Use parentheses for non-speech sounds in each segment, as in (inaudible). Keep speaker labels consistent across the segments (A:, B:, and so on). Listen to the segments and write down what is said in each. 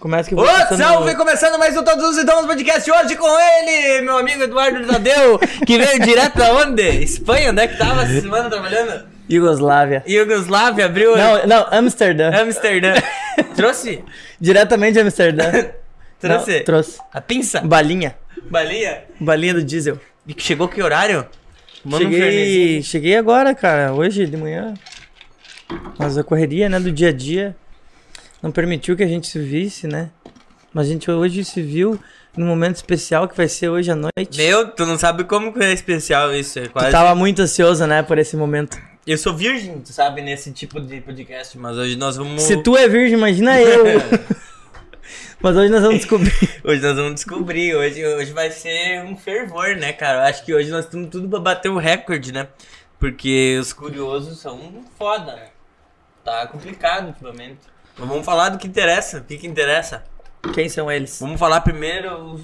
A: Começa que eu
B: Ô,
A: vou passando-
B: salve! Começando mais um Todos os Idãos Podcast hoje com ele, meu amigo Eduardo Tadeu, que veio direto da onde? Espanha, onde é que tava essa semana trabalhando?
A: Iugoslávia.
B: Yugoslávia abriu
A: Não, não, Amsterdã.
B: É- Amsterdã. Trouxe?
A: Diretamente de Amsterdã.
B: Trouxe?
A: Não, trouxe.
B: A pinça?
A: Balinha.
B: Balinha?
A: Balinha do diesel.
B: E Chegou que horário? Manda um fernezinho.
A: cheguei, cheguei agora, cara. Hoje de manhã. Mas a correria, né, do dia a dia não permitiu que a gente se visse, né? Mas a gente hoje se viu num momento especial que vai ser hoje à noite.
B: Meu, tu não sabe como que é especial isso, é
A: Tu tá-
B: quase...
A: tava muito ansiosa, né, por esse momento.
B: Eu sou virgem, tu sabe, nesse tipo de podcast, mas hoje nós vamos...
A: Se tu é virgem, imagina eu. Mas hoje nós vamos descobrir.
B: Hoje nós vamos descobrir, hoje, hoje vai ser um fervor, né, cara? Eu acho que hoje nós estamos tudo pra bater o recorde, né? Porque os curiosos são foda, né? Tá complicado ultimamente. Mas vamos falar do que interessa, o que, que interessa.
A: Quem são eles?
B: Vamos falar primeiro os,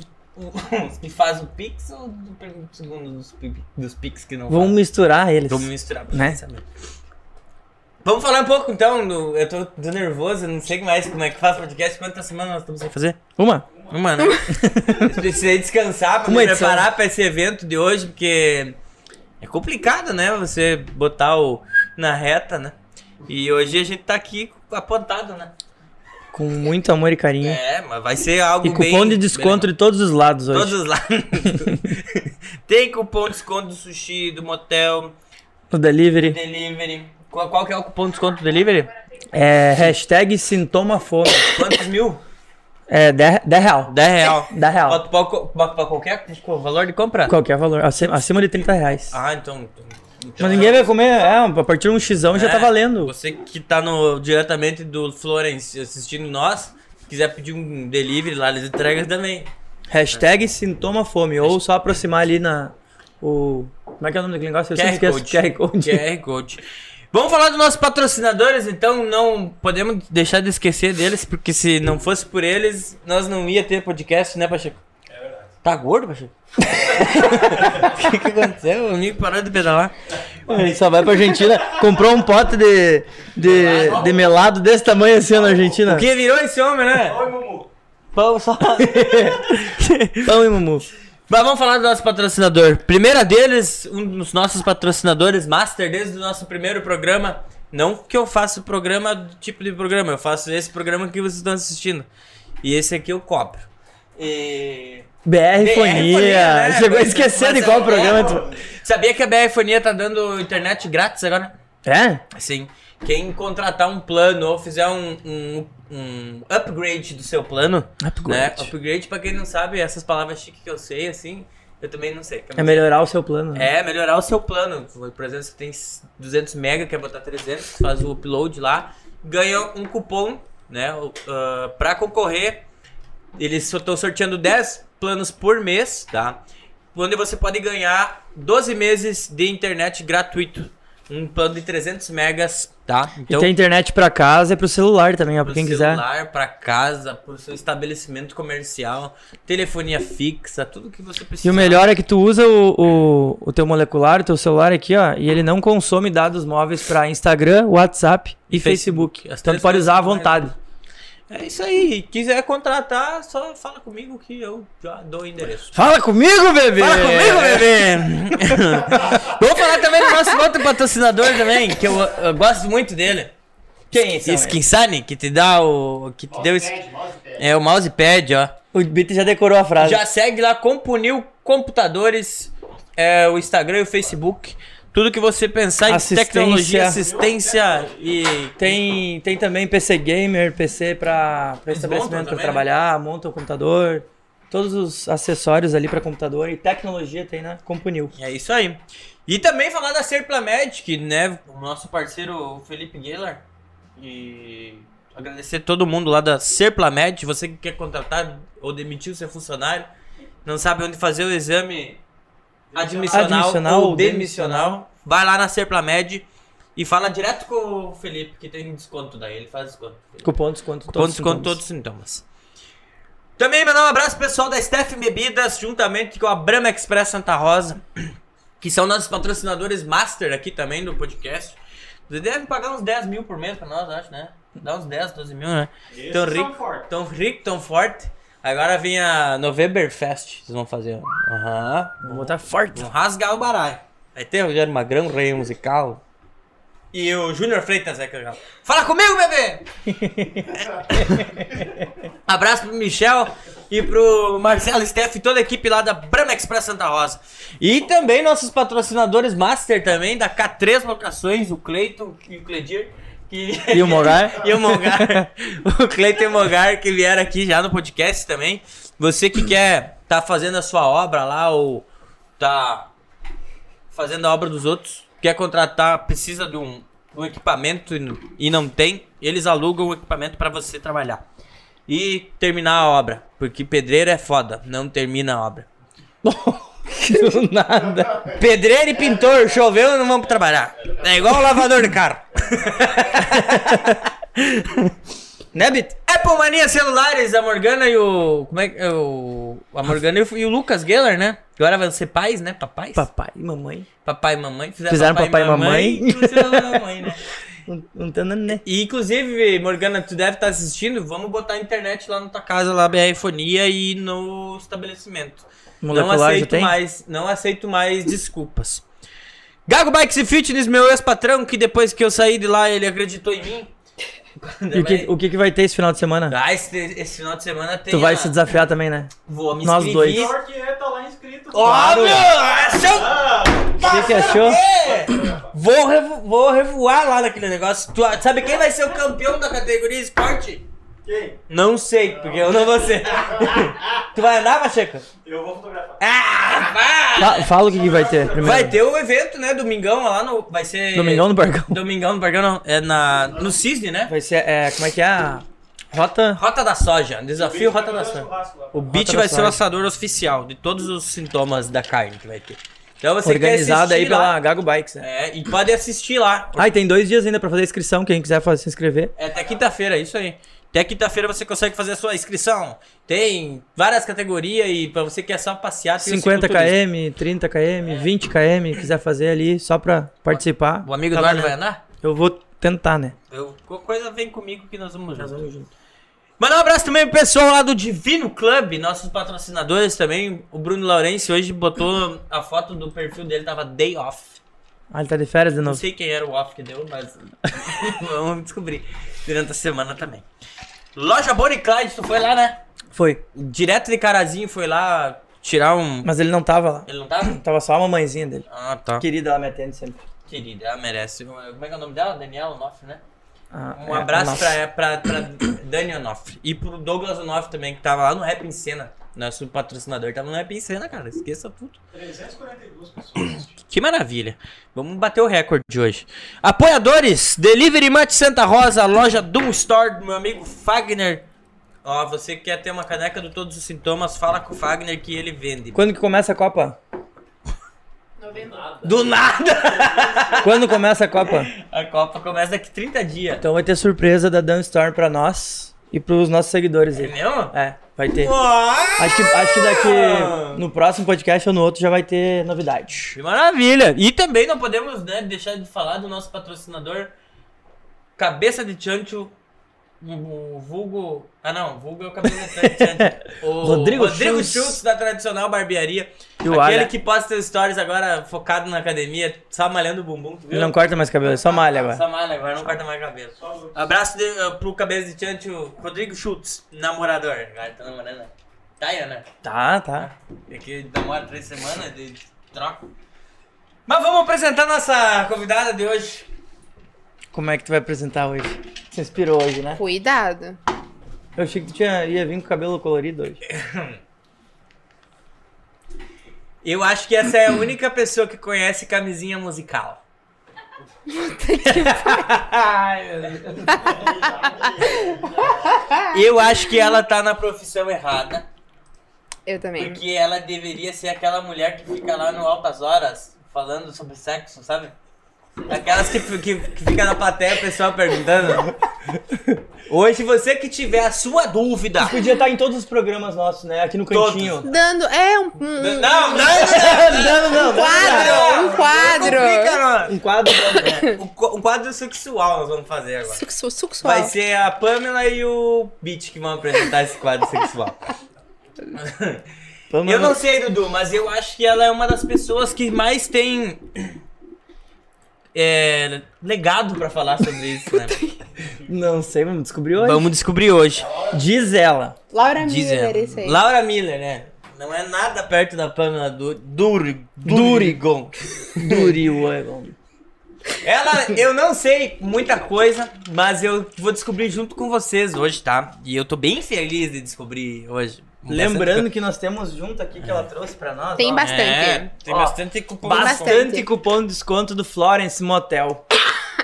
B: os que fazem o Pix ou do prim- segundo dos, pi- dos Pix que não
A: Vamos
B: fazem?
A: misturar eles.
B: Vamos misturar pra
A: né?
B: gente saber. Vamos falar um pouco então, do- eu tô, tô nervoso, eu não sei mais como é que faz podcast, quantas semanas nós estamos sem fazer?
A: Uma? (laughs)
B: Uma, né? Precisei descansar pra
A: Uma
B: me
A: edição.
B: preparar pra esse evento de hoje, porque é complicado, né? Você botar o na reta, né? E hoje a gente tá aqui apontado, né?
A: Com muito amor e carinho.
B: É, mas vai ser algo
A: e
B: bem...
A: cupom de desconto
B: bem-
A: de todos os lados hoje.
B: Todos
A: (laughs)
B: lá. Tem cupom de desconto do sushi, do motel,
A: No delivery.
B: delivery. Qual, qual que é o cupom de desconto do delivery?
A: É hashtag sintoma fome.
B: Quantos mil?
A: É 10 real.
B: 10 real.
A: 10 real.
B: Bota pra, bota pra qualquer valor de compra?
A: Qualquer valor. Acima, acima de 30 reais.
B: Ah, então... então
A: Mas ninguém vai comer. É, a partir de um xão já
B: É,
A: tá valendo.
B: Você que tá no, diretamente do Florence assistindo nós, se quiser pedir um delivery lá, eles entregam também.
A: Hashtag sintoma fome. Ou só aproximar ali na. O. Como é que é o nome daquele negócio? Eu sempre esqueço. QR Code.
B: QR Code. Vamos falar dos nossos patrocinadores, então não podemos deixar de esquecer deles, porque se não fosse por eles, nós não ia ter podcast, né, Pacheco? É verdade. Tá gordo, Pacheco? (laughs) O que, que aconteceu? O amigo parou de pedalar.
A: É. Ele só vai pra Argentina. Comprou um pote de, de, de melado desse tamanho assim na Argentina.
B: O que virou esse homem, né?
A: Pão (laughs) só. Pão e mumu.
B: Mas vamos falar do nosso patrocinador. Primeira deles, um dos nossos patrocinadores, Master, desde o nosso primeiro programa. Não que eu faça o programa do tipo de programa, eu faço esse programa que vocês estão assistindo. E esse aqui eu cobro. E...
A: BR
B: Fonia,
A: Fonia.
B: né?
A: Chegou a
B: Mas-
A: esquecer de
B: mas
A: qual
B: é-
A: programa
B: é,
A: tu.
B: Sabia que a BR Fonia tá dando internet grátis agora?
A: É?
B: Sim. Quem contratar um plano ou fizer um, um, um upgrade do seu plano.
A: Upgrade.
B: Né? Upgrade, pra quem não sabe, essas palavras chiques que eu sei, assim, eu também não sei.
A: É melhorar o seu plano. né?
B: É, melhorar o seu plano. Por exemplo, você tem 200 mega, quer botar 300, faz o upload lá, ganha um cupom, né? o- ah, pra concorrer, eles estão sorteando 10 planos por mês, tá? Onde você pode ganhar 12 meses de internet gratuito. Um plano de 300 megas, tá?
A: E tem internet pra casa e pro celular também, ó, pra
B: pro
A: quem quiser.
B: celular, pra casa, pro seu estabelecimento comercial, telefonia fixa, tudo que você precisa.
A: E o melhor é que tu usa o, o, o teu molecular, o teu celular aqui, ó, e ele não consome dados móveis pra Instagram, WhatsApp e
B: Facebook.
A: Facebook.
B: As
A: Então
B: três
A: tu pode
B: coisas
A: usar à
B: que mais-
A: vontade.
B: É isso aí. Quiser contratar, só fala comigo que eu já dou o endereço.
A: Fala comigo, bebê!
B: Fala comigo, bebê! (laughs) Vou falar também do nosso outro patrocinador também, que eu, eu gosto muito dele.
A: Quem é esse?
B: Skinsane, que te dá o. que te deu esse. É o mousepad, ó.
A: O Bit já decorou a frase.
B: Já segue lá, Compunil Computadores, é, o Instagram e o Facebook. Tudo que você pensar em
A: Assistência.
B: tecnologia, assistência e.
A: Tem, tem também PC Gamer, PC pra, pra
B: Eles montam
A: estabelecimento pra
B: também,
A: trabalhar, monta o computador, todos os acessórios ali pra computador e tecnologia tem na Compunil.
B: É isso aí. E também falar da Serplamed, né? O nosso parceiro Felipe Gaylor. E agradecer todo mundo lá da Serplamed. Você que quer contratar ou demitir o seu funcionário, não sabe onde fazer o exame admissional,
A: Admissional
B: ou
A: ou
B: demissional, vai lá na Serplamed e fala direto com o Felipe, que tem desconto daí. Ele faz desconto.
A: Cupom de desconto todos.
B: Todos
A: os
B: desconto,
A: sintomas.
B: todos os sintomas. Também mandar um abraço pro pessoal da Steph Bebidas, juntamente com a Brahma Express Santa Rosa, (clears throat) que são nossos patrocinadores master aqui também do podcast. Eles devem pagar uns 10 mil por mês pra nós, acho, né? Dá uns 10, 12 mil, né?
C: Esses
B: Tão
C: são
B: rico,
C: fortes.
B: tão rico, tão forte. Agora vem a Novemberfest, vocês vão fazer. ó. Aham.
A: Vou botar forte.
B: Vão rasgar o baralho. Vai ter Rogério Magrão, Rei Musical. E o Júnior Freitas é que eu já- Fala comigo, bebê! Abraço pro Michel e pro Marcelo Steff e toda a equipe lá da Brama Express Santa Rosa. E também nossos patrocinadores Master também, da K3 Locações, o Cleiton e o Cledir. que-
A: E o Mogar?
B: (laughs) e o Mogar, o Cleiton e o Mogar que vieram aqui já no podcast também. Você que quer tá fazendo a sua obra lá ou tá fazendo a obra dos outros, quer contratar, precisa de um, de um equipamento e n- e não tem, eles alugam o equipamento para você trabalhar. E terminar a obra, porque pedreiro é foda, não termina a obra.
A: (laughs) Do nada.
B: Pedreiro e pintor, choveu, não vamos trabalhar. É igual o lavador de carro. (laughs) né, Bit? Apple Mania Celulares, a Morgana e o. Como é que. O, a Morgana e o, e o Lucas Geller, né? Agora vão ser pais, né? Papais?
A: Papai e mamãe.
B: papai e mamãe.
A: Fizeram papai e mamãe.
B: e fizeram
A: (laughs)
B: mamãe, né?
A: Não- Não tá dando, né?
B: E inclusive, Morgana, tu deve estar assistindo, vamos botar a internet lá na tua casa, lá BR Fonia e no estabelecimento.
A: Molecular
B: não
A: já
B: aceito
A: tem?
B: mais, não aceito mais desculpas. Gago Bikes e Fitness, meu ex-patrão, que depois que eu saí de lá, ele acreditou em mim.
A: E o que, o que que vai ter esse final de semana?
B: Ah, esse, esse final de semana tem.
A: Tu vai
B: a-
A: se desafiar também, né?
B: Vou me
A: Nós
B: inscrevi.
A: dois.
C: Pior que é, tá lá inscrito.
B: Óbvio! Seu
C: Ah,
A: O que, que achou?
B: É! Vou, revo- vou revoar lá naquele negócio. Tu, sabe quem vai ser o campeão da categoria esporte?
C: quem?
B: Não sei, porque eu não vou ser. (laughs) tu vai andar, Pacheco?
C: Eu vou fotografar.
B: Ah, vai!
A: Fa- fala o que, que vai ter primeiro.
B: Vai ter o evento, né? Domingão lá no. Vai ser.
A: Domingão no Barcão.
B: Domingão no Barcão, não. É na, no Cisne, né?
A: Vai ser, é, como é que é? a Rota.
B: Rota da Soja. Desafio Rota da
C: Fazer um
B: Soja.
C: churrasco lá.
B: O Beat
A: Rota
B: vai
A: da
B: ser o
A: Soja.
B: assador oficial de todos os sintomas da carne que vai ter. Então você
A: Organizada
B: quer
A: aí
B: assistir
A: pela
B: lá.
A: Gago Bikes. É.
B: É, e pode assistir lá.
A: Ah, e tem dois dias ainda pra fazer a inscrição, quem quiser fa- se inscrever.
B: É até quinta-feira, isso aí. Até quinta-feira você consegue fazer a sua inscrição. Tem várias categorias e pra você que é só passear, tem o
A: 50
B: cicloturismo.
A: km, 30 km, 20 km, quiser fazer ali só pra participar.
B: É. O amigo
A: tá
B: Eduardo
A: lá, né?
B: vai andar?
A: Eu vou tentar, né?
B: Eu, qualquer coisa vem comigo que nós vamos junto. Mandar um abraço também pro pessoal lá do Divino Club, nossos patrocinadores também. O Bruno Laurenci hoje botou a foto do perfil dele, tava day off.
A: Ah, ele tá de férias de
B: Não
A: novo.
B: sei quem era o off que deu, mas (laughs) vamos descobrir durante a semana também. Loja Bonnie Clyde, tu foi lá, né?
A: Foi.
B: Direto de Carazinho foi lá tirar um.
A: Mas ele não tava lá.
B: Ele não tá? tava?
A: Tava só a mamãezinha dele.
B: Ah, tá.
A: Querida, ela me atende sempre.
B: Querida, ela merece. Como é que é o nome dela? Daniela Onoff, né?
A: Ah,
B: Um
A: é,
B: abraço
A: nossa.
B: pra, pra, pra Dani Onoff e pro Douglas Onoff também, que tava lá no Rap em Cena. Nosso patrocinador tava no Rap em Cena, cara. Esqueça tudo.
C: 342 pessoas
B: (coughs)
C: assistindo.
B: Que maravilha. Vamos bater o recorde de hoje. Apoiadores, Delivery Mate Santa Rosa, loja Doom Store do meu amigo Fagner. Ó, você que quer ter uma caneca do Todos os Sintomas, fala com o Fagner que ele vende.
A: Quando que começa a Copa?
B: Do nada!
A: Quando começa a
B: (laughs)
A: Copa?
B: A Copa começa daqui 30 dias.
A: Então vai ter surpresa da Dan Storm pra nós e pros nossos seguidores aí.
B: Entendeu?
A: É, vai ter.
B: Uau!
A: Acho que, acho que daqui no próximo podcast ou no outro já vai ter novidade.
B: Que maravilha! E também não podemos né, deixar de falar do nosso patrocinador Cabeça de Chancho, o vulgo... Ah não, vulgo é o Cabeça de
A: (laughs)
B: Chancho. O
A: Rodrigo
B: Rodrigo
A: Schultz.
B: Schultz, da Tradicional Barbearia.
A: E o
B: aquele
A: Alha.
B: que posta stories agora focado na academia, só malhando o bumbum, tu viu?
A: Ele não corta mais cabelo, é só malha agora.
B: Só malha agora, não corta mais cabelo.
C: Só-
B: Abraço de, eh, pro Cabeça de Chancho, Rodrigo Schultz, namorador. Agora tá né? namorando. Tayana.
A: Tá, tá.
B: É que demora três semanas de troca. Mas vamos apresentar nossa convidada de hoje.
A: Como é que tu vai apresentar hoje? Você inspirou hoje, né?
D: Cuidado.
A: Eu achei que tu tinha, ia vir com cabelo colorido hoje.
B: Eu acho que essa é a única pessoa que conhece camisinha musical. (laughs) Eu acho que ela tá na profissão errada,
D: Eu também.
B: porque ela deveria ser aquela mulher que fica lá no altas horas falando sobre sexo, sabe? Aquelas que, que, que fica na plateia o pessoal (laughs) perguntando. Hoje, você que tiver a sua dúvida.
A: Podia estar em todos os programas nossos, né? Aqui no
B: Todos.
A: cantinho.
D: Dando. É um, um-
B: Não, não, não, não. (laughs)
A: não, não, não.
D: quadro! Um quadro!
B: Complica,
A: Um quadro.
B: não. Um qu- Um quadro sexual nós vamos fazer agora.
D: Suco, suco suave.
B: Vai ser a Pamela e o Beat que vão apresentar esse quadro sexual.
A: Vamos-
B: Eu não sei, Dudu, mas eu acho que ela é uma das pessoas que mais tem. é, legado pra falar sobre isso, né?
A: Não sei, vamos descobrir hoje.
B: Vamos descobrir hoje.
A: Diz ela.
D: Laura
B: Diz ela.
D: Miller, esse aí.
B: Laura Miller, né? Não é nada perto da Pamela du Dur Durigon.
A: Duriwagon.
B: Ela, eu não sei muita coisa, mas eu vou descobrir junto com vocês hoje, tá? E eu tô bem feliz de descobrir hoje.
A: Lembrando que nós temos junto aqui que ela trouxe pra nós.
D: Tem
A: ó,
D: bastante.
B: É, tem
A: Ó,
B: bastante cupom.
A: bastante
D: bastante.
A: cupom de desconto do Florence Motel.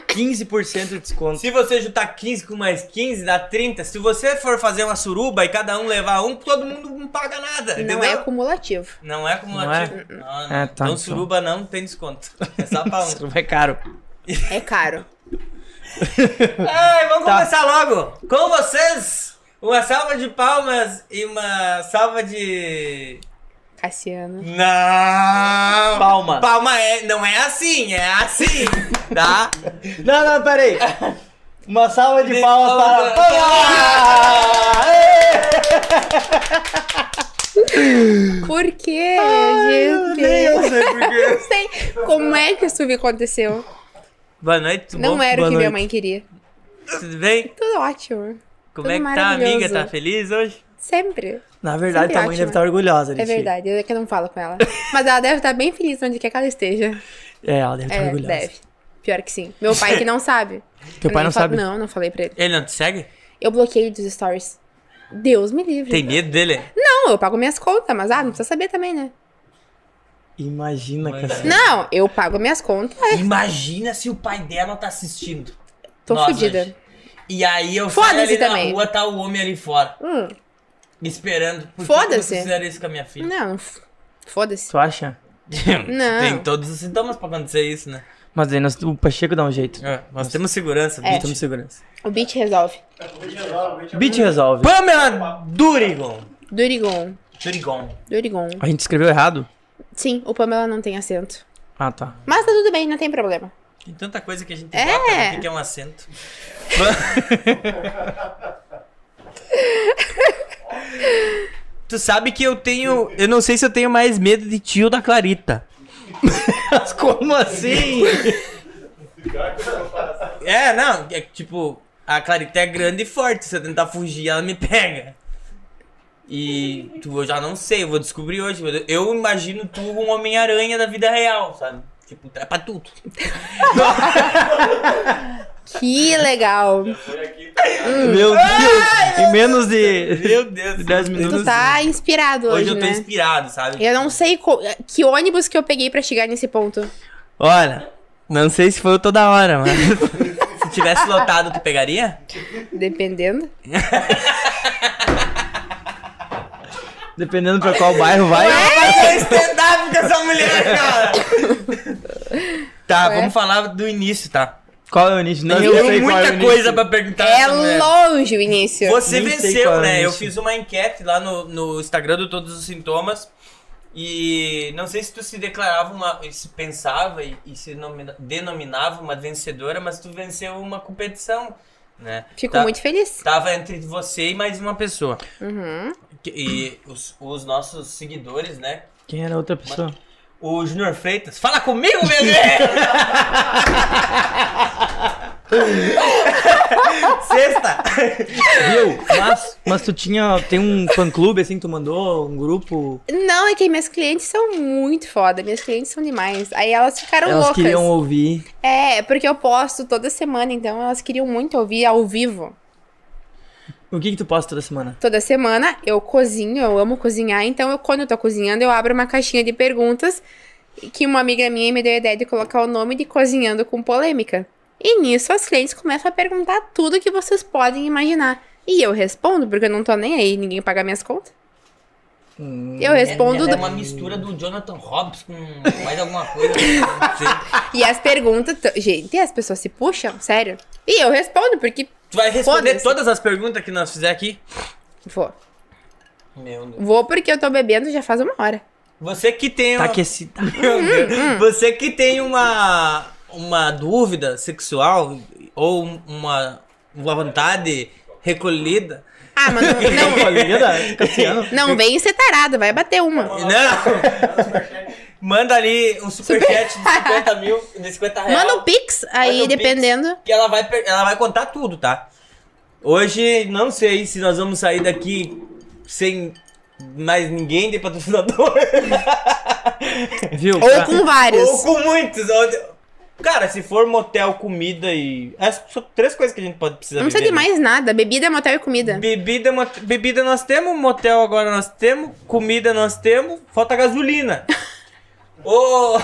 A: 15% de desconto.
B: Se você juntar 15 com mais 15, dá 30. Se você for fazer uma suruba e cada um levar um, todo mundo não paga nada, entendeu?
D: Não é acumulativo.
B: Não é acumulativo. Não
A: é? Ah, tá,
B: então
A: então.
B: suruba não tem desconto.
A: (laughs)
B: É só pra um.
A: É caro.
D: É caro.
B: Ai, vamos
A: Tá.
B: começar logo. Com vocês, uma salva de palmas e uma salva de...
D: Cassiano.
B: Não!
A: Palma.
B: Palma é, não é assim, é assim, tá?
A: Não, não, peraí. Uma salva de (laughs) palmas para.
D: Por quê, gente? Não sei como é que isso me aconteceu.
B: Boa noite, tudo
D: Não
B: bom?
D: era o
A: boa
D: que minha
A: noite.
D: mãe queria.
B: Tudo bem?
D: Tudo ótimo.
B: Como
D: Tudo
B: é que tá, amiga?
D: maravilhoso.
B: Tá feliz hoje?
D: Sempre.
A: (laughs) Na verdade, tua mãe
D: Ótima.
A: deve estar orgulhosa. de
D: É
A: ti.
D: verdade, é que eu não falo com ela. Mas ela deve estar bem feliz onde quer que ela esteja.
A: É, ela deve estar
D: É,
A: orgulhosa.
D: deve. Pior que sim. Meu pai que não sabe.
A: Teu
D: Eu
A: pai
D: nem
A: não
D: fa-
A: sabe?
D: Não, não falei pra ele.
B: Ele não te segue?
D: Eu bloqueei dos stories. Deus me livre.
B: Tem medo dele?
D: Não, eu pago minhas contas, mas ah, não precisa saber também, né?
A: Imagina,
B: Mãe
A: Cassiano.
D: Não, eu pago minhas contas.
B: Imagina se o pai dela tá assistindo.
D: Tô
B: Nós
D: fudida.
B: hoje. E aí eu
D: Foda-se
B: saio ali
D: também.
B: na rua, tá o homem ali fora,
D: Hum,
B: me esperando. Por que
D: Foda-se.
B: vocês fizeram isso com a minha filha?
D: não, f- foda-se.
A: Tu acha?
D: Não.
B: Tem todos os sintomas pra acontecer isso, né?
A: Mas aí nós- o Pacheco dá um jeito.
B: É, nós temos segurança,
D: É.
B: bicho.
A: Estamos segurança.
D: O beat resolve.
A: Beat resolve.
B: Pamela Durigon.
D: Durigon.
B: Durigon.
D: Durigon.
A: A gente escreveu errado?
D: Sim, o Pamela não tem acento.
A: Ah, tá.
D: Mas tá tudo bem, não tem problema.
B: Tem tanta coisa que a gente
D: É.
B: bota, né? O que que é um acento? (laughs) tu sabe que eu tenho... Eu não sei se eu tenho mais medo de tio da Clarita. (laughs)
A: Mas como assim?
B: É, não. É que, tipo... A Clarita é grande e forte. Se eu tentar fugir, ela me pega. E tu, eu já não sei. Eu vou descobrir hoje. mas Eu imagino tu um Homem-Aranha da vida real, sabe? Tipo, é pra tudo.
D: Que legal.
A: Meu Deus! Em menos de
B: Meu Deus.
A: 10
D: Tu
A: minutos.
D: tá inspirado
B: Hoje
D: hoje,
B: né? eu tô
D: né?
B: inspirado, sabe?
D: Eu não sei co- que ônibus que eu peguei pra chegar nesse ponto.
B: Olha, não sei se foi o toda hora, (laughs) mas. se tivesse lotado, tu pegaria?
D: Dependendo.
A: Dependendo pra qual bairro vai.
B: fazer é stand-up com essa (laughs) mulher, cara! tá,
D: Ué?
B: vamos falar do início, tá?
A: Qual é o início? Nem
B: Eu tenho
A: qual é o
B: muita
A: início.
B: coisa pra perguntar.
D: É
B: pra mulher.
D: longe o início.
B: Tá, Você
A: Nem sei
B: venceu,
A: qual é o
B: né? Eu
A: início.
B: fiz uma enquete lá no, no Instagram do Todos os Sintomas. E não sei se tu se declarava uma. se pensava e, e se nomina- denominava uma vencedora, mas tu venceu uma competição, né?
D: Fico
B: Tá-
D: muito feliz.
B: Tava entre você e mais uma pessoa.
D: Uhum.
B: Que- E os, os nossos seguidores, né?
A: Quem era a outra pessoa?
B: O Junior Freitas. Fala comigo,
D: (laughs)
B: bebê! (laughs) Sexta!
A: Viu? Mas, mas tu tinha. Tem um fã clube assim que tu mandou? Um grupo?
D: Não, é que minhas clientes são muito foda. Minhas clientes são demais. Aí elas ficaram
A: Elas
D: loucas.
A: queriam ouvir.
D: É, porque eu posto toda semana, então elas queriam muito ouvir ao vivo.
A: O que que tu posta toda semana?
D: Toda semana eu cozinho, eu amo cozinhar, então eu, quando eu tô cozinhando, eu abro uma caixinha de perguntas que uma amiga minha me deu a ideia de colocar o nome de Cozinhando com Polêmica. E nisso as clientes começam a perguntar tudo que vocês podem imaginar. E eu respondo, porque eu não tô nem aí, ninguém paga minhas contas. Eu respondo.
B: Ela é
D: do-
B: uma mistura do Jonathan Hobbs com mais alguma coisa. né? não sei.
D: E as perguntas. t- Gente, as pessoas se puxam, sério. E eu respondo, porque.
B: Tu vai responder
D: Foda-se.
B: todas as perguntas que nós fizer aqui?
D: Vou.
B: Meu Deus.
D: Vou porque eu tô bebendo já faz uma hora.
B: Você que tem
A: Tá
B: uma...
A: aquecido.
B: (laughs) Meu Deus. Você que tem uma, uma dúvida sexual ou uma, uma vontade recolhida.
D: Ah, mas não, não,
A: tá
D: (laughs) não vem ser tarado, vai bater uma.
B: Não! Manda ali um superchat de 50 mil, de 50 reais.
D: Manda um pix,
B: Manda
D: aí
B: um pix.
D: dependendo.
B: Que ela vai, per- ela vai contar tudo, tá? Hoje, não sei se nós vamos sair daqui sem mais ninguém de patrocinador.
A: Viu? Tá.
D: Ou
A: Pra-
D: com (laughs) vários.
B: Ou com muitos. ou- Cara, se for motel, comida e. Essas são três coisas que a gente pode precisar
D: Não precisa
B: viver,
D: de
B: né?
D: mais nada. Bebida, motel e comida.
B: Bebida, mot- bebida nós temos, motel agora nós temos, comida nós temos, falta gasolina.
D: (laughs)
B: Ô,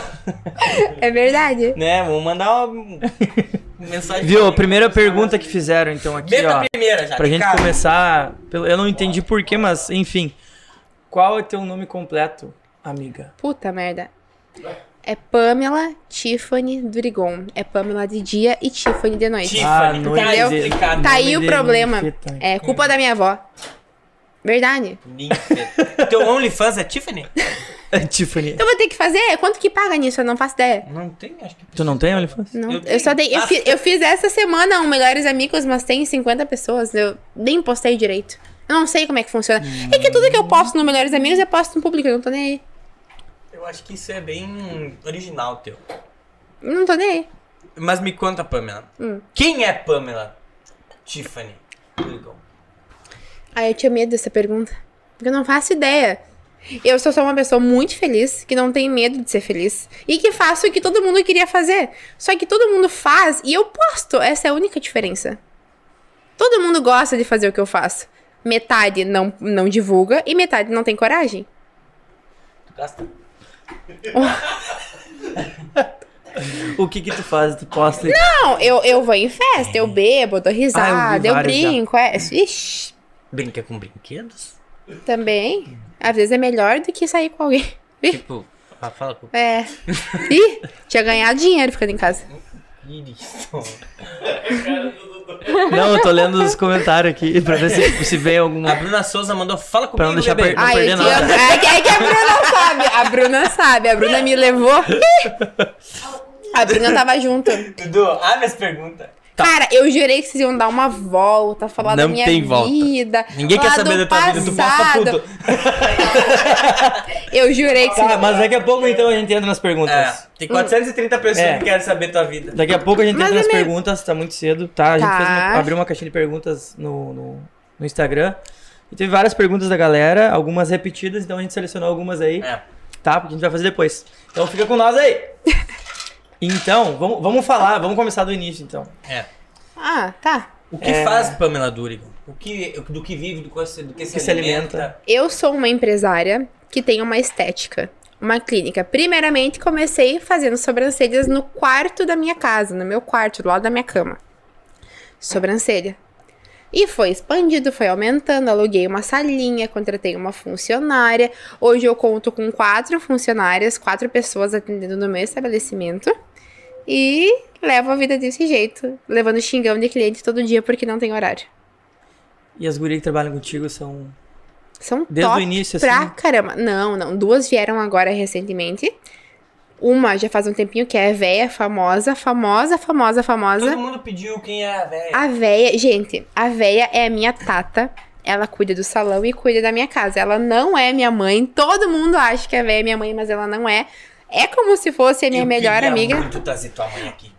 D: É verdade.
B: né, vamos mandar uma (laughs) mensagem.
A: Viu? A primeira pergunta que fizeram, então, aqui,
B: Meta
A: ó.
B: primeira já.
A: Pra
B: de
A: gente
B: cara.
A: começar. pelo- Eu não entendi porquê, mas enfim. Qual é teu nome completo, amiga?
D: Puta merda. É Pamela Tiffany Durigon. É Pamela de dia e Tiffany de noite.
B: Tiffany.
A: nome
D: Entendeu?
A: de-
B: Tá
A: nome
D: aí o
A: de
D: problema.
A: ninfeta.
D: É culpa da minha avó. Verdade.
B: Ninfeta. Teu OnlyFans é Tiffany?
A: É. (laughs) Tiffany.
D: Então eu vou ter que fazer? Quanto que paga nisso? Eu não faço ideia.
B: Não tem, acho que.
A: Tu não tem OnlyFans?
D: Não,
B: Eu
D: eu,
B: tenho.
D: só dei. Eu,
B: Ah.
D: fi- eu fiz essa semana um Melhores Amigos, mas tem 50 pessoas. Eu nem postei direito. Eu não sei como é que funciona.
B: Hum.
D: É que tudo que eu posto no Melhores Amigos eu posto no público. Eu não tô nem aí.
B: Eu acho que isso é bem original teu.
D: Eu Não tô nem aí.
B: Mas me conta, Pamela.
D: Hum.
B: Quem é Pamela? Tiffany. Legal.
D: Ai, Ah, eu tinha medo dessa pergunta. Porque eu não faço ideia. Eu sou só uma pessoa muito feliz, que não tem medo de ser feliz. E que faço o que todo mundo queria fazer. Só que todo mundo faz e eu posto. Essa é a única diferença. Todo mundo gosta de fazer o que eu faço. Metade não, não divulga e metade não tem coragem.
B: Tu gasta?
A: O que que tu faz? Tu posta e
D: Não, eu, eu vou em festa, eu bebo, eu dou
A: Ah, eu
D: risada,
A: vi
D: eu,
A: várias já.
D: brinco. É, ixi,
B: Brinca com brinquedos?
D: também. Às vezes é melhor do que sair com alguém. Ih,
B: Tipo, ah, fala com.
D: é.
A: (laughs)
D: Ih, tinha ganhado dinheiro ficando em casa.
B: Isso.
A: Não, eu tô lendo os comentários aqui pra ver se, se vem
B: A
A: alguma.
B: Bruna Souza mandou fala comigo,
A: Pra não deixar
B: bebê.
A: per-
D: Ai,
A: perder
D: eu te amo.
A: nada.
D: É que, é que a Bruna sabe. A Bruna sabe. A Bruna me levou. A Bruna tava junto.
B: Dudu, abre as perguntas.
D: Cara, eu jurei que vocês iam dar uma volta, falar da
A: Não
D: minha
A: tem volta.
D: vida.
B: Ninguém
D: falar
B: quer saber da
D: do
B: tua vida, tu posta
D: passado.
B: tudo.
D: Eu jurei que vocês
A: Tá, mas daqui a pouco então a gente entra nas perguntas.
B: É,
D: Hum.
B: tem 430 pessoas
A: É.
B: que querem saber tua vida.
A: Daqui a pouco a gente
D: Mas
A: entra
D: é
A: nas
D: meio-
A: perguntas, tá muito cedo, tá? A gente
D: Tá.
A: fez uma- abriu uma caixinha de perguntas no, no, no Instagram. E teve várias perguntas da galera, algumas repetidas, então a gente selecionou algumas aí,
B: É.
A: tá? Porque a gente vai fazer depois. Então fica com nós aí!
D: (laughs)
A: Então, vamos, vamos falar, vamos começar do início então.
B: É.
D: Ah, tá.
B: O que
A: É.
B: faz Pamela Durigon? O que, do que vive, do que se, do que se,
A: se alimenta.
D: Eu sou uma empresária que tem uma estética, uma clínica. Primeiramente, comecei fazendo sobrancelhas no quarto da minha casa, no meu quarto, do lado da minha cama. Sobrancelha. E foi expandido, foi aumentando, aluguei uma salinha, contratei uma funcionária. Hoje eu conto com quatro funcionárias, quatro pessoas atendendo no meu estabelecimento. E levo a vida desse jeito, levando xingão de cliente todo dia porque não tem horário.
A: E as gurias que trabalham contigo são.
D: São
A: Desde
D: top
A: o início,
D: pra
A: assim?
D: caramba. Não, não. Duas vieram agora recentemente. Uma já faz um tempinho que é a véia, famosa, famosa, famosa, famosa.
B: Todo mundo pediu quem é a velha.
D: A véia, gente, a véia é a minha tata. Ela cuida do salão e cuida da minha casa. Ela não é minha mãe. Todo mundo acha que a véia é minha mãe, mas ela não é. É como se fosse a minha
B: Eu
D: melhor
B: queria
D: amiga.
B: muito trazer tua mãe aqui.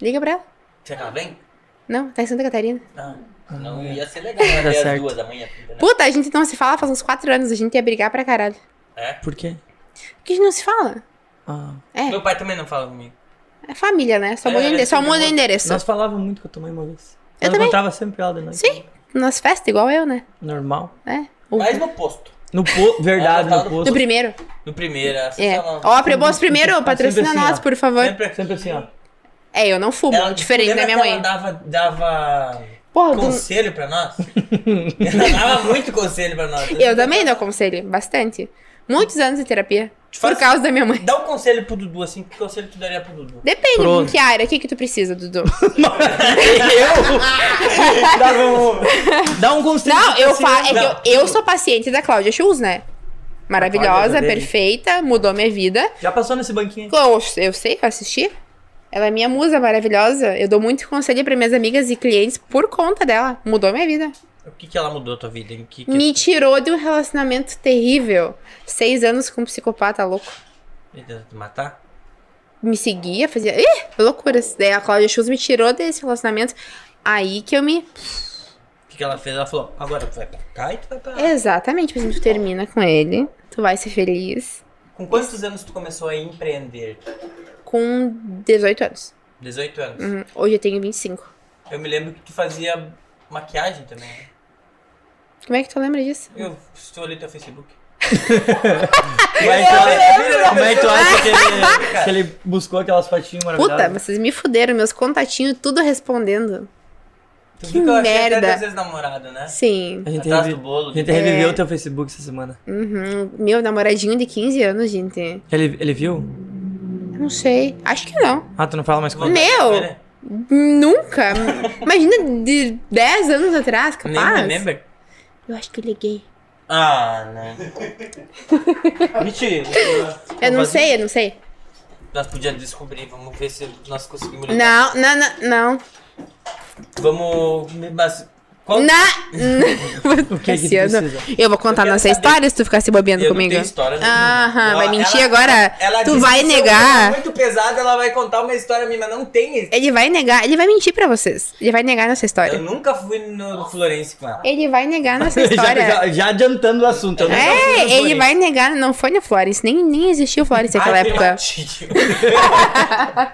D: Liga pra ela.
B: Será que ela vem?
D: Não, tá em Santa Catarina.
B: Ah, não ia ser
A: (laughs)
B: legal né?
A: Dá
B: ver as
A: é. Tá certo.
B: duas da manhã. Né?
D: Puta, a gente não se fala faz uns quatro anos. A gente ia brigar pra caralho.
B: É.
A: Por quê?
D: Por que a gente não se fala?
A: Ah,
D: É.
B: Meu pai também não fala comigo.
D: É família, né? Só
B: É,
D: muda o
B: é,
D: ende- só
B: tudo
D: muda o
B: muda.
D: endereço.
A: nós falávamos muito com a tua mãe uma vez.
D: Eu
A: Ela
D: também.
A: encontrava sempre ela de noite.
D: Sim, nas festas, igual eu, né?
A: Normal.
D: É. O-
B: Mas no posto.
A: No po... Verdade,
B: Ela
A: no
B: tava
A: posto.
D: Do primeiro.
B: No primeiro, assim,
D: É.
B: ela-
D: Ó, Prebosso primeiro, patrocina
A: assim, ó.
D: nós, por favor.
B: sempre,
A: Sempre assim, ó.
D: É, eu não fumo,
B: Ela- tipo,
D: diferente
B: lembra
D: da minha
B: que
D: mãe.
B: Ela dava, dava
D: Porra, do...
B: Conselho
A: (laughs)
B: pra nós? Ela dava muito conselho pra nós.
D: eu também dou conselho, bastante. Muitos anos de terapia.
B: Te
D: Por
B: faz-
D: causa da minha mãe.
B: Dá um conselho pro Dudu, assim. Que conselho tu daria pro Dudu?
D: Depende
A: Pronto.
D: em que área, o que, que tu precisa,
B: (laughs)
D: Dudu?
A: Eu?
B: Dá um-
A: Dá um conselho.
D: Não, eu falo. É
B: não.
D: que eu, eu sou paciente da Cláudia Schultz, né? Maravilhosa,
B: dele.
D: perfeita, mudou minha vida.
B: Já passou nesse banquinho aí?
D: Eu, eu sei, eu assisti. Ela é minha musa maravilhosa. Eu dou muito conselho pra minhas amigas e clientes por conta dela. Mudou minha vida.
B: O que que ela mudou a tua vida? O que que-
D: Me tirou de um relacionamento terrível. Seis anos com um psicopata louco.
B: Ele tentou te matar?
D: Me seguia, fazia. Ih, loucuras. Daí a Cláudia Schultz me tirou desse relacionamento. Aí que eu me
B: O que que ela fez? Ela falou, agora tu vai pra cá e tu vai pra lá.
D: Exatamente, por exemplo, tu termina com ele, tu vai ser feliz
B: Com quantos anos tu começou a empreender?
D: com 18 anos.
B: 18 anos.
A: Uhum.
D: Hum, Hoje eu tenho 25.
B: Eu me lembro que tu fazia maquiagem também. né?
D: Como é que tu lembra disso?
B: Eu estou ali
A: (laughs)
B: teu Facebook.
A: Como é que tu acha- como é que tu acha que ele, que ele buscou aquelas fotinhas maravilhosas?
D: Puta, vocês me fuderam, meus contatinhos tudo respondendo.
B: Tu
D: Que
B: viu que eu achei até
D: merda.
B: às vezes namorada, né?
D: Sim.
A: A gente,
B: Atrás
A: revi-
D: Tá,
B: do bolo.
A: a gente
D: É.
A: reviveu o teu Facebook essa semana.
D: Uhum. Meu namoradinho de 15 anos, gente.
A: Ele, ele viu?
D: Eu Não sei. Acho que não.
A: Ah, tu não fala mais com
B: Vontade
A: ele?
B: de
D: Meu!
B: ver?
D: Nunca. Imagina de 10 anos atrás,
B: Nem
D: capaz.
B: me lembro.
D: Eu acho que eu liguei.
B: Ah,
D: (laughs)
B: não. Mentira.
D: Eu não sei, eu não sei.
B: Nós podíamos descobrir, vamos ver se nós conseguimos ligar.
D: Não, não, não, não.
B: Vamos. Mas. Qual... (laughs)
D: Na...
A: O que é que tu
D: Cassiano,
A: precisa?
D: eu vou contar
B: Eu quero
D: nossa
B: saber.
D: história se tu ficar se bobeando
B: Eu não
D: comigo.
B: tenho história nenhuma.
D: Aham,
B: Ela-
D: vai mentir
B: ela-
D: agora?
B: Ela
D: tu
B: disse
D: vai
B: que se eu
D: negar.
B: for muito pesado, ela vai contar uma história minha, mas não tem isso.
D: Ele vai negar, ele vai mentir pra vocês. Ele vai negar nossa
B: é Eu
D: história.
B: nunca fui no Florence com ela.
D: Ele vai negar
B: (laughs)
D: nossa
A: (laughs) já,
D: história.
A: já- já adiantando o assunto. eu não tava
D: É,
A: pensando
D: ele
A: por
D: vai negar, não foi no Florence, nem, nem existiu o Florence naquela
B: Ai, foi
D: época.
B: Matilde. (laughs)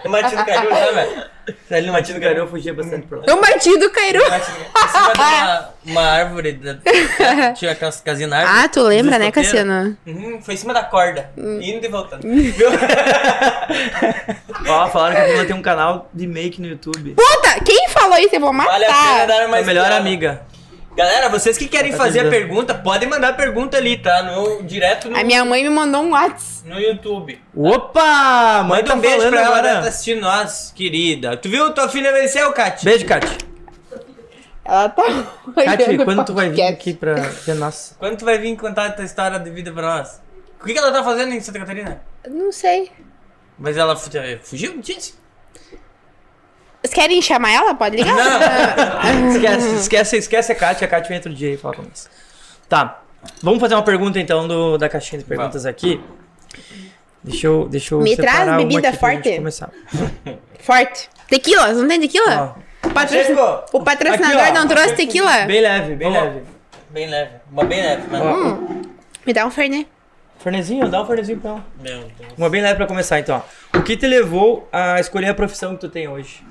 B: O Matilde caiu, né, velho? Ali no
A: isso.
B: Matilde
A: Cara,
B: caiu.
A: eu fugia bastante pra lá.
D: Eu bati do Cairu.
B: Em cima de uma, uma árvore. da- Tinha aquelas casinhas na árvore.
D: Ah, tu lembra, né,
B: Dos escoteiros.
D: Cassiano? Hum.
B: Uhum, foi em cima da corda. Indo e voltando. Viu?
A: Ó, falaram que a Bruna tem um canal de make no YouTube. É
D: Puta, quem falou isso? Eu vou (laughs)
B: Vale a pena
D: matar.
B: dar uma
A: Minha melhor
B: espiada.
A: amiga.
B: Galera, vocês que querem
A: Tá
B: fazer a
A: dizendo.
B: pergunta, podem mandar pergunta ali, tá? No, direto no,
D: A minha mãe me mandou um WhatsApp.
B: no YouTube.
A: Opa! Mãe
B: Manda
A: tá
B: um beijo
A: falando
B: pra ela
A: agora.
B: que tá assistindo nós, querida. Tu viu? Tua filha venceu, Kat.
A: Beijo, Kat.
D: Ela tá.
A: Kat,
D: olhando
A: quando tu vai vir
D: podcast.
A: aqui pra... ver Nossa.
B: Quando tu vai vir contar a tua história de vida pra nós? O que, que ela tá fazendo em Santa Catarina?
D: Não sei.
B: Mas ela fu- eh, fugiu? Não disse?
D: Vocês querem chamar ela? Pode ligar?
A: Esquece, esquece, esquece a Kátia. A Kátia vem outro dia e fala com nós. Tá. Vamos fazer uma pergunta então do, da caixinha de perguntas aqui. Deixa eu, deixa eu
D: Me
A: separar
D: traz
A: uma
D: bebida
A: aqui pra gente
D: forte.
A: começar.
D: Ah, Forte. Tequila? Não tem tequila? Patro-
B: Chegou.
D: O patrocinador
A: Aqui, ó.
D: não trouxe tequila?
A: Bem leve, bem
B: Vamos.
A: leve.
B: Bem leve. Uma bem leve, mas...
A: Ó,
D: Me dá um Fernet.
A: Fornezinho, dá um fornezinho pra ela.
B: Meu Deus.
A: Uma bem leve pra começar então. ó. O que te levou a escolher a profissão que tu tem hoje?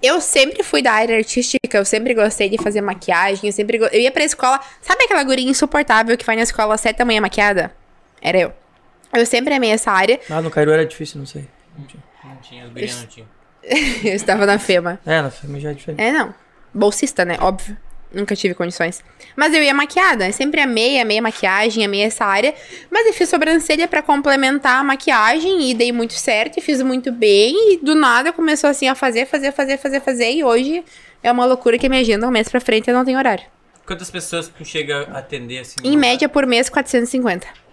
D: Eu sempre fui da área artística, eu sempre gostei de fazer maquiagem, eu sempre go... eu ia pra escola. Sabe aquela guria insuportável que vai na escola às sete da manhã maquiada? Era eu. Eu sempre amei essa área. (laughs)
A: Ah, no Cairo era difícil, não sei.
B: Não tinha, os guria não tinha.
D: Eu estava na FEMA.
A: É, na filme já é diferente.
D: É, não. Bolsista, né? Óbvio. Nunca tive condições. Mas eu ia maquiada. Eu sempre amei, amei a maquiagem, amei essa área. Mas eu fiz sobrancelha pra complementar a maquiagem e dei muito certo, e fiz muito bem. E do nada começou assim a fazer, fazer, fazer, fazer, fazer. E hoje é uma loucura que a minha agenda um mês pra frente eu não tenho horário.
B: Quantas pessoas tu chega a atender assim?
D: Em média por mês, 450.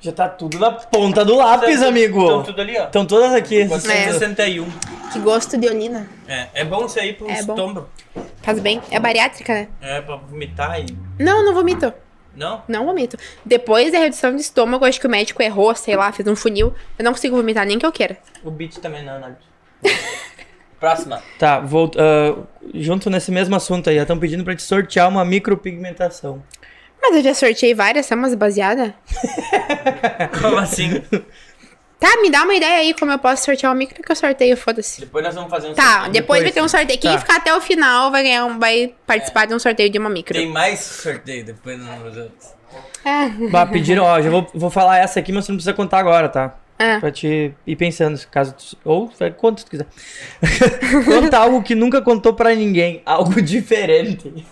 A: Já tá tudo na ponta do lápis,
B: Então,
A: amigo.
B: Estão tudo ali, ó.
A: Estão todas aqui.
B: É. 461.
D: Que gosto de olina.
B: É. é bom isso aí pro
D: É bom.
B: estômago.
D: Faz bem. É bariátrica, né?
B: É, pra vomitar e...
D: Não, não vomito.
B: Não?
D: Não vomito. Depois da redução de estômago, acho que o médico errou, sei lá, fez um funil. Eu não consigo vomitar nem que eu queira.
B: O beat também não, (laughs) né? Próxima.
A: Tá, vou, ah, junto nesse mesmo assunto aí, estão pedindo pra te sortear uma micropigmentação.
D: Mas eu já sorteei várias, são umas baseadas.
B: (laughs) Como assim?
D: Tá, me dá uma ideia aí como eu posso sortear o micro que eu sorteio, foda-se.
B: Depois nós vamos fazer um...
D: Tá,
B: sorteio.
A: Depois.
D: depois, vai ter um sorteio. Quem
A: Tá.
D: ficar até o final vai ganhar um, vai participar de um sorteio de uma micro.
B: Tem mais sorteio depois nós vamos fazer outros.
D: Ah,
A: Bah, pediram, ó, já vou, vou falar essa aqui, mas você não precisa contar agora, tá?
D: Ah.
A: Pra te ir pensando, se caso tu, ou vai quanto tu quiser. (laughs) Conta algo que nunca contou pra ninguém, algo (laughs) diferente.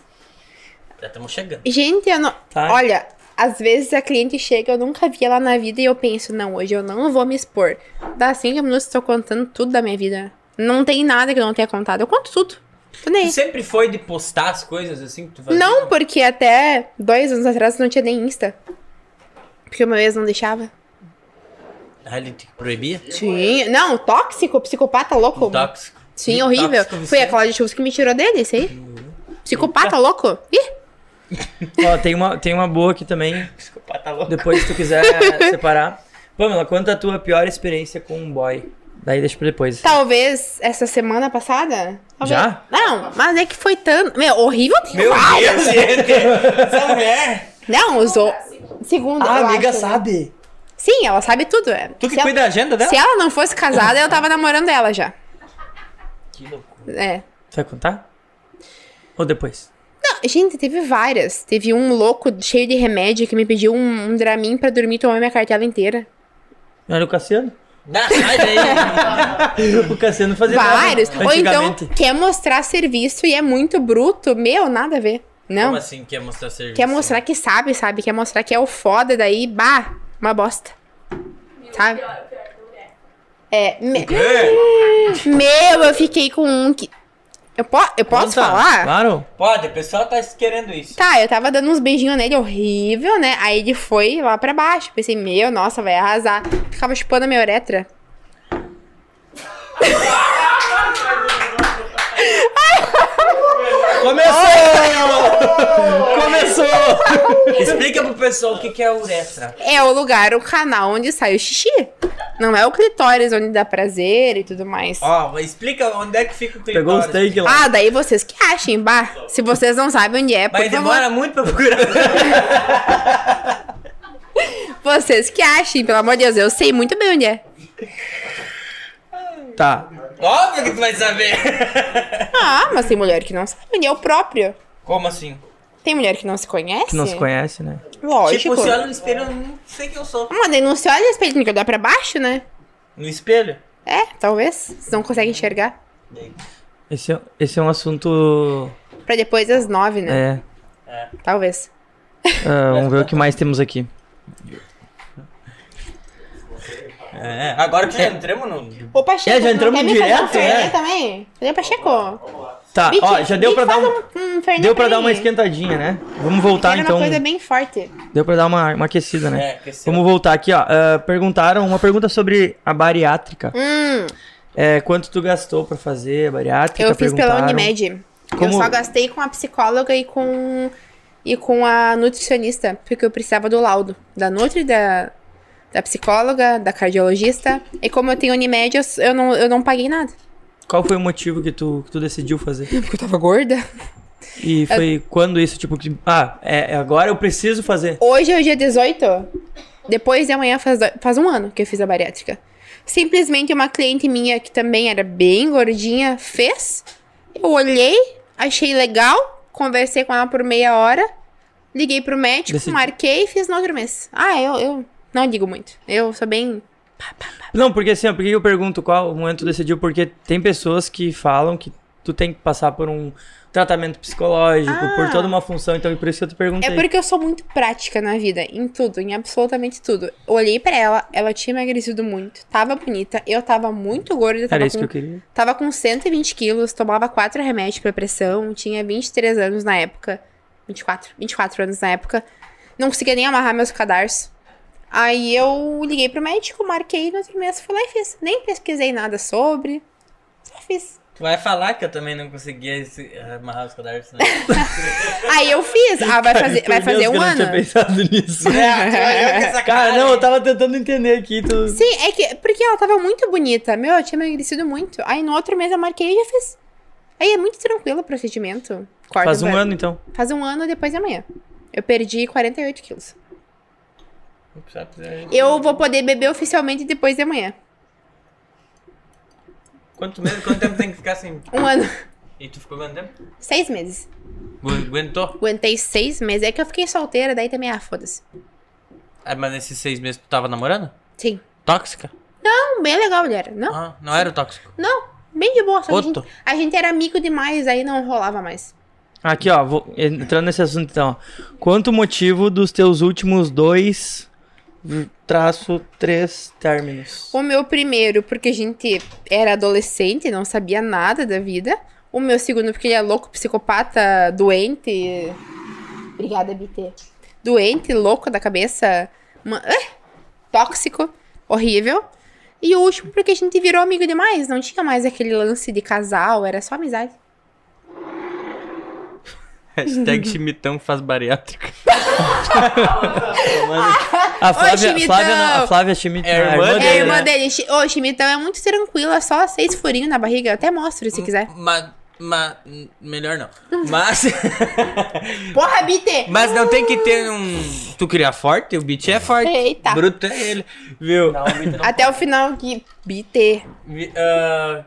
B: Já estamos chegando.
D: Gente, eu não.
A: Tá?
D: Olha, às vezes a cliente chega, eu nunca vi ela na vida e eu penso, não, hoje eu não vou me expor. Dá cinco minutos, tô contando tudo da minha vida. Não tem nada que eu não tenha contado. Eu conto tudo. Tô nem.
B: Tu
D: aí.
B: sempre foi de postar as coisas assim que tu fazia?
D: Não, porque até dois anos atrás não tinha nem Insta. Porque o meu ex não deixava.
B: Ah, ele te proibia? Um
D: Tinha. Não, tóxico, psicopata louco.
B: Tóxico. Um
D: Sim, horrível.
B: Tá. Tóxico,
D: Foi a
B: viciante.
D: Cláudia Chuvas que me tirou dele, isso aí. Psicopata louco. Ih,
A: Ó, tem uma, tem uma boa aqui também,
B: Psicopata
D: (laughs)
B: louco.
A: depois se tu quiser separar. Pamela, conta a tua pior experiência com um boy. Daí deixa pra depois.
D: Tá. talvez essa semana passada. Talvez.
A: Já?
D: Não, mas é que foi tanto. Meu, horrível tem
B: Meu
D: várias.
B: Deus, gente! Essa mulher!
D: Não, usou. Segunda.
A: Ah,
D: eu
A: amiga
D: acho.
A: sabe.
D: Sim, ela sabe tudo. é.
B: Tu que
D: se
B: cuida da
D: ela,
B: agenda dela?
D: Se ela não fosse casada, eu tava namorando ela já.
B: Que loucura.
D: É.
A: Tu vai contar? Ou depois?
D: Não, gente, teve várias. Teve um louco cheio de remédio que me pediu um, um Dramin pra dormir e tomar minha cartela inteira.
A: Não era o Cassiano? (laughs)
B: Dá, sai daí!
A: o Cassiano fazia nada
D: Vários. Ou então
A: antigamente.
D: quer mostrar serviço e é muito bruto. Meu, nada a ver. (laughs) Não.
B: Como assim quer mostrar serviço?
D: Quer mostrar que sabe, sabe? Quer mostrar que é o foda, daí, bah, uma bosta. Sabe? É, me-
B: É,
D: meu, eu fiquei com um que. Eu, po eu posso
A: Conta.
D: falar?
A: Claro.
B: Pode, o pessoal tá querendo isso.
D: Tá, eu tava dando uns beijinhos nele horrível, né? Aí ele foi lá pra baixo. Pensei, meu, nossa, vai arrasar. Ficava chupando a minha uretra. (laughs)
A: Começou! Começou!
B: Explica pro pessoal o que, que é uretra.
D: É o lugar, o canal onde sai o xixi. Não é o clitóris onde dá prazer e tudo mais.
B: Ó, mas explica onde é que fica o clitóris.
A: Pegou os steak lá.
D: Ah, daí vocês que achem, bah. Se vocês não sabem onde é, por
B: Mas
D: favor.
B: demora muito pra procurar. (laughs)
D: Vocês que achem, pelo amor de Deus, eu sei muito bem onde é.
A: Tá.
B: Óbvio que tu vai saber.
D: Ah, mas tem mulher que não sabe onde é o próprio.
B: Como assim?
D: Tem mulher que não se conhece?
A: Que não se conhece, né?
D: Lógico.
B: Tipo, se olha no espelho, eu não sei quem eu sou.
D: Ah, Mas daí não se olha a espelho, tem que olhar pra baixo, né?
B: No espelho?
D: É, talvez. Vocês não conseguem enxergar.
A: Esse é, esse é um assunto.
D: Pra depois das nove, né?
A: É.
D: Talvez.
A: ah, vamos ver o que mais temos aqui.
B: É, agora que já entramos no...
D: Ô, Pacheco,
A: É, já
D: tu não
A: entramos
D: quer me fazer
A: direto,
D: um Fernet
A: né?
D: também? Cadê o Pacheco?
A: Tá, ó, já deu pra dar um.
D: um, um Fernet
A: Deu pra
D: mim.
A: dar uma esquentadinha, né? Vamos voltar
D: Era
A: então.
D: uma coisa bem forte.
A: Deu pra dar uma, uma aquecida, né?
B: É, que esse-
A: Vamos voltar aqui, ó. Ah, perguntaram uma pergunta sobre a bariátrica.
D: Hum,
A: É, quanto tu gastou pra fazer a bariátrica?
D: eu fiz pela
A: perguntaram.
D: Unimed. Eu
A: Como-
D: só gastei com a psicóloga e com e com a nutricionista, porque eu precisava do laudo da nutri, da, da psicóloga, da cardiologista. E como eu tenho Unimed, eu, s- eu não, eu não paguei nada. (laughs)
A: Qual foi o motivo que tu, que tu decidiu fazer?
D: Porque eu tava gorda. (laughs)
A: E foi quando isso, tipo, que, ah, é, é agora eu preciso fazer.
D: Hoje é o dia 18. Depois de amanhã faz, do- faz um ano que eu fiz a bariátrica. Simplesmente uma cliente minha que também era bem gordinha fez. Eu olhei, achei legal, conversei com ela por meia hora, liguei pro médico,
A: Decidi.
D: marquei e fiz no outro mês. Ah, eu, eu não digo muito. Eu sou bem.
A: Não, porque assim, ó, por que eu pergunto qual o momento tu decidiu? Porque tem pessoas que falam que tu tem que passar por um tratamento psicológico,
D: Ah.
A: por toda uma função, então é por isso que eu te perguntei.
D: É porque eu sou muito prática na vida, em tudo, em absolutamente tudo. Olhei pra ela, ela tinha emagrecido muito, tava bonita, eu tava muito gorda, tava
A: Era isso
D: com
A: que eu queria.
D: Tava com 120 quilos, tomava quatro remédios pra pressão, tinha 23 anos na época. 24, 24 anos na época. Não conseguia nem amarrar meus cadarços. Aí eu liguei pro médico, marquei no outro mês, fui lá e fiz. Nem pesquisei nada sobre. Só fiz.
B: Tu vai falar que eu também não conseguia esse- amarrar os cadarços, né? (laughs)
D: Aí eu fiz. Ah,
A: (laughs)
D: vai fazer, vai fazer
A: Eu
D: um ano. É,
A: não tinha pensado (laughs) nisso.
B: É, essa
A: Cara, não, eu tava tentando entender aqui. Tu...
D: Sim, é que. Porque ela tava muito bonita. Meu, eu tinha emagrecido muito. Aí no outro mês eu marquei e já fiz. Aí é muito tranquilo o procedimento. Corta
A: Faz um
D: pra-
A: ano então.
D: Faz um ano depois de amanhã. Eu perdi 48 quilos. Eu vou poder beber oficialmente depois de amanhã.
B: Quanto, mesmo, quanto tempo tem que ficar assim?
D: Um ano. (laughs)
B: E tu ficou quanto tempo?
D: Seis meses.
B: Agu- Aguentou?
D: Aguentei seis meses. É que eu fiquei solteira, daí também, ah, foda-se.
B: Ah, mas nesses seis meses tu tava namorando?
D: Sim.
B: Tóxica?
D: Não, bem legal ele era. Não,
B: Ah, não era o tóxico.
D: não. Bem de boa, só que a
B: Outro.
D: gente, a gente era amigo demais, aí não rolava mais.
A: Aqui, ó, vou- entrando nesse assunto então. ó. Quanto o motivo dos teus últimos dois traço três términos?
D: O meu primeiro, porque a gente era adolescente, não sabia nada da vida. O meu segundo, porque ele é louco, psicopata, doente. Obrigada, BT. Doente, louco da cabeça. ma- Ah! tóxico, horrível. E o último, porque a gente virou amigo demais. Não tinha mais aquele lance de casal, era só amizade.
B: (laughs) Hashtag chimitão faz bariátrica.
A: A Flávia,
D: Chimitão!
A: Flávia, não, a Flávia Schmidt,
B: É a
A: não,
B: irmã
D: É a
B: dele,
D: irmã
B: né?
D: dele. Chi- Ô, Chimitão é muito tranquila, só seis furinhos na barriga. Eu até mostro se
B: É.
D: quiser.
B: Mas, mas melhor não. Mas, (laughs)
D: Porra, BT!
B: Hum. mas não tem que ter um. Tu cria forte, o beat é forte.
D: Eita.
B: Bruto é ele, viu? Não, é
D: Até o final que. BT.
B: ah,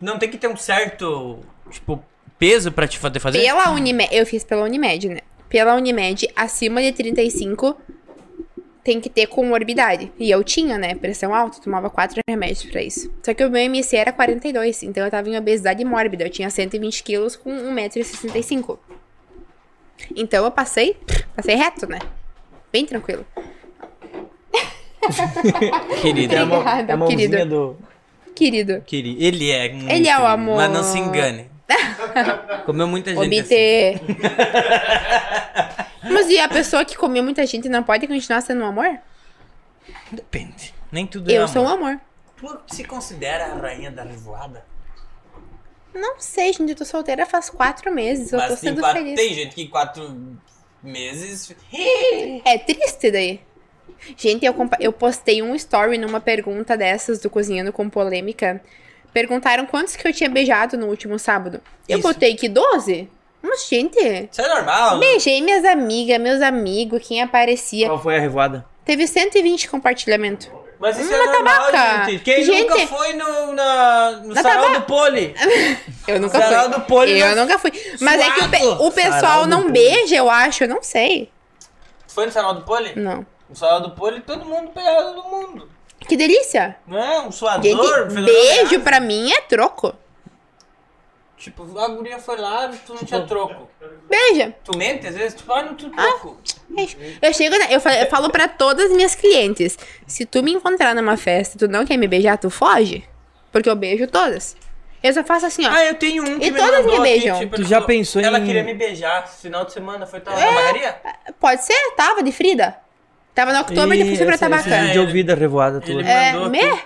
B: não tem que ter um certo, tipo, peso pra te fazer fazer.
D: Pela Unimed, eu fiz pela Unimed, né? Pela Unimed, acima de 35 tem que ter comorbidade. E eu tinha, né? Pressão alta, tomava quatro remédios pra isso. Só que o meu MC era 42, então eu tava em obesidade mórbida. Eu tinha 120 quilos com 1,65m. Então eu passei, passei reto, né? Bem tranquilo.
B: Querido,
D: É
A: É a mão-
D: Obrigada,
A: a mãozinha
D: querido.
A: do.
D: Querido,
B: querido. Ele é. muito,
D: Ele é o amor.
B: Mas não se
D: (laughs)
B: engane. Comeu muita gente. assim.
D: obter. Mas e a pessoa que comeu muita gente não pode continuar sendo um amor?
B: assim. Depende. Nem tudo é
D: Eu
B: amor.
D: sou um amor.
B: Tu se considera a rainha da revoada?
D: Não sei, gente, eu tô solteira faz quatro meses, eu tô
B: Mas tem,
D: sendo
B: quatro,
D: feliz.
B: tem gente que em quatro meses.
D: É triste daí. Gente, eu, compa- eu postei um story numa pergunta dessas do Cozinhando com Polêmica. Perguntaram quantos que eu tinha beijado no último sábado. Eu
B: Isso.
D: botei que 12? Mas, gente,
B: Isso é normal. né?
D: beijei minhas amigas, meus amigos, quem aparecia.
A: Qual foi a revoada?
D: Teve 120 compartilhamento.
B: Mas isso é
D: Uma
B: normal,
D: tabaca.
B: gente. Quem
D: tá Gente.
B: nunca foi no, na, no
D: Na
B: sarau
D: tabaca.
B: do pole?
D: Eu nunca
B: Sarau
D: fui.
B: do pole
D: Eu
B: não-
D: nunca fui. Mas é que o, pe-
B: Suado.
D: o pessoal
A: Sarau do
D: não
A: povo.
D: beija, eu acho, eu não sei.
B: Tu foi no sarau do pole?
D: Não.
B: No sarau do pole, todo mundo pegava todo mundo.
D: Que delícia.
B: Não é? Um suador.
D: Gente,
B: fedor
D: beijo
B: a-
D: pra mim é troco.
B: Tipo, a guria foi lá, tu não tinha troco.
D: Beija.
B: Tu mente às vezes, tu fala, "Ah, não tinha
D: Ah,
B: troco.
D: Beijo. Eu chego, na- eu fa- eu falo pra todas as minhas clientes, se tu me encontrar numa festa e tu não quer me beijar, tu foge, porque eu beijo todas. Eu só faço assim, ó.
B: Ah, eu tenho um que
D: E
B: me
D: todas
B: mandou
D: me
B: aqui,
D: beijam.
B: tipo,
A: Tu
B: ele
A: já
B: falou,
A: pensou
B: Ela
A: em-
B: queria me beijar esse final de semana, foi tal,
D: É.
B: na barraria?
D: Pode ser, tava de Frida. Tava no outubro e depois fui pra
A: esse, esse
D: tabaca.
A: vídeo eu vi da revoada tua.
B: Ele
D: É,
B: mandou
D: meh?
B: aqui.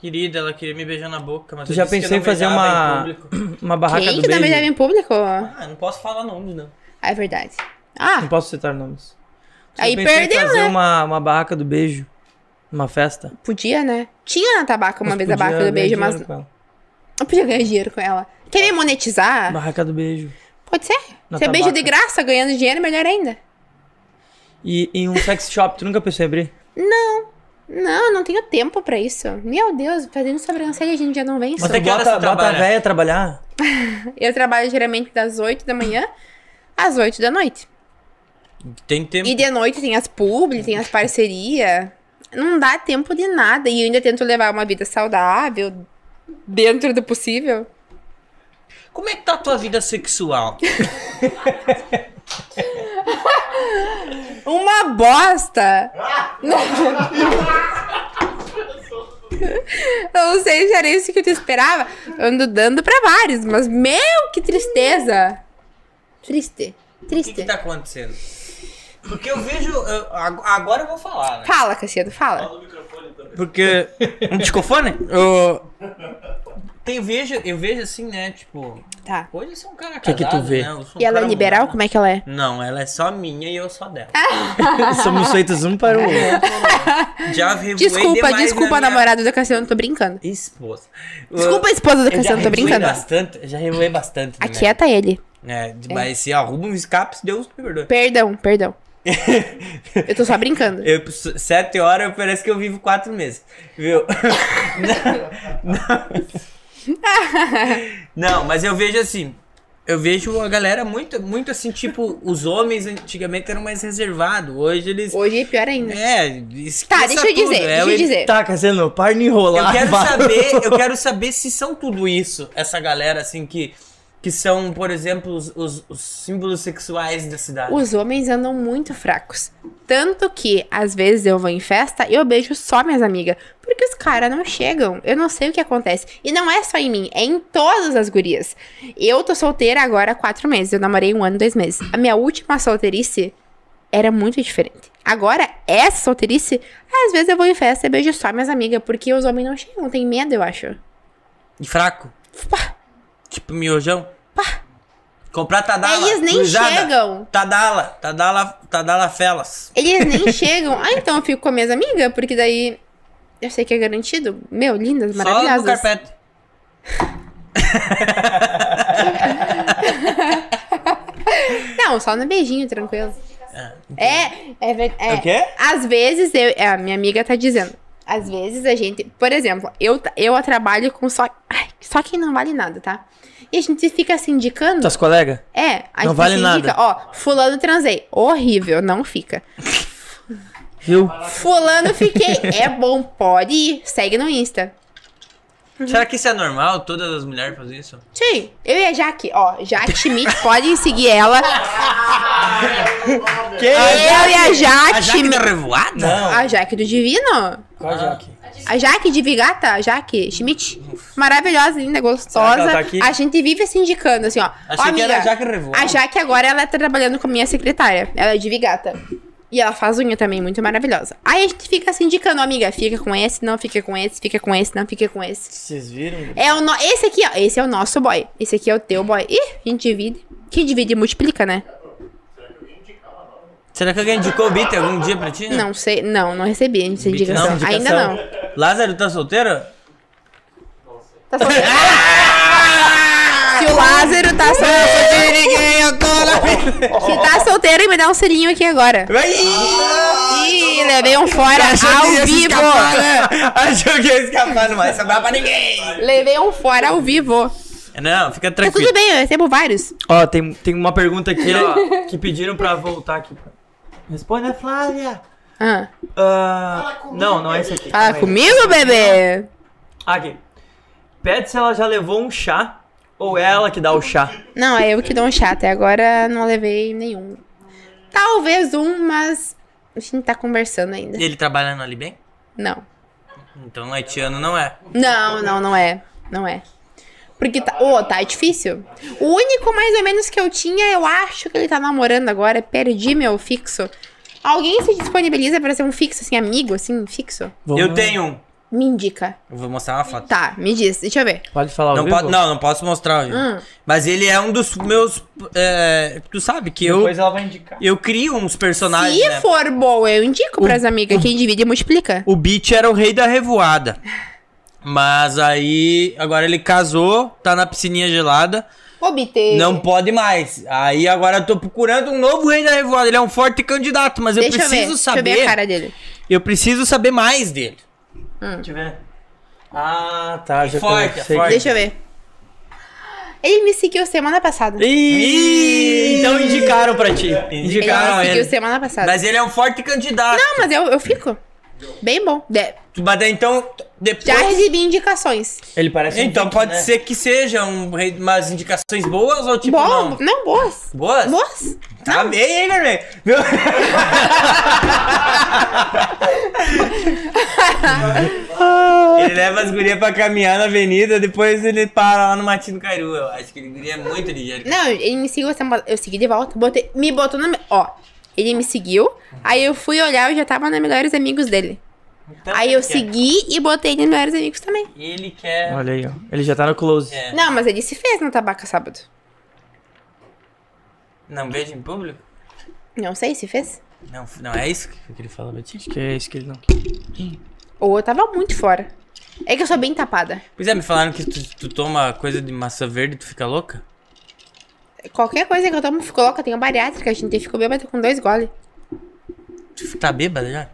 B: Querida, ela queria me beijar na boca, mas
A: Tu
B: eu
A: já
B: disse que
A: pensou em
B: não
A: fazer
B: beijava
A: uma,
B: em público.
A: uma barraca
D: Quem
A: do
D: que tá beijando
A: beijo?
D: em público?
B: Ah, não posso falar nomes, não.
D: Ah, é verdade.
A: Não
D: Ah,
A: posso citar nomes. Tu
D: Aí
A: já pensou em
D: perdeu,
A: fazer
D: né?
A: uma, uma barraca do beijo. Uma festa.
D: podia, né? Tinha na tabaca uma
A: Mas
D: vez a
A: podia
D: barraca do
A: ganhar
D: beijo, mas
A: dinheiro com ela.
D: eu podia ganhar dinheiro com ela. Quer me monetizar?
A: Barraca do beijo.
D: Pode ser.
A: Na
D: Você beija de
A: tabaca.
D: graça, ganhando dinheiro, melhor ainda.
A: E em um sex shop, tu nunca pensou em abrir?
D: Não, não tenho tempo pra isso. Meu Deus, fazendo sobrancelha a gente já não vem.
A: Mas
B: Até
A: tu
B: que horas
A: bota,
B: tu
A: bota a
B: é trabalha?
A: véia trabalhar?
D: Eu trabalho geralmente das 8 da manhã às 8 da noite.
B: Tem tempo.
D: E de noite tem as publi, tem as parcerias. Não dá tempo de nada. E eu ainda tento levar uma vida saudável, dentro do possível.
B: Como é que tá a tua vida sexual?
D: Uma bosta! Eu não sei se era isso que eu te esperava. Eu ando dando pra vários, mas meu, que tristeza! Triste,
B: O que,
D: triste.
B: que tá acontecendo? Porque eu vejo. eu- ag- agora eu vou falar, né?
D: Fala, Cassiano, fala.
C: Fala no microfone também.
B: Porque. (laughs) Um discofone? Eu. Tem, vejo, eu vejo assim, né? Tipo.
D: Tá.
B: Hoje eu sou um cara
A: Que
B: casado,
A: que tu vê?
B: né? Eu sou um
D: E ela é
B: cara
D: liberal? Ah,
B: moderno.
D: Como é que ela é?
B: Não, ela é só minha e eu só dela.
A: Somos feitos um para o outro.
B: Já revoei
D: Desculpa,
B: demais
D: desculpa,
B: na minha
D: namorado da Cassiano, tô brincando.
B: Esposa.
D: Desculpa, esposa da
B: Eu já
D: Cassiano, tô
B: revoei
D: brincando.
B: bastante, já revoei bastante. né?
D: Aquieta ele.
B: É, mas se arruma um escape, Deus me perdoe. (laughs)
D: Perdão, perdão. Eu tô só brincando.
B: Eu, s- sete horas parece que eu vivo quatro meses,
D: (laughs)
B: viu? não, não. Não, mas eu vejo assim. eu vejo a galera muito, muito assim, tipo, os homens antigamente eram mais reservados. Hoje eles.
D: Hoje é pior ainda.
B: É, esqueça
D: Tá, deixa eu
B: tudo,
D: dizer,
B: é,
D: deixa eu
B: o-
D: dizer.
A: Tá, Cassiano, para de enrolar.
B: Eu quero
A: vai.
B: saber, eu quero saber se são tudo isso, essa galera assim que que são, por exemplo, os, os- os símbolos sexuais da cidade.
D: Os homens andam muito fracos. Tanto que, às vezes, eu vou em festa e eu beijo só minhas amigas. Porque os caras não chegam. Eu não sei o que acontece. E não é só em mim, é em todas as gurias. Eu tô solteira agora há quatro meses. Eu namorei um ano e dois meses. A minha última solteirice era muito diferente. Agora, essa solteirice, às vezes eu vou em festa e beijo só minhas amigas. Porque os homens não chegam, tem medo, eu acho.
B: De fraco,
D: Pá,
B: tipo miojão. Comprar Tadala.
D: eles nem
B: cruzada.
D: chegam.
B: Tadala, Tadala, Tadala Felas.
D: Eles nem chegam. Ah, então eu fico com minhas amigas, porque daí eu sei que é garantido. Meu, lindas,
B: Só no
D: maravilhosas.
B: carpete.
D: Não, só no beijinho, tranquilo.
B: Ah,
D: É, é verdade.
A: O quê?
D: Às vezes eu. É, a minha amiga tá dizendo. Às vezes a gente. Por exemplo, eu, eu trabalho com só. Ai, só quem não vale nada, tá? E a gente fica se indicando.
A: Tuas colegas?
D: É, a
A: Não
D: gente
A: vale
D: se
A: nada.
D: indica. Ó, fulano transei. Horrível, não fica.
A: Viu?
D: Fulano fiquei. é bom, pode ir. Segue no Insta.
B: Será que isso é normal? Todas as mulheres fazem isso?
D: Sim, eu e a Jaque, ó, Jaque Schmidt, (laughs) podem seguir ela.
A: Que?
D: Eu e a
B: A
D: Jaque
B: Jaque da
D: Schmidt.
B: Revoada?
D: A Jaque do Divino?
A: Qual Jaque?
D: A Jaque de Vigata, a Jaque Schmidt. Maravilhosa,
A: Será
D: linda,
A: que
D: gostosa.
A: ela tá aqui?
D: a gente vive se indicando, assim, ó. ó,
B: Achei que
D: amiga,
B: era a Jaque Revoada.
D: a Jaque agora ela tá trabalhando com minha secretária. Ela é de Vigata. E ela faz unha também, muito maravilhosa. Aí a gente fica se indicando, ó, amiga, fica com esse, não fica com esse, fica com esse, não fica com esse.
A: Vocês viram?
D: É o no... Esse aqui, ó. Esse é o nosso boy. Esse aqui é o teu boy. Ih, a gente divide. Quem divide multiplica, né?
B: Será que alguém indicou o Bitter algum dia pra ti?
D: Não sei, não, não recebi essa indicação.
B: Não, indicação.
D: Ainda não.
B: Lázaro tá solteiro?
D: Tá solteiro. Se o Lázaro tá solteiro,
B: Eu tô lá.
D: se tá solteiro, me dá um selinho aqui agora. Ih, levei um fora ao vivo.
B: né?
A: (laughs)
B: Achou que ia escapar, não vai sobrar pra ninguém.
D: Levei um fora ao vivo.
B: Não, fica
D: Tá
B: tranquilo.
D: tudo bem, eu recebo vários.
A: Ó, tem, tem uma pergunta aqui, ó, que pediram pra voltar aqui. Responde a Flávia.
D: Ah,
A: Ah, não, não é esse aqui.
D: fala
A: Calma aí.
D: comigo, bebê.
A: Aqui. Pede se ela já levou um chá ou é ela que dá o chá.
D: Não, é eu que dou um chá. Até agora não levei nenhum. Talvez um, mas a gente tá conversando ainda.
B: Ele trabalha no Alibem?
D: Não.
B: Então haitiano não é.
D: Não, não, não é. Não é. Porque tá. Ô, tá difícil. O único mais ou menos que eu tinha, eu acho que ele tá namorando agora. Perdi meu fixo. Alguém se disponibiliza pra ser um fixo, assim, amigo, assim, fixo?
B: Eu tenho um.
D: Me indica.
B: Eu vou mostrar uma foto.
D: Tá, me diz. Deixa eu ver.
A: Pode falar
B: Não,
A: o
B: po- não, não posso mostrar hoje.
D: Hum.
B: Mas ele é um dos meus. é, tu sabe que eu,
A: Depois ela vai indicar.
B: eu crio uns personagens.
D: Se
B: né?
D: for bom, eu indico pras amigas. Quem divide multiplica.
B: O Beat era o rei da revoada. Mas aí. Agora ele casou, tá na piscininha gelada.
D: Obter.
B: Não pode mais. Aí agora eu tô procurando um novo rei da revoada. Ele é um forte candidato, mas eu
D: Deixa eu ver.
B: preciso
D: Deixa eu ver a
B: saber.
D: cara dele.
B: Eu preciso saber mais dele.
A: Deixa eu ver. Ah, tá. Já
B: Forte,
A: comecei.
B: forte.
D: Deixa eu ver. Ele me seguiu semana passada.
A: Ih, então indicaram pra ti.
D: Ele
B: indicaram
D: me seguiu
B: ele.
D: semana passada.
B: Mas ele é um forte candidato.
D: Não, mas eu, eu fico. Bem bom. De-
B: Mas daí, então,
D: Já
B: depois.
D: recebi indicações.
A: Ele parece um
B: Então
A: Vic,
B: pode
A: né?
B: ser que seja um, rei- umas indicações boas ou tipo.
D: Bom,
B: Não.
D: não. boas.
B: Boas?
D: Boas?
B: Tá bem, hein, Carmen? Meu...
D: (laughs)
B: ele leva as gurias pra caminhar na avenida, depois ele para lá no Matinho do Cairu. Eu acho que ele guria é muito ligeiro.
D: Não, ele me seguiu essa mo- Eu segui de volta. Botei, me botou na. me- Ó, ele me seguiu. Aí eu fui olhar, eu já tava nos melhores amigos dele.
B: Então,
D: aí
B: ele
D: eu
B: quer-
D: segui e botei nos melhores amigos também.
B: Ele quer.
A: Olha aí, ó. Ele já tá no close.
B: É.
D: Não, mas ele se fez no tabaca sábado.
B: Não um beijo em público?
D: Não sei se fez.
B: Não, não é isso que que ele fala pra ti?
A: Acho que é isso que ele não quer.
D: Ou eu tava muito fora. É que eu sou bem tapada.
B: Pois é, me falaram que tu, tu toma coisa de maçã verde e tu fica louca?
D: Qualquer coisa que eu tomo, fico louca. Eu tenho bariátrica, a gente ficou bêbado com dois goles.
B: Tu tá bêbada já?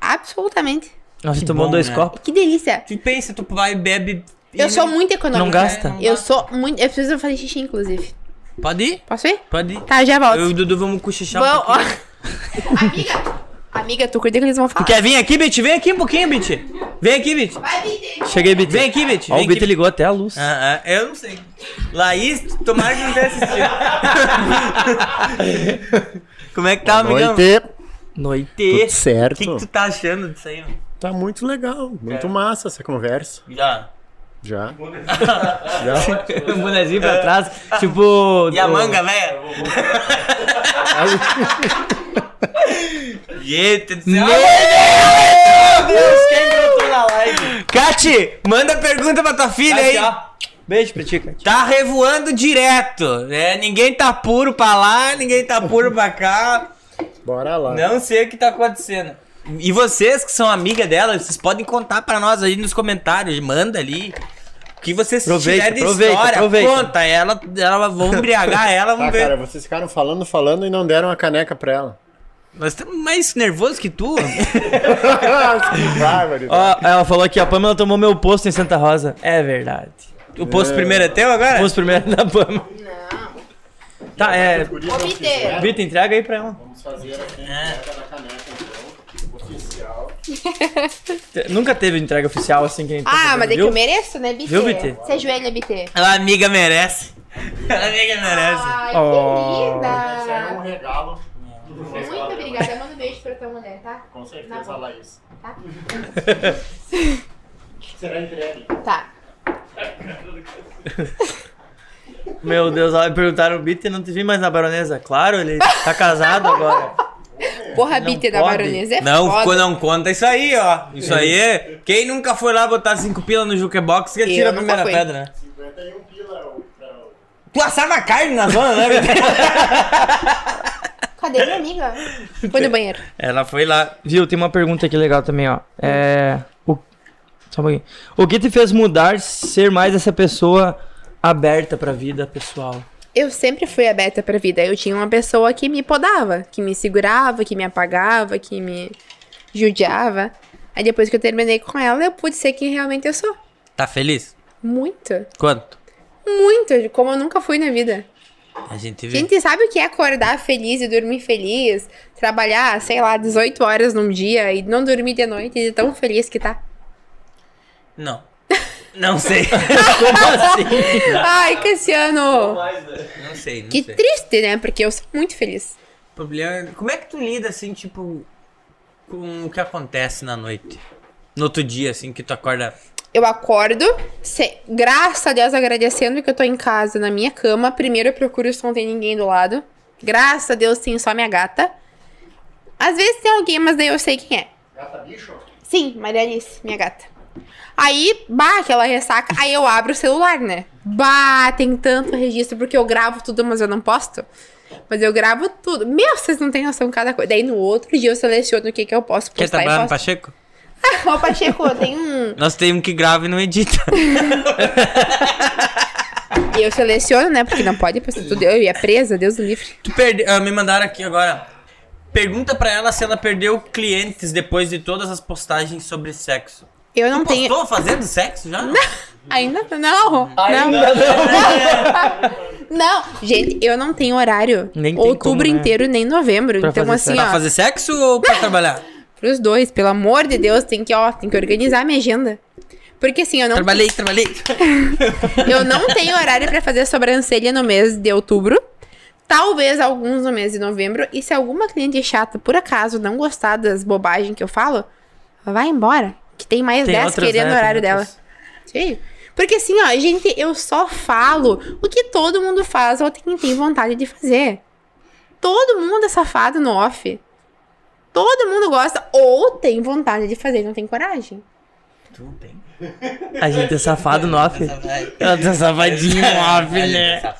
D: Absolutamente.
A: Nossa,
B: Que
A: tomou
B: bom,
A: dois
B: né?
A: copos.
D: Que delícia.
B: Tu pensa, tu vai e bebe. e
D: Eu sou
B: não-
D: muito econômica.
A: Não gasta?
D: Eu sou muito. Eu preciso fazer xixi, inclusive.
B: Pode ir?
D: Posso ir?
B: Pode ir.
D: Tá, já volto.
B: Eu e o Dudu vamos cochichar um
D: Vão-
B: pouquinho.
D: amiga, amiga, tu cuida que eles vão
B: Tu
D: falar.
B: quer vir aqui, Bit? Vem aqui um pouquinho, Bit. Vem aqui, Bit.
D: Vai, Vitor.
A: Cheguei, Bit.
B: Vem aqui, Bit.
A: Ó,
B: Vem
A: o Bit
B: aqui.
A: ligou até a luz.
B: Ah, ah, eu não sei. Laís, tomara que não tenha assistido. (laughs) Como é que tá, amigão?
E: Noite.
A: Noite.
B: Tê.
E: Tudo certo.
B: O que, que tu tá achando disso aí, mano?
E: Tá muito legal, muito
B: É.
E: massa essa conversa.
B: Já.
E: Já.
A: (laughs) O bonezinho pra trás. Tipo.
B: E a
A: o-
B: manga, velho? (laughs) Gente do céu. Meu Deus, quem brotou na live? Cati, manda pergunta pra tua filha aí.
A: Beijo pra ti, Cati.
B: Tá revoando direto, né? Ninguém tá puro pra lá, ninguém tá puro pra cá.
E: Bora lá.
B: Não sei o que tá acontecendo. E vocês que são amiga dela, vocês podem contar pra nós aí nos comentários, manda ali. O que vocês
A: Aproveita,
B: tiverem de
A: aproveita,
B: história,
A: aproveita.
B: conta ela, ela vamos (laughs) embriagar ela, vamos
E: Tá,
B: ver.
E: cara, vocês ficaram falando, falando e não deram a caneca
B: (laughs)
E: pra ela.
B: Nós estamos tá mais nervosos que tu.
E: que bárbaro.
A: Ó, ela falou aqui, a Pamela tomou meu posto em Santa Rosa. É verdade.
B: o posto primeiro é teu agora?
A: Vamos primeiro da Pamela.
D: Não.
A: Tá, é.
E: Guria,
D: Ô,
E: não
D: Peter.
E: fizeram.
A: Vitor, entrega aí pra ela.
E: Vamos fazer a entrega da caneca, então. Oficial.
A: Te- Nunca teve entrega oficial assim que a gente tá
D: Ah,
A: fazendo,
D: mas é que
A: viu?
D: eu mereço, né, Bitê?
A: Viu, Bitê?
D: Se ajoelha, Bitê.
B: Ela amiga merece. Ela amiga merece.
D: Ai,
A: Oh.
E: Isso é um
D: que linda.
E: regalo.
D: Muito obrigada. Manda um beijo pra tua mulher, tá?
E: Com
D: Na
E: certeza,
D: boa.
E: Laís.
D: Tá.
E: Será entregue.
D: Tá.
A: Meu Deus, ela perguntaram o Bitter, não te vi mais na baronesa. Claro, ele tá casado agora.
D: Porra,
A: Não
D: Bitê da
A: pode.
D: baronesa é
B: Não,
D: foda.
B: ficou- não conta isso aí, ó. Isso aí é. Quem nunca foi lá botar cinco pila no jukebox que
D: Eu
B: tira a
D: nunca
B: primeira
D: fui.
B: pedra, né?
E: 51 pila é o- pra o.
B: Tu assava carne na zona, né? Vitor?
D: Cadê
A: (laughs)
D: minha amiga? Foi no banheiro.
B: (laughs) Ela foi lá.
A: (laughs) Viu, tem uma pergunta aqui legal também, ó. É. O... Só um pouquinho. O que te fez mudar, ser mais essa pessoa aberta pra vida pessoal?
D: Eu sempre fui aberta pra vida. Eu tinha uma pessoa que me podava, que me segurava, que me apagava, que me judiava. Aí depois que eu terminei com ela, eu pude ser quem realmente eu sou.
B: Tá feliz?
D: Muito.
B: Quanto?
D: Muito, de como eu nunca fui na vida.
B: A gente vê.
D: Gente, sabe o que é acordar feliz e dormir feliz? Trabalhar, sei lá, 18 horas num dia e não dormir de noite e de tão feliz que tá. (laughs)
B: Não. Não sei. assim?
D: Ai, Cassiano!
C: Mais, né?
B: Não sei, não
D: Que
B: sei.
D: triste, né? Porque eu sou muito feliz.
B: Problema- Como é que tu lida, assim, tipo, com o que acontece na noite? No outro dia, assim, que tu acorda.
D: Eu acordo, se- graças a Deus agradecendo que eu tô em casa, na minha cama. Primeiro eu procuro se não tem ninguém do lado. Graças a Deus tem só minha gata. Às vezes tem alguém, mas daí eu sei quem é.
E: Gata bicho?
D: Sim, Maria Alice, minha gata. Aí, bah, aquela ressaca, aí eu abro o celular, né? Bah, tem tanto registro, porque eu gravo tudo, mas eu não posto. Mas eu gravo tudo. Meu, vocês não têm noção de cada coisa. Daí no outro dia eu seleciono o que, que eu posso
B: Quer
D: postar
B: trabalhar no
D: e posto.
B: Pacheco?
D: Ó, Pacheco, tem um...
B: Nós temos um que grava e não edita.
D: Eu seleciono, né? Porque não pode postar tudo. Eu ia presa, Deus do livre.
B: Tu perde... ah, me mandaram aqui agora. Pergunta pra ela se ela perdeu clientes depois de todas as postagens sobre sexo.
D: Eu não
B: Tu
D: tenho...
B: postou fazendo sexo já? É
D: Ainda não. não. né? (laughs) Não. Gente, eu não tenho horário.
A: Nem tem
D: Outubro
A: como, né?
D: inteiro, nem novembro.
A: Pra
D: então,
A: fazer
D: assim,
A: certo.
D: ó...
B: Pra fazer sexo ou pra trabalhar?
D: Pros dois, pelo amor de Deus, tem que, ó, tem que organizar minha agenda. Porque assim, eu
A: (laughs)
D: não,
B: Trabalhei, trabalhei.
D: eu não tenho horário pra fazer sobrancelha no mês de outubro. Talvez alguns no mês de novembro. E se alguma cliente chata, por acaso, não gostar das bobagens que eu falo, vai embora. Que tem mais
A: Tem
D: 10
A: outras,
D: querendo
A: né?
D: o horário
A: Tem
D: dela.
A: outras.
D: Sim. Porque assim, ó, gente, eu só falo o que todo mundo faz ou quem tem vontade de fazer. Todo mundo é safado no off. Todo mundo gosta ou tem vontade de fazer e não tem coragem.
B: Tu tem.
A: A gente é safado no off. Ela tá safadinha no
B: (laughs)
A: off,
B: é
A: né?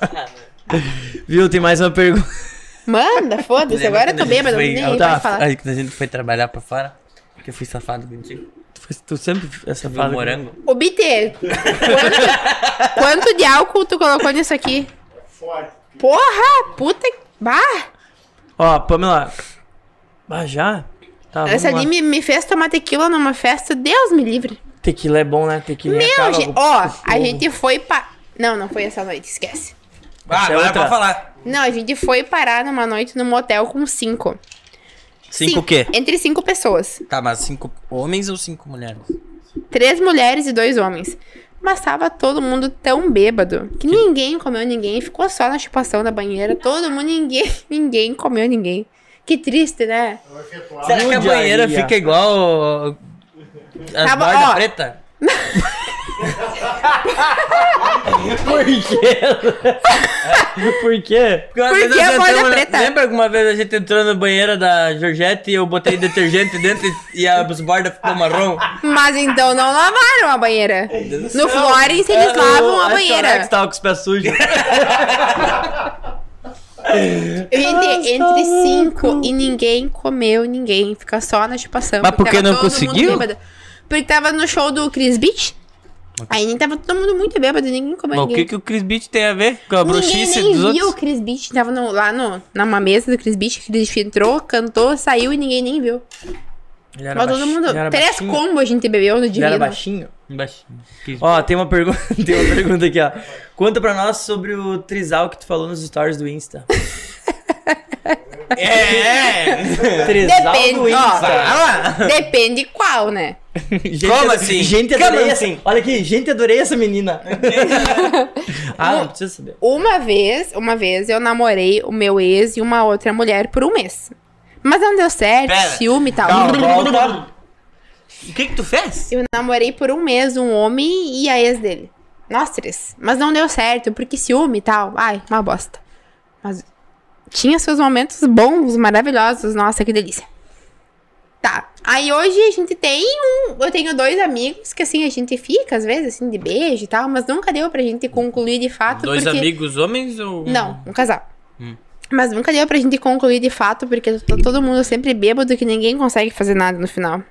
A: Viu, tem mais uma pergunta. (laughs)
D: Manda, foda-se, agora eu tô bêbada, não nem aí,
B: tá,
D: pode falar.
B: Aí quando a gente foi trabalhar pra fora, que eu fui safado contigo.
A: Tu faz- Tu sempre é
B: Tu viu o
A: safado.
B: morango?
D: Ô, BT, quanto, quanto de álcool tu colocou nisso aqui?
E: Forte.
D: Porra, puta que... Bah,
A: Ah, Ó, Pamela. Ah, já? Tá, vamos
D: essa
A: lá.
D: ali me, me fez tomar tequila numa festa, Deus me livre.
A: Tequila é bom, né? Tequila
D: Meu,
A: acaba
D: gente,
A: com-
D: ó,
A: com
D: a
A: fogo.
D: gente foi pra. Não, não foi essa noite, esquece.
B: Ah,
A: Essa é
B: agora
A: outra.
B: pode falar.
D: Não, a gente foi parar numa noite num motel com cinco.
B: Cinco o quê?
D: Entre cinco pessoas.
B: Tá, mas cinco homens ou cinco mulheres?
D: Três mulheres e dois homens. Mas tava todo mundo tão bêbado que ninguém comeu ninguém, ficou só na chupação da banheira. Todo mundo, ninguém, (laughs) ninguém comeu ninguém. Que triste, né?
E: Eu efetuava
B: Será que a
A: Judiaria.
B: banheira fica igual Tá as
D: Tava-
B: bordas
D: ó.
B: preta?
A: Por quê? Por quê?
B: Porque uma
D: Por
B: vez
D: que
B: nós
D: a borda
B: entramos na-
D: preta?
B: Lembra alguma vez a gente entrou na banheira da Georgette e eu botei detergente dentro e- e as bordas ficou marrom?
D: Mas então não lavaram a banheira. No Florence
A: Ah,
D: eles lavam a banheira.
A: que tava tá com os pés sujos.
D: Gente, entre cinco e ninguém comeu ninguém. Fica só na chupação.
B: Mas por que
D: tava
B: não
D: todo mundo
B: conseguiu?
D: bêbado. Porque tava no show do Chris Beach. Aí nem tava todo mundo muito bêbado, ninguém comeu
B: Mas o que,
D: ninguém.
B: que o Chris Beach tem a ver com a
D: Ninguém
B: bruxice
D: nem
B: dos
D: viu o
B: outros?
D: Chris Beach, tava no- lá no, numa mesa do Chris Beach, o Chris Beach entrou, cantou, saiu e ninguém nem viu.
A: Ele era
D: Mas todo
A: baixinho,
D: mundo,
A: ele era
D: três
A: baixinho,
D: combos a gente bebeu no
A: Ele era
D: divino.
A: baixinho?
B: Baixinho. Chris
A: Ó, tem uma, pergunta, (laughs) tem uma pergunta aqui, ó. Conta pra nós sobre o trisal que tu falou nos stories do
B: (laughs)
A: Insta.
B: Beach. É!
A: Trisal do
D: Depende, ó.
A: Insta.
B: Fala!
D: Depende qual, né?
A: Gente,
B: Como
A: ado- (laughs)
B: assim?
A: Gente,
B: Como
A: adorei essa.
B: assim?
A: Olha aqui, gente, adorei essa
B: (laughs)
A: menina. ah, não precisa saber.
D: Uma vez, uma vez eu namorei o meu ex e uma outra mulher por um mês. Mas não deu certo,
B: Pera.
D: ciúme e tal.
A: Calma, volta.
B: Tá O que que tu fez?
D: Eu namorei por um mês um homem e a ex dele. Nós três. Mas não deu certo, porque ciúme e tal. Ai, uma bosta. Mas tinha seus momentos bons, maravilhosos. Nossa, que delícia. Tá. Aí hoje a gente tem um. Eu tenho dois amigos que assim a gente fica, às vezes, assim, de beijo e tal, mas nunca deu pra gente concluir de fato.
B: Dois
D: porque...
B: amigos homens ou.
D: Não, um casal.
B: Hum.
D: Mas nunca deu pra gente concluir de fato, porque tá todo mundo sempre bêbado que ninguém consegue fazer nada no final.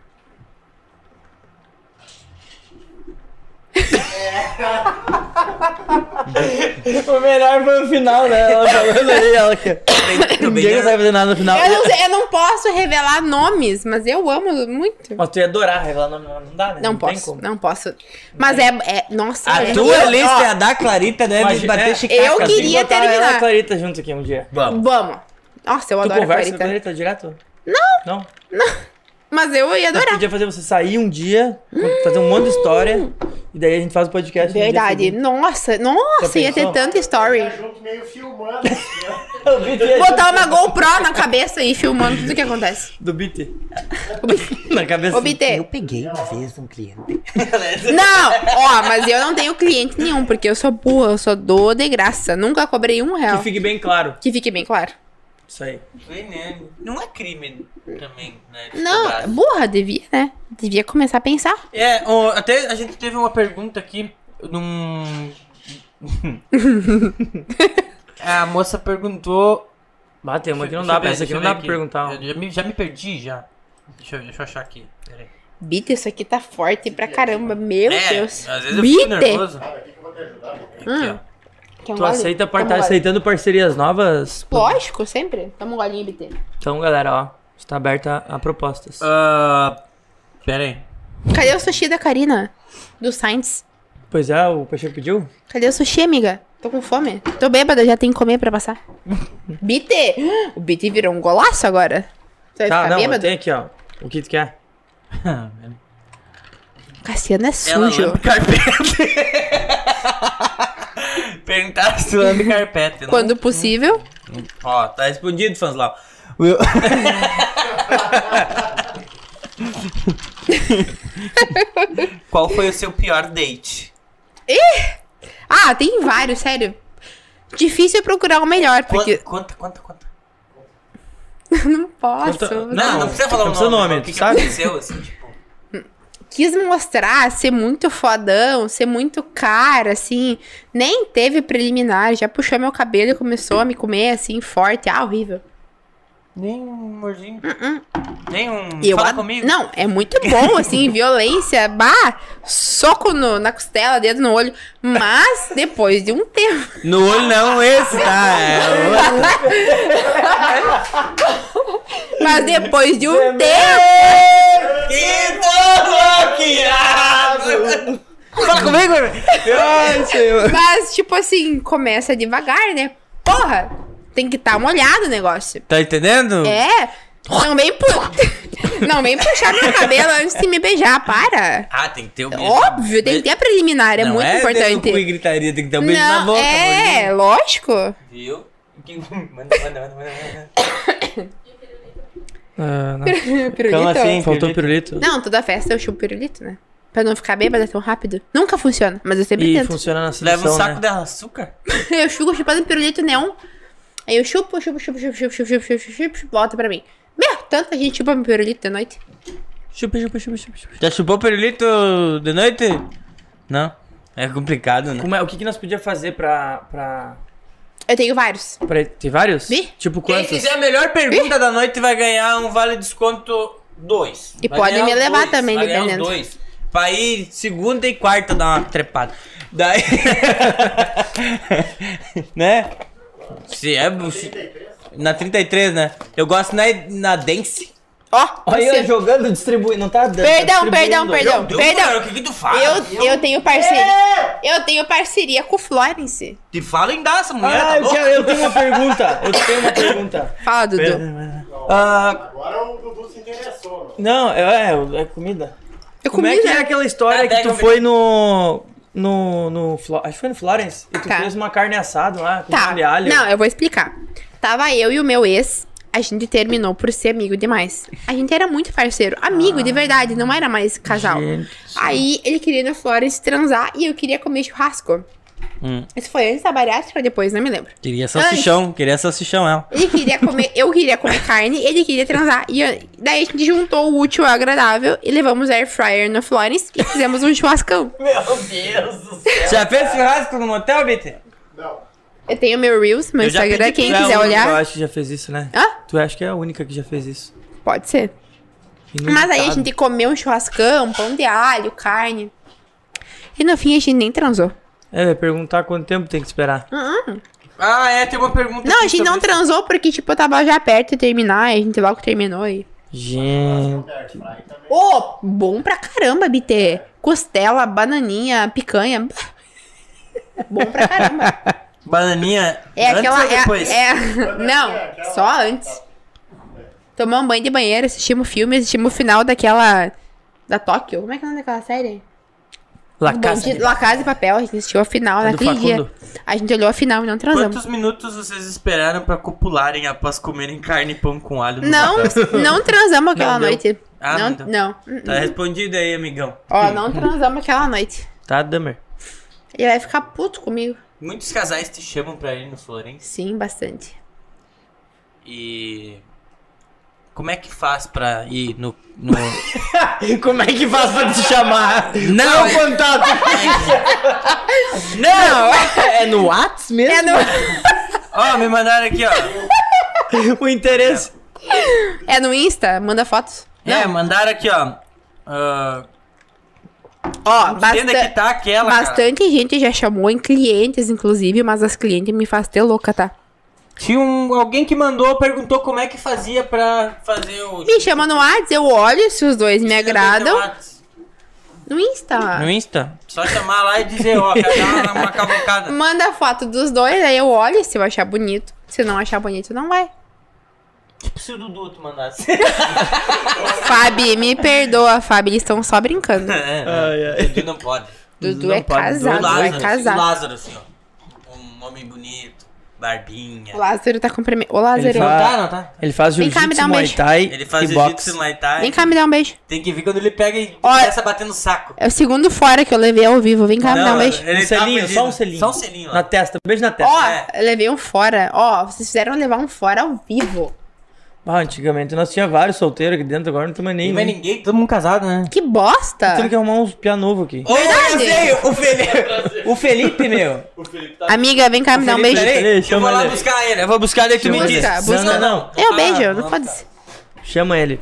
A: O melhor foi o final, né? Ela falando ali, ela que. Ninguém
B: né?
A: consegue fazer nada no final.
D: Eu não, sei, eu não posso revelar nomes, mas eu amo muito.
A: Mas tu ia adorar revelar nome, não dá, né?
D: Não,
A: tem
D: posso,
A: como.
D: não posso. Mas é, é- Nossa,
B: A
D: eu-
B: tua
D: eu-
B: lista é a
D: ó,
B: da Clarita, deve
A: Imagina-
B: bater
A: é,
B: chicaca.
D: eu
B: assim.
D: queria-
A: Botar ela e
D: terminar.
A: a Clarita junto aqui um dia.
B: Vamos.
D: Vamos. Nossa, eu
A: Tu
D: adoro a
A: conversa com a
D: Clarita.
A: Clarita direto? Não. Não?
D: Mas eu ia
A: Nós
D: adorar.
A: podia fazer você sair um dia, fazer um monte de história, e daí a gente faz o podcast. no dia
D: Hum. Verdade.
A: seguinte.
D: Nossa, nossa,
A: Já
D: ia ter
A: pensou?
D: tanta story.
E: junto meio filmando. assim,
A: O beat é
D: Botar uma GoPro na cabeça e filmando tudo que acontece.
A: Do beat. (laughs) Na cabeça.
D: Ô, BT.
B: peguei uma vez um cliente.
D: (laughs) Não! Ó, mas eu não tenho cliente nenhum, porque eu sou burra, eu só dou de graça. Nunca cobrei um real.
A: Que fique bem claro.
D: Que fique bem claro.
A: Isso aí.
B: Não é crime também, né? de cobrar.
D: Não, é burra, devia, né? Devia começar a pensar.
B: É, ó, até a gente teve uma pergunta aqui
D: (laughs)
B: num. a moça perguntou.
A: Bah, tem uma que não
B: Deixa
A: dá,
B: eu ver,
A: essa aqui
B: deixa
A: não
B: eu ver
A: dá pra perguntar.
B: Eu já, me, já me perdi já. Deixa eu, deixa eu achar aqui. Peraí.
D: Bita, isso aqui tá forte pra caramba. Meu
B: É,
D: Deus.
B: Às vezes eu
D: Bita!
B: fico nervoso.
E: Cara, o que que eu vou te ajudar? meu?
D: Hum.
B: Aqui,
D: Quer um
A: Tu
D: gole?
A: aceita par...
D: Toma
A: tá
D: um gole.
A: aceitando parcerias novas?
D: Lógico, sempre. Toma um golinho, BT.
A: Então, galera, ó. Está aberta a propostas.
B: ó. Ah, peraí.
D: Cadê o sushi da Karina? Do Sainz.
A: Pois é, o Pacheco pediu?
D: Cadê o sushi, amiga? Tô com fome. Tô bêbada, já tem que comer
A: (laughs)
D: pra passar. BT! (gasps) O BT virou um golaço agora. Tu vai
A: Tá,
D: ficar
A: não, eu
D: bêbado?
A: tenho aqui, ó. O que tu quer?
D: Cassiano é
B: Ela
D: sujo.
B: lambe carpete. (laughs) Perguntaram se tu lambe carpete. não-
D: Quando possível.
B: Ó, tá respondido, Fanslau. Will... Qual foi o seu pior date?
D: Ah, tem vários, sério. Difícil é procurar o melhor, porque.
B: Conta, conta, conta.
D: não posso.
A: Conta-
B: Não, não precisa falar
A: não
B: o
A: precisa
B: nome.
A: nome,
B: o que,
A: tu
B: que
A: sabe?
B: aconteceu, assim, tipo...
D: quis mostrar ser muito fodão, ser muito cara, assim. Nem teve preliminar, já puxou meu cabelo e começou a me comer, assim, forte. Ah, horrível.
B: Nem um amorzinho. Nem um...
D: E Uh-uh. eu
B: Fala
D: ad-
B: comigo.
D: Não, é muito
B: (laughs)
D: bom, assim, violência, bah, soco no- na costela, dedo no olho. Mas, depois de um tempo.
B: No olho não, esse, tá? É,
D: Mas depois de um tempo.
B: que bloqueado! Fala comigo, velho.
A: Ai, senhor.
D: Mas, tipo assim, começa devagar, né? Porra! Tem que estar molhado o negócio.
B: Tá entendendo?
D: É! Não vem, pu... (laughs) não vem puxar meu cabelo antes de me beijar, para!
B: Ah, tem que ter o beijo.
D: Óbvio, tem que ter a preliminar, é
B: Não
D: muito
B: dedo no cu e
D: importante.
B: gritaria, tem que ter um beijo na boca.
D: (laughs) é, lógico.
B: gordinho. Viu? Que- Manda, manda, manda, manda, manda.
A: Ah, não.
D: pirulito.
B: Então, assim,
A: Faltou pirulito.
D: Não, toda festa eu chupo pirulito, né? Pra não ficar bêbada tão rápido. Nunca funciona, mas eu sempre
A: E
D: tento.
A: funciona na seleção,
B: Leva um saco
A: né?
B: de açúcar.
D: Eu chupo chupando pirulito neon. Aí eu chupo, chupo, chupo, chupo, chupo, chupo, chupo, chupo, chupo, chupo, volta pra mim. Meu, tanta gente chupa meu pirulito de noite.
A: Chupa, chupa, chupa, chupa, chupa.
B: Já chupou pirulito de noite? Não. É complicado, né?
A: Como é- o que, que nós podíamos fazer pra, pra,
D: Eu tenho vários.
A: pra- Tem vários?
D: Vi.
A: Tipo
B: Quem
A: quantos?
B: fizer a melhor pergunta da noite vai ganhar um vale desconto 2.
D: E podem me levar também,
B: um vai ganhar os
D: dependendo.
B: dois. Vai ir segunda e quarta dar uma trepada. Daí. (laughs) né? Se é. se- Na 33, né? Eu gosto na, na Dance.
D: Ó, você-
A: jogando, distribuindo, não tá dando.
D: Perdão, perdão, perdão,
B: Deu, cara,
D: perdão.
B: o que, que tu fala?
D: Eu, eu tenho parceria. Eu tenho parceria com o Florence.
B: Te fala em dar essa mulher.
A: Ah,
B: tá
A: eu,
B: louca?
A: quero- eu tenho uma pergunta. Eu tenho uma pergunta.
D: (laughs) Fala, Dudu.
A: Ah,
E: Agora o Dudu se interessou, mano.
A: não, é, é comida.
D: Eu
A: Como é
D: comi,
A: que é
D: né?
A: aquela história
B: Ah,
A: que
B: pega
A: tu
B: um
A: foi no. No. no Flo- acho que foi no Florence. E tu
D: Tá.
A: fez uma carne assada lá com
D: Tá.
A: molho de alho.
D: Não, eu vou explicar. Tava eu e o meu ex. A gente terminou por ser amigo demais. A gente era muito parceiro. Amigo, de verdade. Não era mais casal.
A: gente.
D: Aí ele queria ir na Florence transar e eu queria comer churrasco.
B: Hum.
D: Isso foi antes da bariátrica ou depois? Não me lembro.
B: Queria salsichão, queria salsichão ela.
D: Ele queria comer, eu queria comer carne, ele queria transar. E eu- daí a gente juntou o útil ao agradável e levamos air fryer na Florence e fizemos um churrascão.
B: Já fez Tá churrasco no motel, BT?
E: Não.
D: Eu tenho meu Reels, meu
B: Eu já
D: Instagram,
B: pedi um
D: quem
A: Tu é a
D: quiser
A: única, Eu
D: olhar.
A: acho que já fez isso, né?
D: Hã?
A: Tu acha que é a única que já fez isso.
D: Pode ser. Mas aí a gente comeu um churrascão, pão de alho, carne. E no fim a gente nem transou.
A: É, eu ia perguntar quanto tempo tem que esperar.
B: Hum, Ah, é, tem uma pergunta.
D: Não,
B: aqui
D: a gente não
B: sobre-
D: transou porque, tipo, eu tava já perto de terminar e a gente logo terminou e.
A: Gente.
E: Roberto, Fry também.
D: Ô, bom pra caramba, BT. Costela, bananinha, picanha. Bom pra caramba.
B: Bananinha.
D: É
B: antes
D: aquela.
B: Ou
D: é-
B: depois?
D: É, não, só antes. Tomamos banho de banheiro, assistimos filme, assistimos o final daquela. Da Tóquio. Como é que é o nome daquela série?
A: La
D: Bom,
A: Casa
D: de-
A: de-
D: La Casa de Papel, a gente assistiu a final
A: É do
D: naquele dia.
A: Facundo?
D: A gente olhou a final e não transamos.
B: Quantos minutos vocês esperaram pra copularem após comerem carne e pão com alho? no
D: Não,
B: motel?
D: não transamos aquela
B: Não deu.
D: noite.
B: Ah,
D: não,
B: não deu.
D: não.
B: Tá respondido aí, amigão.
D: Ó, não transamos aquela noite.
A: Tá, Dummer.
D: Ele vai ficar puto comigo.
B: Muitos casais te chamam pra ir no Florence
D: Sim, bastante.
B: e. Como é que faz pra ir no.
D: (laughs)
B: no...
A: Como é que faz pra te chamar?
B: não! é-
A: Não! É no Whats mesmo?
D: É no,
B: Ó, me mandaram aqui, ó.
A: O interesse.
D: é no Insta? Manda fotos.
B: É, mandaram aqui, ó. Ah,
D: Ó,
B: Entenda que
D: bastante.
B: tá aquela. cara.
D: Bastante gente já chamou, em clientes, inclusive, mas as clientes me fazem ter louca, tá?
B: Tinha um, alguém que mandou, perguntou como é que fazia pra fazer o.
D: Me chama no Whats, eu olho se os dois me agradam.
B: No
D: No Insta.
B: Insta? Só chamar lá e dizer,
D: (laughs)
B: ó, quero dar uma, uma cavocada.
D: Manda foto dos dois, aí eu olho se eu achar bonito. Se não achar bonito, não vai.
B: Tipo se o Dudu tu mandasse.
D: Fabi, me perdoa, Fabi, eles estão só
B: É,
D: brincando.
A: Ai, ai.
B: O Dudu não pode.
D: Dudu
A: Não
D: é
A: pode, Dudu
B: O
D: casado,
B: Lázaro,
D: é
B: o
D: casado.
B: Lázaro, assim, ó. Um homem bonito, barbinha.
D: O Lázaro tá comprometido. Ô,
A: Ele
D: Lázaro,
B: Não
A: fala-
B: tá, não tá?
A: Ele faz
D: Vem cá, me
A: jiu-jitsu,
D: dá um
A: muay
D: beijo.
A: thai
B: Ele faz
A: e
B: jiu-jitsu
A: Ah. boxe.
B: Muay Thai.
D: vem cá me dar um beijo.
B: Tem que vir quando ele pega e
D: Olha-
B: começa a bater no saco.
D: É o segundo fora que eu levei ao vivo. Vem cá me dar um beijo.
A: Um
B: ele tá
A: selinho,
B: perdido.
A: só um selinho.
B: Só um selinho, ó.
A: Na testa, beijo na testa.
D: Ó,
B: é.
D: eu levei um fora. Ó, vocês fizeram eu levar um fora ao vivo.
A: Ah, antigamente nós tinha vários solteiros aqui dentro, agora não tem mais
B: Não
A: nenhum.
B: vai ninguém, todo mundo casado, né?
D: Que bosta!
A: Tendo que arrumar uns piá novo aqui.
B: Ô, eu
D: Verdade.
B: sei, o Felipe, o Felipe,
A: (laughs)
B: meu.
E: O Felipe tá
D: Amiga, vem cá me dar um
A: Felipe,
D: beijo.
A: peraí.
B: Peraí, eu
A: chama
B: vou lá
A: ele.
B: buscar ele. Eu vou buscar ele e tu me
D: Chama
B: diz.
D: ele. Busca,
A: busca.
D: Eu beijo, não
B: Ah,
D: pode
A: tá.
D: ser.
A: Chama ele.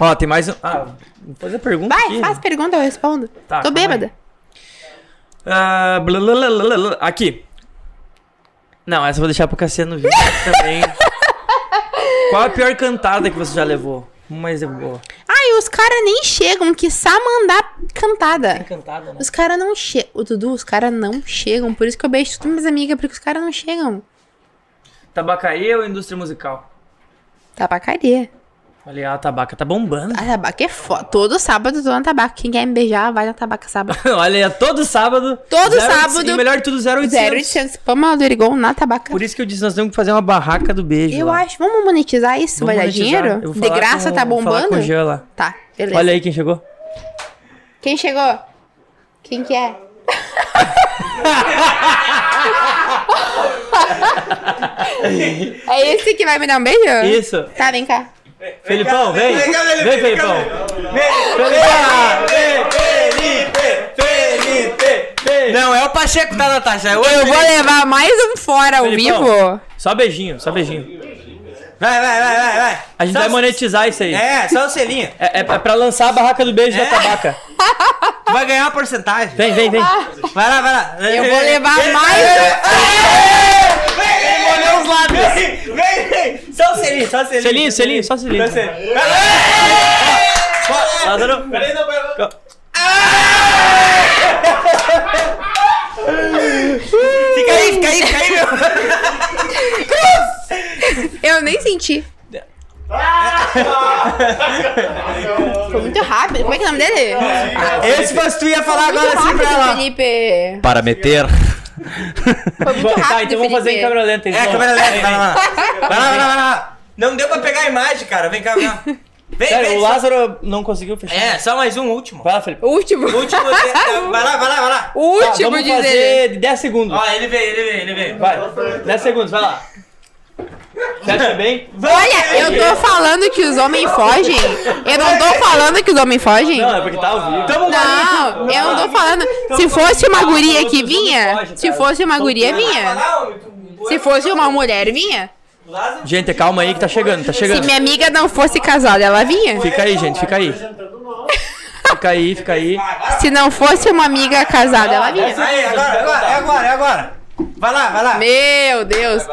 A: Ó, tem mais um. Ah, vou fazer pergunta
D: Vai,
A: aqui.
D: faz pergunta, eu respondo.
A: Tá,
D: Tô
A: calma aí.
D: bêbada.
A: Ah, blá, blá, blá, blá, blá, aqui. Não, essa eu vou deixar pro Cassiano
D: (laughs)
A: vir também. Qual a pior cantada que você já levou? Uma mais é boa.
D: Ai, os caras nem chegam, que mandar cantada.
A: Encantada, né?
D: Os caras não chegam. O Dudu, os caras não chegam. Por isso que eu beijo todas minhas amigas, porque os caras não chegam.
A: Tabacaria ou indústria musical?
D: Tabacaria.
A: Olha, a tabaca tá bombando.
D: A tabaca é foda. Todo sábado eu tô na tabaca. Quem quer me beijar, vai na
A: (laughs)
D: tabaca sábado.
A: (laughs) Olha, é todo sábado.
D: Todo
A: 0800,
D: sábado.
A: E melhor de tudo, 0800.
D: 0800 Pamela do Erigon na tabaca.
A: Por isso que eu disse, nós temos que fazer uma barraca do beijo.
D: Eu
A: lá.
D: acho. Vamos monetizar isso?
A: Vamos
D: vai dar
A: monetizar. Eu
D: dinheiro?
A: vou
D: De
A: falar
D: graça
A: com-
D: tá
A: vou falar
D: bombando?
A: com o Jean lá.
D: Tá, beleza.
A: Olha aí quem chegou.
D: Quem chegou? Quem
A: (laughs)
D: que é? (laughs) é esse que vai me dar um beijo?
A: Isso.
D: Tá, vem cá.
A: Felipão, vem. Vem, Felipão.
B: Não, é o Pacheco, tá, Natasha? Eu,
D: Eu vou levar mais um fora ao
A: Felipão.
D: vivo.
A: Só beijinho, só beijinho.
B: Vai, vai, vai, vai, vai.
A: A gente
B: Só-
A: vai monetizar isso aí. É,
B: É, só o selinho.
A: é, é pra lançar a barraca do beijo da tabaca.
B: Tu vai ganhar uma porcentagem.
A: Vem, vem, vem.
D: Ah.
B: Vai lá, vai lá.
D: Eu vou
A: É.
D: levar mais um.
B: Ele molhou os lábios. Vem, vem, vem. Só o selinho, só o selinho.
A: Selinho, selinho, só selinho. Tá dando-
C: Peraí, não, peraí. não.
B: Fica aí, fica aí, fica aí, meu.
D: um. Eu nem (laughs) senti. Foi muito rápido. Como é que é o nome dele?
B: Esse fosse tu ia falar
D: Muito
B: agora assim
D: rápido,
B: pra ela.
D: Felipe.
B: Para meter.
D: Foi muito rápido,
A: Tá, então vamos fazer em
D: Felipe.
A: câmera lenta.
B: É,
A: então.
B: câmera lenta, vai lá.
D: lenta.
B: Vai lá, vai lá, vai lá. Não deu pra pegar a imagem, cara. Vem cá, vem cá. Vem,
A: Sério,
B: vem.
A: o
B: só-
A: Lázaro não conseguiu fechar.
B: É, só mais um, último.
A: Vai lá, Felipe.
D: Último.
B: Último.
D: (laughs)
B: de- Vai lá, vai lá, vai lá.
D: O
A: Tá,
D: último
A: né? vamos
D: diz ele.
A: fazer 10 segundos.
B: Ó, ele veio, ele veio, ele veio.
A: Vai, 10 segundos, vai lá. Fecha bem.
D: Olha, eu tô falando que os homens fogem. Eu não tô falando que os homens fogem.
A: Não, é porque tá ao vivo. Tamo
D: Não, eu não tô falando. Se fosse uma guria que vinha, se fosse uma guria, vinha. Se fosse uma mulher, vinha.
A: Gente, calma aí que tá chegando, tá
D: Se
A: chegando.
D: minha amiga não fosse casada, ela vinha.
A: Fica aí, gente, fica aí. Fica aí, fica aí.
D: Se não fosse uma amiga casada, ela vinha.
B: Aí, agora, agora, é agora, é agora. Vai lá, vai lá.
D: Meu Deus.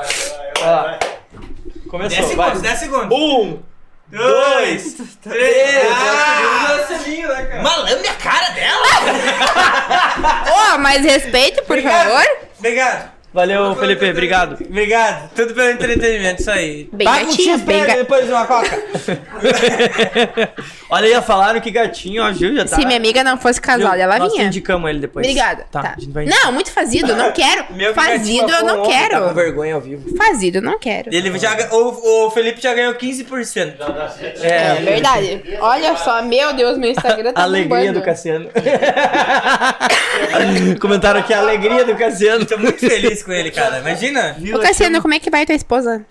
B: Dez
A: Começou, vai.
B: segundos, 10 segundos. Um, dois, três. Ah,
C: Selinho, né, cara?
B: malandro é a cara dela.
D: Ô, mas respeito, por favor.
B: Obrigado.
A: Valeu, Felipe, (laughs) obrigado.
B: Obrigado. Tudo pelo entretenimento, isso aí.
D: Bem
B: Paga um
D: gatinho,
B: X pra
D: bem
B: ele
D: ga-
B: depois de uma coca.
A: Olha aí, falaram que gatinho, ó, Gil, já tá.
D: Se minha amiga não fosse
A: Viu?
D: casada, ela
A: Nós
D: vinha.
A: indicamos ele depois.
D: Obrigada.
A: Tá,
D: Tá.
A: a gente vai é
D: Não, muito fazido, não quero.
B: Meu
A: tipo
B: é
D: fazido
B: gatinho
D: eu não
B: ontem, tá com
D: quero.
B: vergonha ao vivo.
D: Fazido eu não quero.
B: Ele já, ga- o, o Felipe já ganhou 15%.
D: É verdade. Olha só, meu Deus, meu Instagram tá
A: Alegria
D: bombando.
A: do Cassiano. (laughs) Comentaram aqui a alegria do Cassiano.
B: Tô muito feliz com ele, cara. Imagina.
D: Ô, Cassiano, como é que vai tua esposa?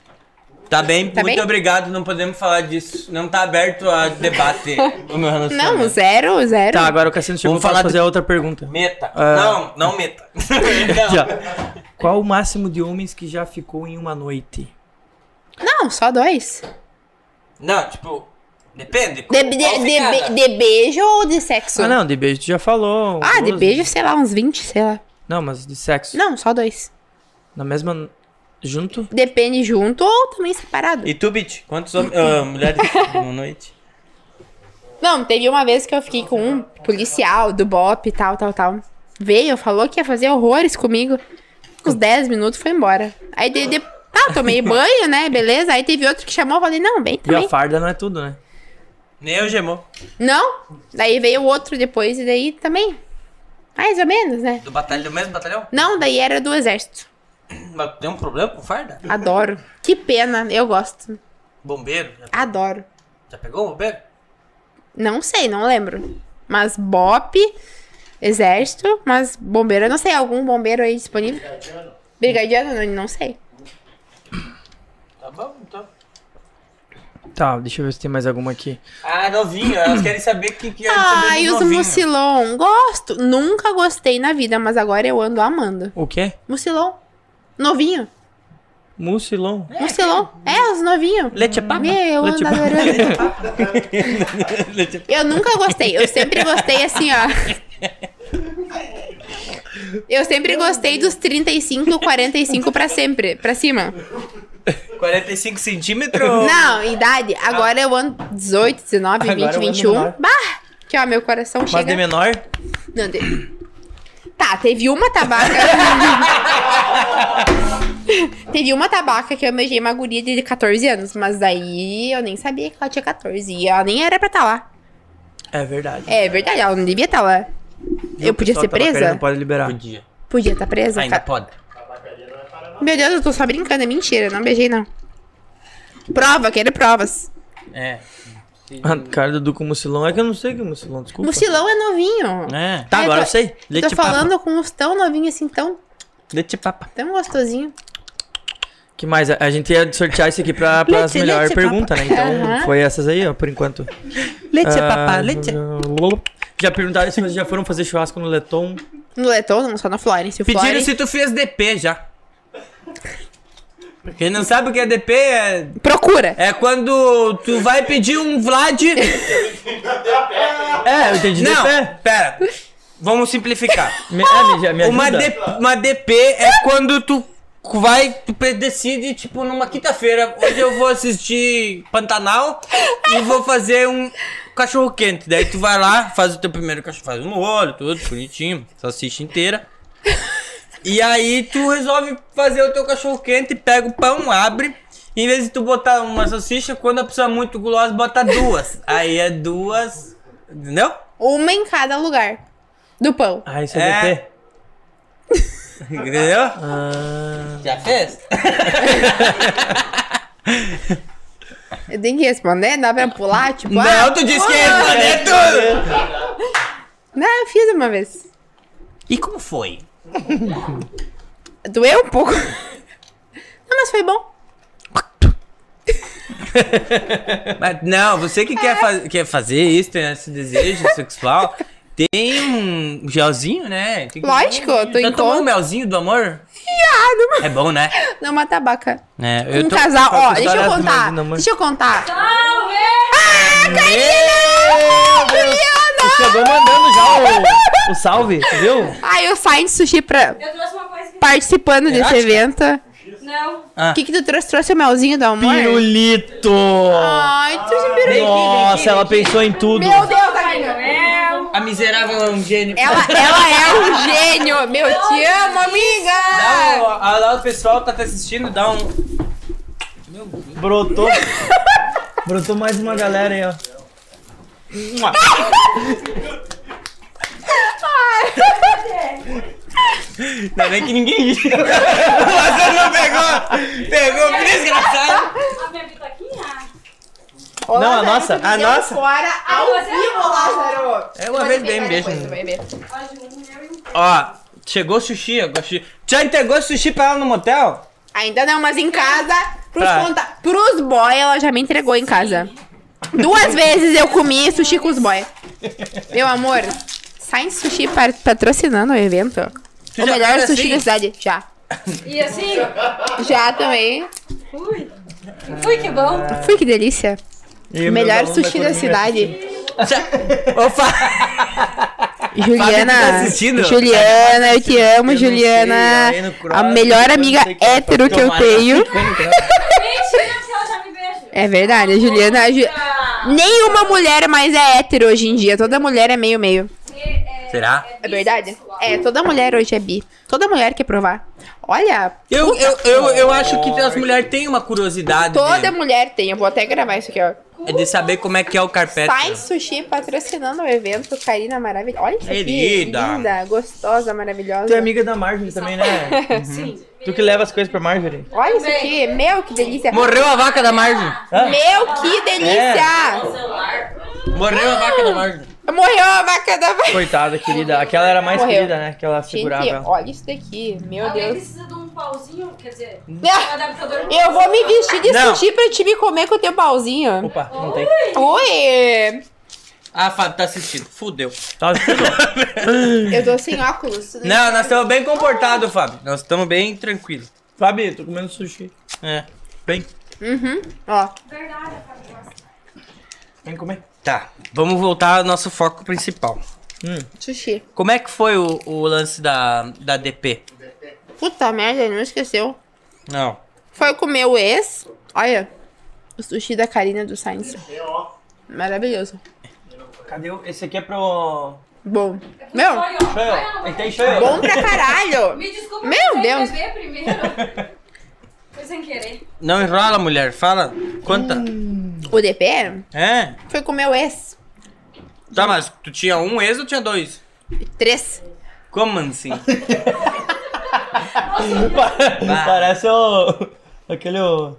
B: Tá bem,
D: Tá
B: muito
D: bem?
B: obrigado. Não podemos falar disso. Não tá aberto a
D: (laughs)
B: debate o meu relacionamento.
D: Não, zero, zero.
A: Tá, agora o Cassiano chegou
B: Vamos
A: pra
B: falar
A: fazer a outra pergunta.
B: Meta.
A: Ah.
B: Não, não (laughs) meta.
A: (laughs) Já. Qual o máximo de homens que já ficou em uma noite?
D: Não, só dois.
B: Não, tipo, depende.
D: De, de-
B: Qual
D: de-
B: ficada?
D: de- de beijo ou de sexo?
A: Ah, não, de beijo tu já falou. um,
D: Ah, de
A: duas.
D: beijo, sei lá, uns 20, sei lá.
A: Não, mas de sexo.
D: Não, só dois.
A: Na mesma. Junto?
D: Depende junto ou também separado.
B: E tu, Bitch? Quantos homens, ah,
D: (laughs)
B: mulheres uma noite?
D: Não, teve uma vez que eu fiquei com um policial do BOP e tal, tal, tal. Veio, falou que ia fazer horrores comigo. Uns 10 minutos foi embora. Aí de, de... Tá, tomei banho, né? Beleza. Aí teve outro que chamou, eu falei, não, vem
A: E
D: também.
A: a farda não é tudo, né?
B: Nem eu, Gemô.
D: Não. Daí veio outro depois e daí também. Mais ou menos, né?
B: Do batalhão, do mesmo batalhão?
D: Não, daí era do exército.
B: Mas tem um problema com farda?
D: Adoro. Que pena, eu gosto.
B: Bombeiro? Já,
D: Adoro.
B: já pegou o bombeiro?
D: Não sei, não lembro. Mas BOP, exército, mas bombeiro, eu não sei, algum bombeiro aí disponível? Brigadiano, não, não sei.
B: Tá bom, então.
A: Tá, deixa eu ver se tem mais alguma aqui.
B: Ah, novinho. Elas querem saber o que, que é
D: Ah, e
B: saber
D: os
B: do novinho.
D: mucilon. Gosto. Nunca gostei na vida, mas agora eu ando amando.
A: O quê?
D: Mucilon. Novinho.
A: Mucilon.
D: Mucilon. É, Tipo, os novinhos.
A: Leite papa.
D: Meu, eu
A: Leite
D: ando
A: papa.
D: (laughs) adorando.
B: (laughs) é
D: Eu nunca gostei. Eu sempre gostei assim, ó. Eu sempre gostei dos 35, 45 pra sempre, pra cima.
B: 45 centímetros?
D: Não, idade. Agora é eu ando 18, 19,
A: Oh. Agora
D: 20,
A: eu ando
D: 21.
A: menor.
D: Bah! Que ó, meu coração
A: Mas de
D: chega.
A: menor?
D: Não, de- Tá, teve
A: (laughs)
D: uma tabaca. teve uma tabaca que eu beijei uma guria de 14 anos, mas daí eu nem sabia que ela tinha 14. E ela nem era pra estar lá.
A: É verdade.
D: É verdade, ela não devia estar lá.
A: E
D: Eu
A: o
D: podia
A: pessoal
D: ser
A: tava querendo,
D: presa?
A: Pode liberar.
B: Podia.
D: Podia estar presa.
B: Tá. Ainda
D: ca-
B: pode.
D: Meu Deus, eu tô só brincando, é mentira, não beijei não. Prova, quero provas.
B: É.
A: A cara do Dudu com mucilão. É que eu não sei que é mucilão, desculpa.
D: Mucilão é novinho.
B: É.
A: Tá,
D: É,
A: agora
D: tô-
A: eu sei.
D: Tô
A: Leite papa.
D: falando com uns tão novinhos assim, tão,
A: Leite papa.
D: tão gostosinho.
A: que mais? A a gente ia sortear isso aqui pra, pra as
D: Leite-
A: melhores
D: leite
A: perguntas, né? Então,
D: Aham.
A: foi essas aí, ó, por enquanto.
B: Leite,
A: Ah, Já perguntaram se vocês já foram fazer churrasco no Leton.
D: No Leton, não, é só na Florence. O
B: Pediram
D: Florence...
B: se tu fez DP já. Quem não sabe o que é DP é,
D: Procura!
B: é quando tu vai pedir um Vlad.
A: É, eu entendi.
B: Não,
A: DP.
B: pera. Vamos simplificar.
A: Me, é, me, me
B: Uma,
A: ajuda.
B: D- uma DP é quando tu vai, tu pre- decide, tipo, numa quinta-feira, hoje eu vou assistir Pantanal e vou fazer um cachorro quente. Daí tu vai lá, faz o teu primeiro cachorro, faz um molho, tudo bonitinho, salsicha inteira. E aí tu resolve fazer o teu cachorro quente, pega o pão, abre. Em vez de tu botar uma salsicha, quando a pessoa é muito gulosa, bota duas. Aí é duas. Entendeu?
D: Uma em cada lugar do pão.
A: Ah, isso é,
B: É.
D: (laughs)
A: DP?
B: Entendeu?
A: Ah,
B: Já fez?
D: Eu tenho que responder? Dá pra pular? Tipo, ah,
B: Não, tu disse que ia
D: É,
B: responder tudo!
D: Não, né, eu fiz uma vez.
B: E como foi?
D: Doeu um pouco. (laughs) Não, mas foi bom.
B: Mas, não, você que
D: É.
B: quer, faz- quer fazer isso, tem esse desejo sexual, tem um gelzinho, né? Tem que-
D: Lógico, eu tô
B: Tá
D: em
B: tomando
D: conta.
B: um melzinho do amor? É bom, né?
D: Não, uma tabaca.
B: É,
D: Um
B: tô-
D: casal,
A: com a
D: ó,
A: custódia
D: deixa eu
A: das
D: contar.
A: mãos, não, mas-
D: Deixa eu contar.
A: Meu Deus! Tu Chegou mandando já o, o salve, (laughs) viu?
D: Ah, eu saí de sushi pra
F: Eu trouxe uma coisa que.
D: participando desse
B: Erótica?
D: evento.
F: Não.
D: O que que tu trouxe? Trouxe o melzinho do amor?
A: é. Pirulito!
D: Ai, tu de pirulito.
A: Nossa, ela pensou em tudo.
D: Meu Deus,
F: Papai
D: amiga.
F: Noel.
B: A miserável é um gênio.
D: Ela, ela é um gênio. Meu, te amo, É.
B: Dá
D: amiga.
B: um- a- lá o pessoal tá te assistindo, dá um.
A: Brotou. Brotou mais uma galera aí, ó.
B: Ainda bem que ninguém (laughs) viu. Você não pegou! Pegou, que desgraçado!
F: A minha bitoquinha.
D: Ô,
A: Não, a
D: Lázaro,
A: nossa,
D: tu
A: a
D: deu
A: nossa.
D: Fora ao
F: você é
D: vivo,
F: bom.
D: Lázaro.
B: É uma vez bem, beijo.
D: beijo.
F: um
B: Ó, chegou o sushi, eu gosto de- Já entregou o sushi pra ela no motel?
D: Ainda não, mas em casa, pros,
B: Tá.
D: conta... pros boy, ela já me entregou em casa. Duas vezes eu comi sushi com os boy. Meu amor, Science Sushi par- patrocinando o evento. o
B: já
D: melhor
B: fez
D: sushi
B: assim?
D: da cidade. Já.
F: E assim.
D: Já também.
F: Ui. Ui, que bom.
D: Fui, que delícia.
A: E
D: O
A: meus
D: melhor
A: alunos
D: sushi da
A: economia.
D: cidade.
B: Ô, Fábio!
D: Juliana.
B: tá assistindo?
D: Juliana, eu te amo,
A: Eu não sei,
D: Juliana.
A: aí no
D: a
A: Croácia,
D: melhor
A: eu não
D: amiga
A: sei é o que ela
D: hétero que eu
B: Tomara.
D: tenho.
F: Mentira, porque ela já me beijou.
D: É verdade, a Juliana. a Ju- Nenhuma mulher mais é hétero hoje em dia. Toda mulher é meio-meio.
F: É,
B: Será?
F: É,
D: É verdade?
F: bissexual.
D: É, toda mulher hoje é bi. Toda mulher quer provar. Olha,
B: (laughs) Eu, eu, eu, eu acho que as mulheres têm uma curiosidade
D: toda
B: de,
D: mulher tem. Eu vou até gravar isso aqui, ó.
B: é de saber como é que é o carpete.
D: Sai Sushi patrocinando o evento. Karina maravilhosa. Olha isso aqui.
B: Querida.
D: Linda, gostosa, maravilhosa.
A: Tu é amiga da Marjorie também, né?
D: (laughs)
F: Sim.
A: Tu que leva as coisas pra Marjorie.
D: Olha isso aqui. Meu, que delícia.
B: Morreu a vaca da Margem.
A: Hã?
D: Meu, que delícia.
B: Morreu a vaca da Margem.
D: Morreu a vaca da vaca.
A: Coitada, querida. Aquela era mais
D: Morreu.
A: querida, né? Que ela
D: Gente,
A: segurava. ela.
D: olha isso daqui. Meu
F: Alguém
D: Deus.
F: precisa de um pauzinho, quer dizer, um
D: Ah,
F: adaptador.
D: Eu vou me vestir de
B: Não.
D: sushi pra te me comer com o teu pauzinho.
A: Opa, não tem.
D: Oi!
B: Ah, Fábio, tá assistindo. Fudeu.
A: Tá assistindo?
D: Eu tô sem óculos.
B: Não, nós estamos bem comportados, Fábio. Nós estamos bem tranquilos.
A: (laughs) Fabi, tô comendo sushi.
B: É.
A: Vem,
D: Uhum. Ó,
F: Verdade, Fábio.
A: vem comer.
B: Tá, vamos voltar ao nosso foco principal.
D: sushi.
B: Como é que foi o, o lance da, da DP?
D: Puta merda, ele não esqueceu.
B: Não.
D: Foi com meu ex. Olha, o sushi da Karina do Sainz. Maravilhoso.
A: Cadê? o- Esse aqui é pro.
D: Bom.
F: É
D: Meu,
A: Show! Ele tem show!
D: bom pra caralho.
F: Me desculpa, é
D: Meu
F: eu
D: Deus.
F: beber primeiro. Foi sem querer.
B: Não enrola, mulher. Fala. Conta.
D: O DP
B: É?
D: foi com meu ex.
B: Tá, mas tu tinha um ex ou tinha dois?
D: Três.
B: Como (laughs) assim?
A: Parece o. aquele. O,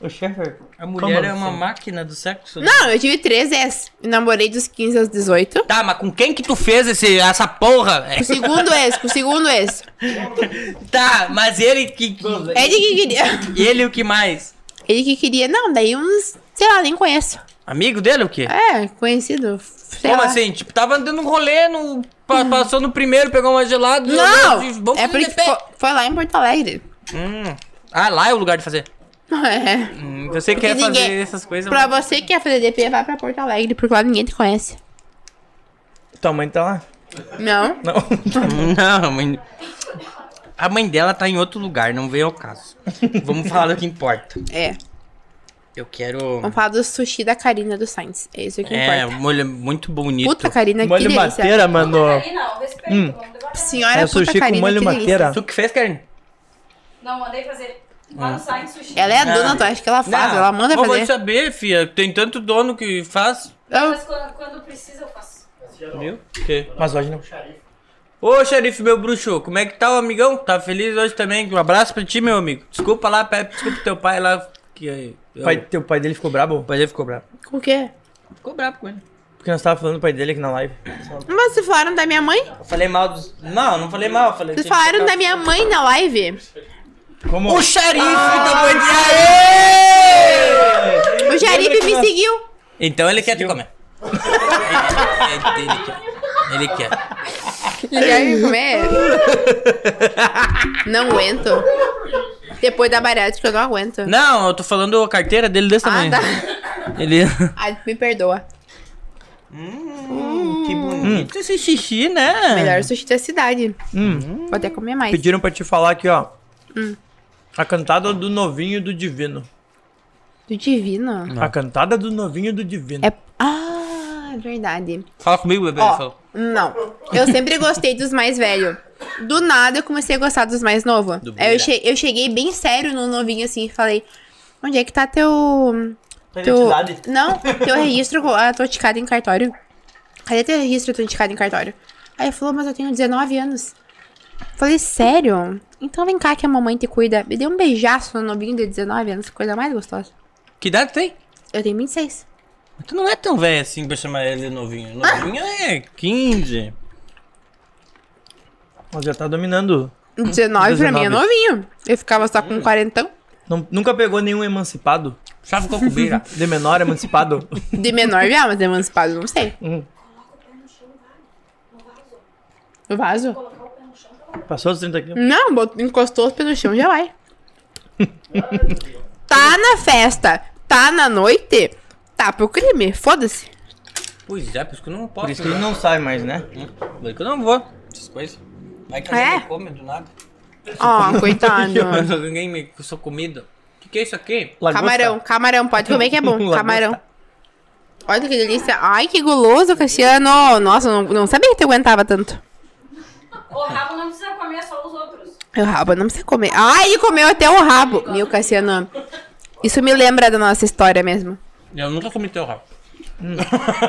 A: o Sheffer.
B: A mulher
A: Como
B: é uma
A: assim?
B: máquina do sexo. né?
D: Não, eu tive três ex. Namorei dos 15 aos 18.
B: Tá, mas com quem que tu fez esse, essa porra?
D: O segundo ex, o segundo ex.
B: Tá, mas ele que. que-
D: Ele que queria.
B: ele o que mais?
D: Ele que queria. Não, daí uns. Sei lá, nem conheço.
B: Amigo dele o quê?
D: É, conhecido. Sei
B: Como
D: lá.
B: assim? Tipo, tava dando um rolê, no, pa- passou no primeiro, pegou uma gelada.
D: Não!
B: disse, Vamos
D: É
B: fazer
D: porque
B: DP.
D: foi, foi lá em Porto Alegre.
B: Hum. Ah, lá é o lugar de fazer.
D: É.
B: Hum, você quer fazer
D: ninguém-
B: essas coisas.
D: Pra você que quer fazer DP, vai pra Porto Alegre, porque lá ninguém te conhece.
A: Tua mãe tá lá?
D: Não?
A: Não.
B: (laughs) Não, mãe. A mãe dela tá em outro lugar, não veio ao caso. Vamos falar do que importa.
D: É.
B: Eu quero.
D: Vamos falar do sushi da Karina do Sainz. É isso que
B: É,
D: importa.
B: molho muito bonito.
D: Puta, Karina, que
A: Um molho
D: delícia.
A: mateira, mano.
F: Aí não, respeito.
D: Hum.
F: vamos devagar.
D: Senhora
A: É
D: puta
A: sushi com
D: Karina,
A: molho
D: que delícia.
A: mateira.
B: Tu que fez, Karen?
F: Não, mandei fazer. Lá no site sushi.
D: Ela é a
B: Não.
D: dona, tu acha que ela faz?
B: Ah. Não,
D: Ela manda
B: não vou
D: fazer.
B: saber, fia. Tem tanto dono que faz.
D: Eu-
F: Mas quando, quando precisa eu faço.
B: Viu? Que?
A: Mas hoje não.
B: Ô, xerife, meu bruxo, como é que tá o amigão? Tá feliz hoje também? Um abraço pra ti, meu amigo. Desculpa lá, Pepe, desculpa teu pai lá. Que eu-
A: Pai, teu pai dele ficou brabo?
B: O pai dele ficou bravo.
D: Com o quê?
B: Ficou bravo com ele.
A: Porque nós tava falando do pai dele aqui na live.
D: Mas vocês falaram da minha mãe?
B: Eu falei mal dos. Não, não falei mal, eu falei.
A: assim,
D: Vocês
A: tá.
D: falaram da minha mãe na live?
A: Como?
B: O xerife
D: Ah!
B: da bandeira!
D: O Jaripe me seguiu.
B: Então ele quer te comer. ele, ele quer. Ele quer.
D: Jaripe, como é? (laughs) Não aguento. Depois da bariátrica, eu não aguento.
B: Não, eu tô falando a carteira dele desse
D: Ah,
B: tamanho.
D: tá.
B: Ele.
D: Ai, me perdoa.
B: que bonito esse Hum. xixi, né?
D: Melhor sushi da cidade.
A: Hum,
D: Vou até comer mais.
A: pediram pra te falar aqui, ó.
D: Hum.
A: A cantada do novinho e do divino.
D: Do divino.
A: A cantada do novinho e do divino.
D: É. Ah, é verdade.
B: Fala comigo, bebê. ele
D: Ó,
B: falou.
D: não. Eu sempre gostei dos mais velhos. Do nada eu comecei a gostar dos mais novos.
B: Do
D: Aí eu,
B: Bira.
D: che- eu cheguei bem sério no novinho assim e falei: Onde é que tá teu. teu não, teu registro, com a tua ticada em cartório. Cadê teu registro, tua ticada em cartório? Aí ele falou: Mas eu tenho 19 anos. Falei: Sério? Então vem cá que a mamãe te cuida. Me deu um beijaço no novinho de 19 anos, que coisa mais gostosa.
B: Que idade tem?
D: Eu tenho 26.
B: Tu não é tão velho assim pra chamar ele de novinho. Novinho é 15.
A: Mas já tá dominando.
D: 19 pra mim
A: 19.
D: é novinho. Eu ficava só com 40
A: Não- nunca pegou nenhum emancipado?
B: Chave cocubeira.
A: De menor
D: (laughs)
A: emancipado?
D: De menor já, mas emancipado, não sei.
A: Hum.
D: No vaso?
A: Passou os 30 quilos?
D: Não, bot- encostou os pés no chão, já vai. tá na festa, tá na noite, tá pro crime, foda-se.
B: Pois é, por isso que eu não posso.
A: Por isso que ele não sai mais, né?
B: Por isso que eu não vou. Essas coisas. Vai que
D: É? Ah.
B: alguém me come do nada.
D: Ó,
A: (laughs)
D: coitado.
B: Alguém me sou comida. O que, que é isso aqui?
A: Lagosta.
D: Camarão, camarão, pode comer que é bom,
A: Lagosta.
D: camarão. Olha que delícia. Ai, que guloso, Cassiano. Nossa, não, não sabia que tu aguentava tanto.
F: O rabo não precisa comer, é só os outros.
D: O rabo não precisa comer. Ai, ele comeu até o rabo. Meu, Cassiano. Isso me lembra da nossa história mesmo.
B: Eu nunca comi teu rabo.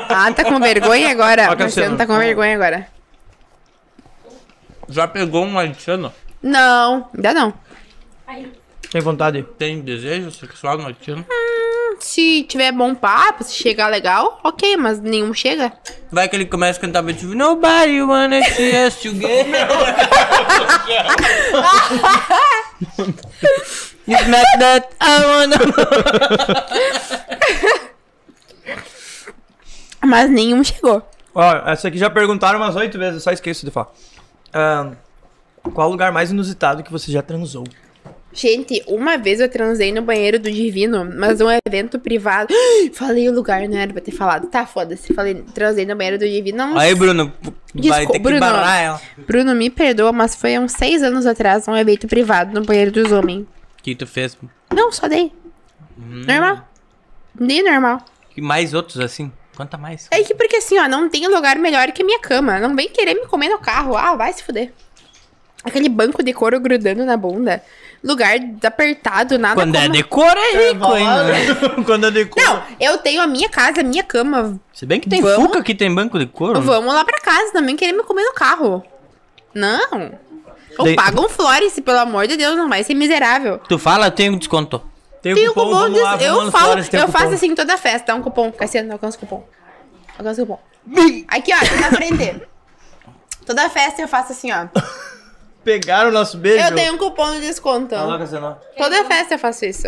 D: Ah, tá com vergonha agora.
A: Ó, Cassiano.
D: Marciano tá com vergonha agora.
B: (laughs) Já pegou um haitiano?
D: Não, ainda não.
A: Tem vontade?
B: Tem desejo sexual no haitiano?
D: Se tiver bom papo, se chegar legal, ok, mas nenhum chega.
B: Vai que ele começa a cantar Betty Nobody wanna see us together. It's not that I wanna...
D: (laughs) Mas nenhum chegou.
A: Ó, essa aqui já perguntaram umas oito vezes, eu só esqueço de falar. Ahn, qual o lugar mais inusitado que você já transou?
D: Gente, uma vez eu transei no banheiro do Divino, mas num evento privado. (gasps) Falei o lugar, não era pra ter falado. Tá, foda-se. Falei, transei no banheiro do Divino. Não
B: Aí, Bruno, vai
D: Desculpa,
B: ter que
D: Bruno.
B: barrar ela.
D: Bruno, me perdoa, mas foi há uns seis anos atrás, um evento privado no banheiro dos homens.
B: que tu fez?
D: Não, só dei.
B: Hum.
D: Normal. Dei normal.
B: E mais outros assim? Quanta mais?
D: É que porque assim, ó, não tem lugar melhor que a minha cama. Não vem querer me comer no carro. Ah, vai se fuder. Aquele banco de couro grudando na bunda. Lugar apertado, nada
B: Quando é
D: como-
B: decor é rico, hein? mano? (laughs) Quando é decor.
D: Não, eu tenho a minha casa, a minha cama.
B: Se bem que tem
D: Vamos-
B: Fuca que tem banco de couro.
D: Vamos lá pra casa também querer me comer no carro. Não. Ou
B: Daí-
D: paga um Florence, pelo amor de Deus, não vai ser miserável.
B: Tu fala, eu tenho desconto.
D: Tem o cupom,
B: vamos
D: des-
B: lá, vamos lá
D: eu
B: no
D: falo,
B: Flores, tem um
D: eu
B: cupom.
D: faço assim toda festa, dá um cupom, Cassiano, alcança o cupom. Alcança o cupom. Aqui, ó, aqui na frente. Toda festa eu faço assim, ó.
B: Pegaram o nosso beijo.
D: Eu tenho um cupom de desconto. Toda festa eu faço isso.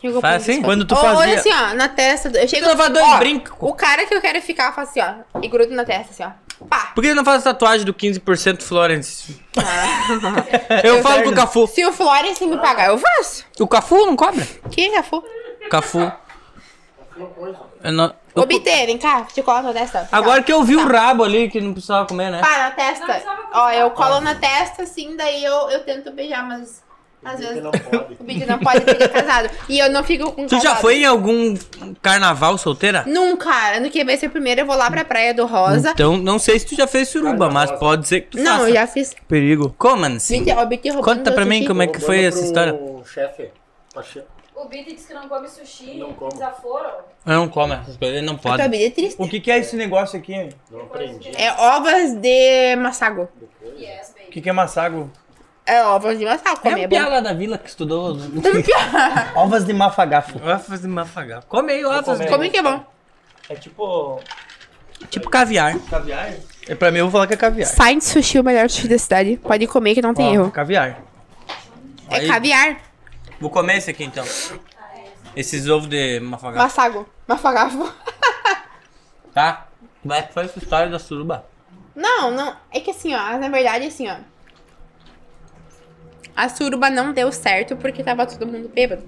D: Tem um cupom
B: Faz
D: de
B: assim?
D: desconto.
A: Quando tu
D: Ou-
A: fazia-
D: Olha assim, ó, na testa. do- Eu chego assim,
B: Tu leva dois
D: ó,
B: brincos.
D: O cara que eu quero ficar, eu faço assim, ó. E grudo na testa, assim, ó. Pá!
B: Por que eu não faço tatuagem do 15% Florence?
D: (laughs)
B: eu falo com o Cafu.
D: Se o Florence me pagar, eu faço.
B: O Cafu não cobra?
D: Quem já for?
B: Cafu. Eu não- eu-
D: Obter, vem cá, te colo na testa. ó.
B: Agora que eu vi o rabo ali que não precisava comer, né?
D: Pá, na
F: Não,
D: testa.
F: precisava
D: Ó, eu colo na testa, assim, daí eu, eu tento beijar, mas às vezes
E: Não pode.
D: o vídeo não pode pedir casado. E eu não fico com
B: Tu já
D: casado.
B: foi em algum carnaval solteira?
D: Nunca. Ano que vem vai ser o primeiro, eu vou lá pra Praia do Rosa.
B: Então, não sei se tu já fez suruba, mas pode ser que tu
D: não,
B: faça.
D: eu já fiz.
B: Perigo. Coman-se.
D: Ó, o Bic roubando
B: Conta
D: meu
B: pra mim
D: sushi.
B: como é que foi essa história.
E: O chefe, Tá Pacheco,
F: O Bita disse que não come sushi,
E: Não como.
F: desaforo.
B: Eu não como essas coisas, ele não
D: A
B: pode.
D: tua vida é triste.
A: O que, que é esse negócio aqui?
E: não aprendi.
D: É ovas de massago.
F: Yes,
A: O
F: baby.
A: que, que é massago?
D: É ovas de massago,
B: É
D: comer é
B: um
D: bom.
B: piá lá da vila que
D: (laughs)
B: estudou.
A: Ovas de mafagafo.
B: Ovas de mafagafo. Comei ovas.
A: comer.
D: Como que é bom?
A: É tipo
B: Tipo caviar.
A: caviar? É, pra mim, eu vou falar que é caviar.
D: Science Sushi, o melhor sushi da cidade. Pode comer que não tem
A: Ó,
D: erro.
A: Caviar.
D: É
B: Aí-
D: caviar,
B: Vou comer esse aqui então. Esses ovos de mafagafo.
D: massago, mafagafo.
B: Tá? Como é que foi essa história da suruba?
D: Não, não. É que assim, ó, na verdade, assim, ó. A suruba não deu certo porque tava todo mundo bêbado.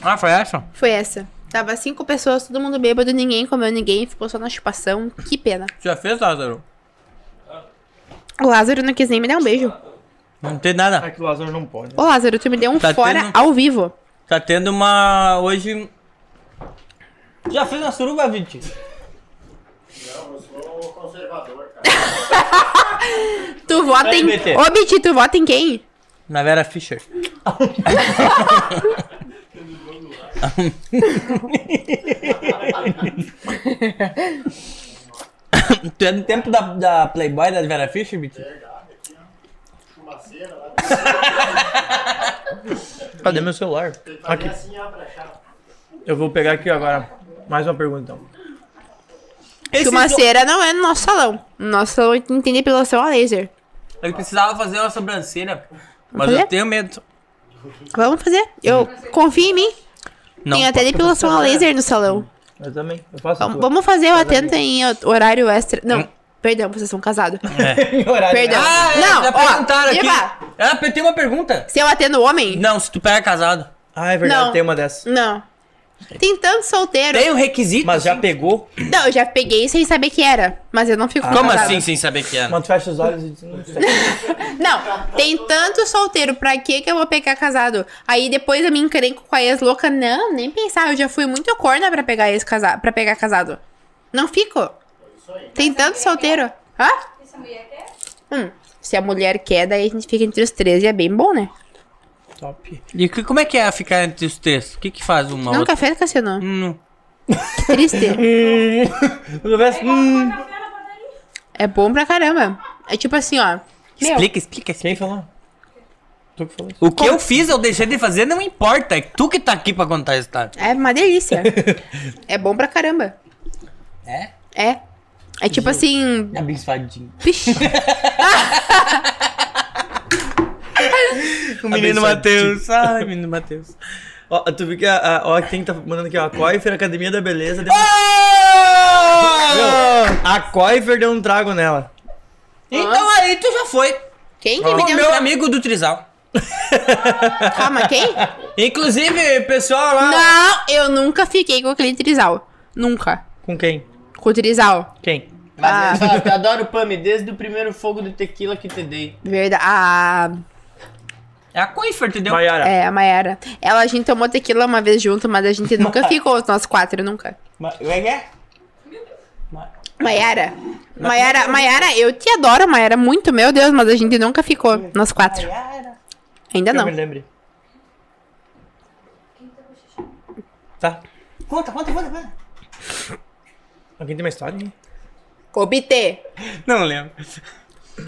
B: Ah, foi essa?
D: Foi essa. Tava cinco pessoas, todo mundo bêbado, ninguém comeu ninguém, ficou só na chupação. Que pena.
B: Tu já fez, Lázaro?
D: O Lázaro não quis nem me dar um beijo.
B: Não tem nada.
A: É que o Lázaro não pode.
D: Ô, Lázaro, tu me deu um
B: Tá
D: fora
B: tendo-
D: ao vivo.
B: Tá tendo uma. Hoje. Já fez uma suruba, Vinte?
E: Não, eu sou conservador, cara.
D: Tu vota em.
B: SBT.
D: Ô, Biti, tu vota em quem?
B: Na Vera Fischer. tu é do tempo da, da Playboy da Vera Fischer, Vinte?
E: Fumaceira lá.
A: Cadê meu celular? Aqui.
E: E assim abre a chave.
A: Eu vou pegar aqui agora. Mais uma pergunta, então.
D: Que uma cera não é no nosso salão. No Nosso salão entende depilação a laser.
B: Eu precisava fazer uma sobrancelha. Mas
D: fazer?
B: eu tenho medo.
D: Vamos fazer. Eu confia em mim.
B: Não.
D: Tem até depilação a laser no salão.
A: Eu também. Eu faço
D: Vam- Vamos fazer o atento em o- horário extra. Não, perdão, vocês são casados.
A: (laughs)
D: Perdão.
B: Ah, é,
D: Não,
B: já
D: ó,
B: perguntaram
D: Diva.
B: aqui. Ah, tem uma pergunta.
D: Se eu atendo homem?
B: Não, se tu pega casado.
A: Ah, é verdade,
D: Não.
A: tem uma dessas.
D: Não. Tem tanto solteiro.
B: Tem um requisito?
A: Mas já pegou?
D: Não, eu já peguei sem saber que era. Mas eu não fico
B: Como
D: casada.
B: assim, sem saber que era?
A: Mas tu fecha os olhos e diz, "Hum, não sei.
D: Não, tem tanto solteiro, pra que que eu vou pegar casado? Aí depois eu me encrenco com a ex louca. Não, nem pensar, eu já fui muito corna pra pegar ex casado, pra pegar casado. Não fico. Tem tanto solteiro. Hã?
F: Essa mulher quer?
D: Hum, se a mulher quer, daí a gente fica entre os três e é bem bom, né?
A: é Top. (laughs)
B: E que- como é que é ficar entre os três? O que que faz uma
D: Não,
B: outra?
D: café, Cassiano.
B: Hum,
D: Que
B: (laughs)
D: triste.
A: Eu tivesse- hum.
F: Toma café na padaria.
D: É bom pra caramba. É tipo assim, ó. Meu,
B: Explica, explica, explica.
A: Quem falou? Tu que falou isso.
B: O que eu fiz, eu deixei de fazer, não importa. É tu que tá aqui pra contar a história.
D: é uma (laughs) delícia. é bom pra caramba.
B: É?
D: É. É tipo assim.
B: Abençoadinho.
D: Vixi,
B: O menino Matheus. Ai, menino Matheus.
A: Ó, tu viu que a, a- ó, quem tá mandando aqui, ó, a Coifer Academia da Beleza. deu-
B: Ah!
A: Meu, a Coifer deu um trago nela.
B: Então aí tu já foi.
D: quem que me
B: O
D: deu
B: Ah, meu
D: um
B: amigo do Trizal.
D: tra- Calma, quem?
B: Inclusive, pessoal lá.
D: Não, eu nunca fiquei com aquele trisal. Nunca.
A: Com quem?
D: Com o trisal.
A: Quem?
B: é.
D: Ah.
G: Mas eu falo, eu adoro o Pami desde o primeiro fogo de tequila que te dei.
D: Verdade. Ah,
B: É a Coifer, entendeu?
A: Maiara.
D: É, a Mayara. Ela, a gente tomou tequila uma vez junto, mas a gente nunca ficou, nós quatro, nunca.
B: Ma- Como é que é?
D: Mayara. Mayara, Mayara, eu te adoro, Mayara, muito, meu Deus, mas a gente nunca ficou, nós quatro.
B: Maiara.
D: Ainda
A: Que eu me
D: não.
A: lembre. Tá.
B: Conta, conta, conta, conta.
A: Alguém tem uma história? hein?
D: Obter.
B: Não lembro.